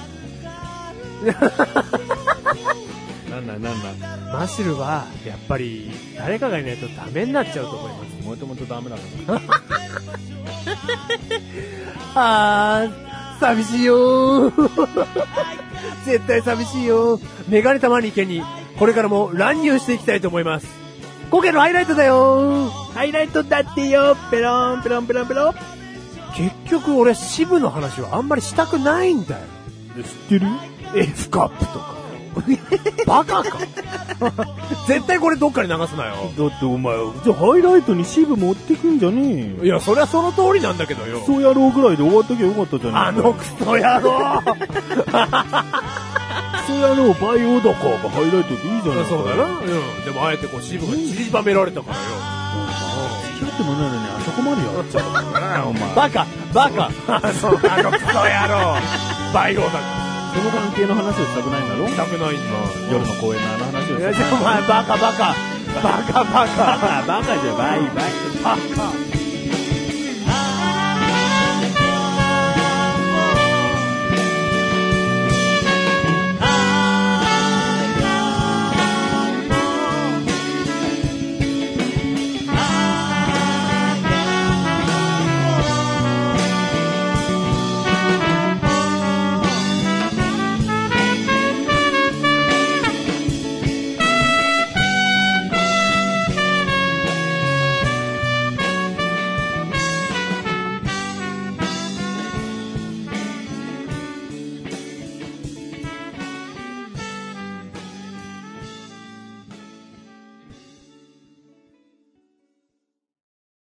Speaker 6: なんだなんだ。
Speaker 1: マシュルは、やっぱり誰かがいないとダメになっちゃうと思います。
Speaker 6: もともとダメだから。
Speaker 1: あー、寂しいよー。 絶対寂しいよー。メガネたまに池に、これからも乱入していきたいと思います。今回のハイライトだよー。
Speaker 2: ハイライトだってよペロンペロンペロンペロン
Speaker 1: 結局俺渋の話はあんまりしたくないんだよ。
Speaker 6: で知ってる
Speaker 1: F カップとか。 バカか。絶対これどっかに流すなよ。
Speaker 6: だってお前、じゃあハイライトにシブ持ってくんじゃねえよ。
Speaker 1: いや、そりゃその通りなんだけどよ
Speaker 6: ク。ソ野郎ぐらいで終わっときゃよかったじゃねえ
Speaker 1: あのクソ野郎
Speaker 6: クソ野郎バイオダカがハイライトでいいじゃないか
Speaker 1: そうだな。うん。でもあえてこう渋が散りばめられたからよ。
Speaker 6: 付き合ってもないのにあそこまでやっちゃうからな、お前。
Speaker 1: バカバカそうあのクソ野郎バイオだか
Speaker 6: その関係の話をしたくないんだろ
Speaker 1: たくないんだ。
Speaker 6: 夜の公園のあの話をした
Speaker 1: いや
Speaker 6: くな
Speaker 1: じ
Speaker 6: い
Speaker 1: ゃあお前バカバカ。バカバカ。
Speaker 6: バカじゃバイバイ。
Speaker 1: バカ。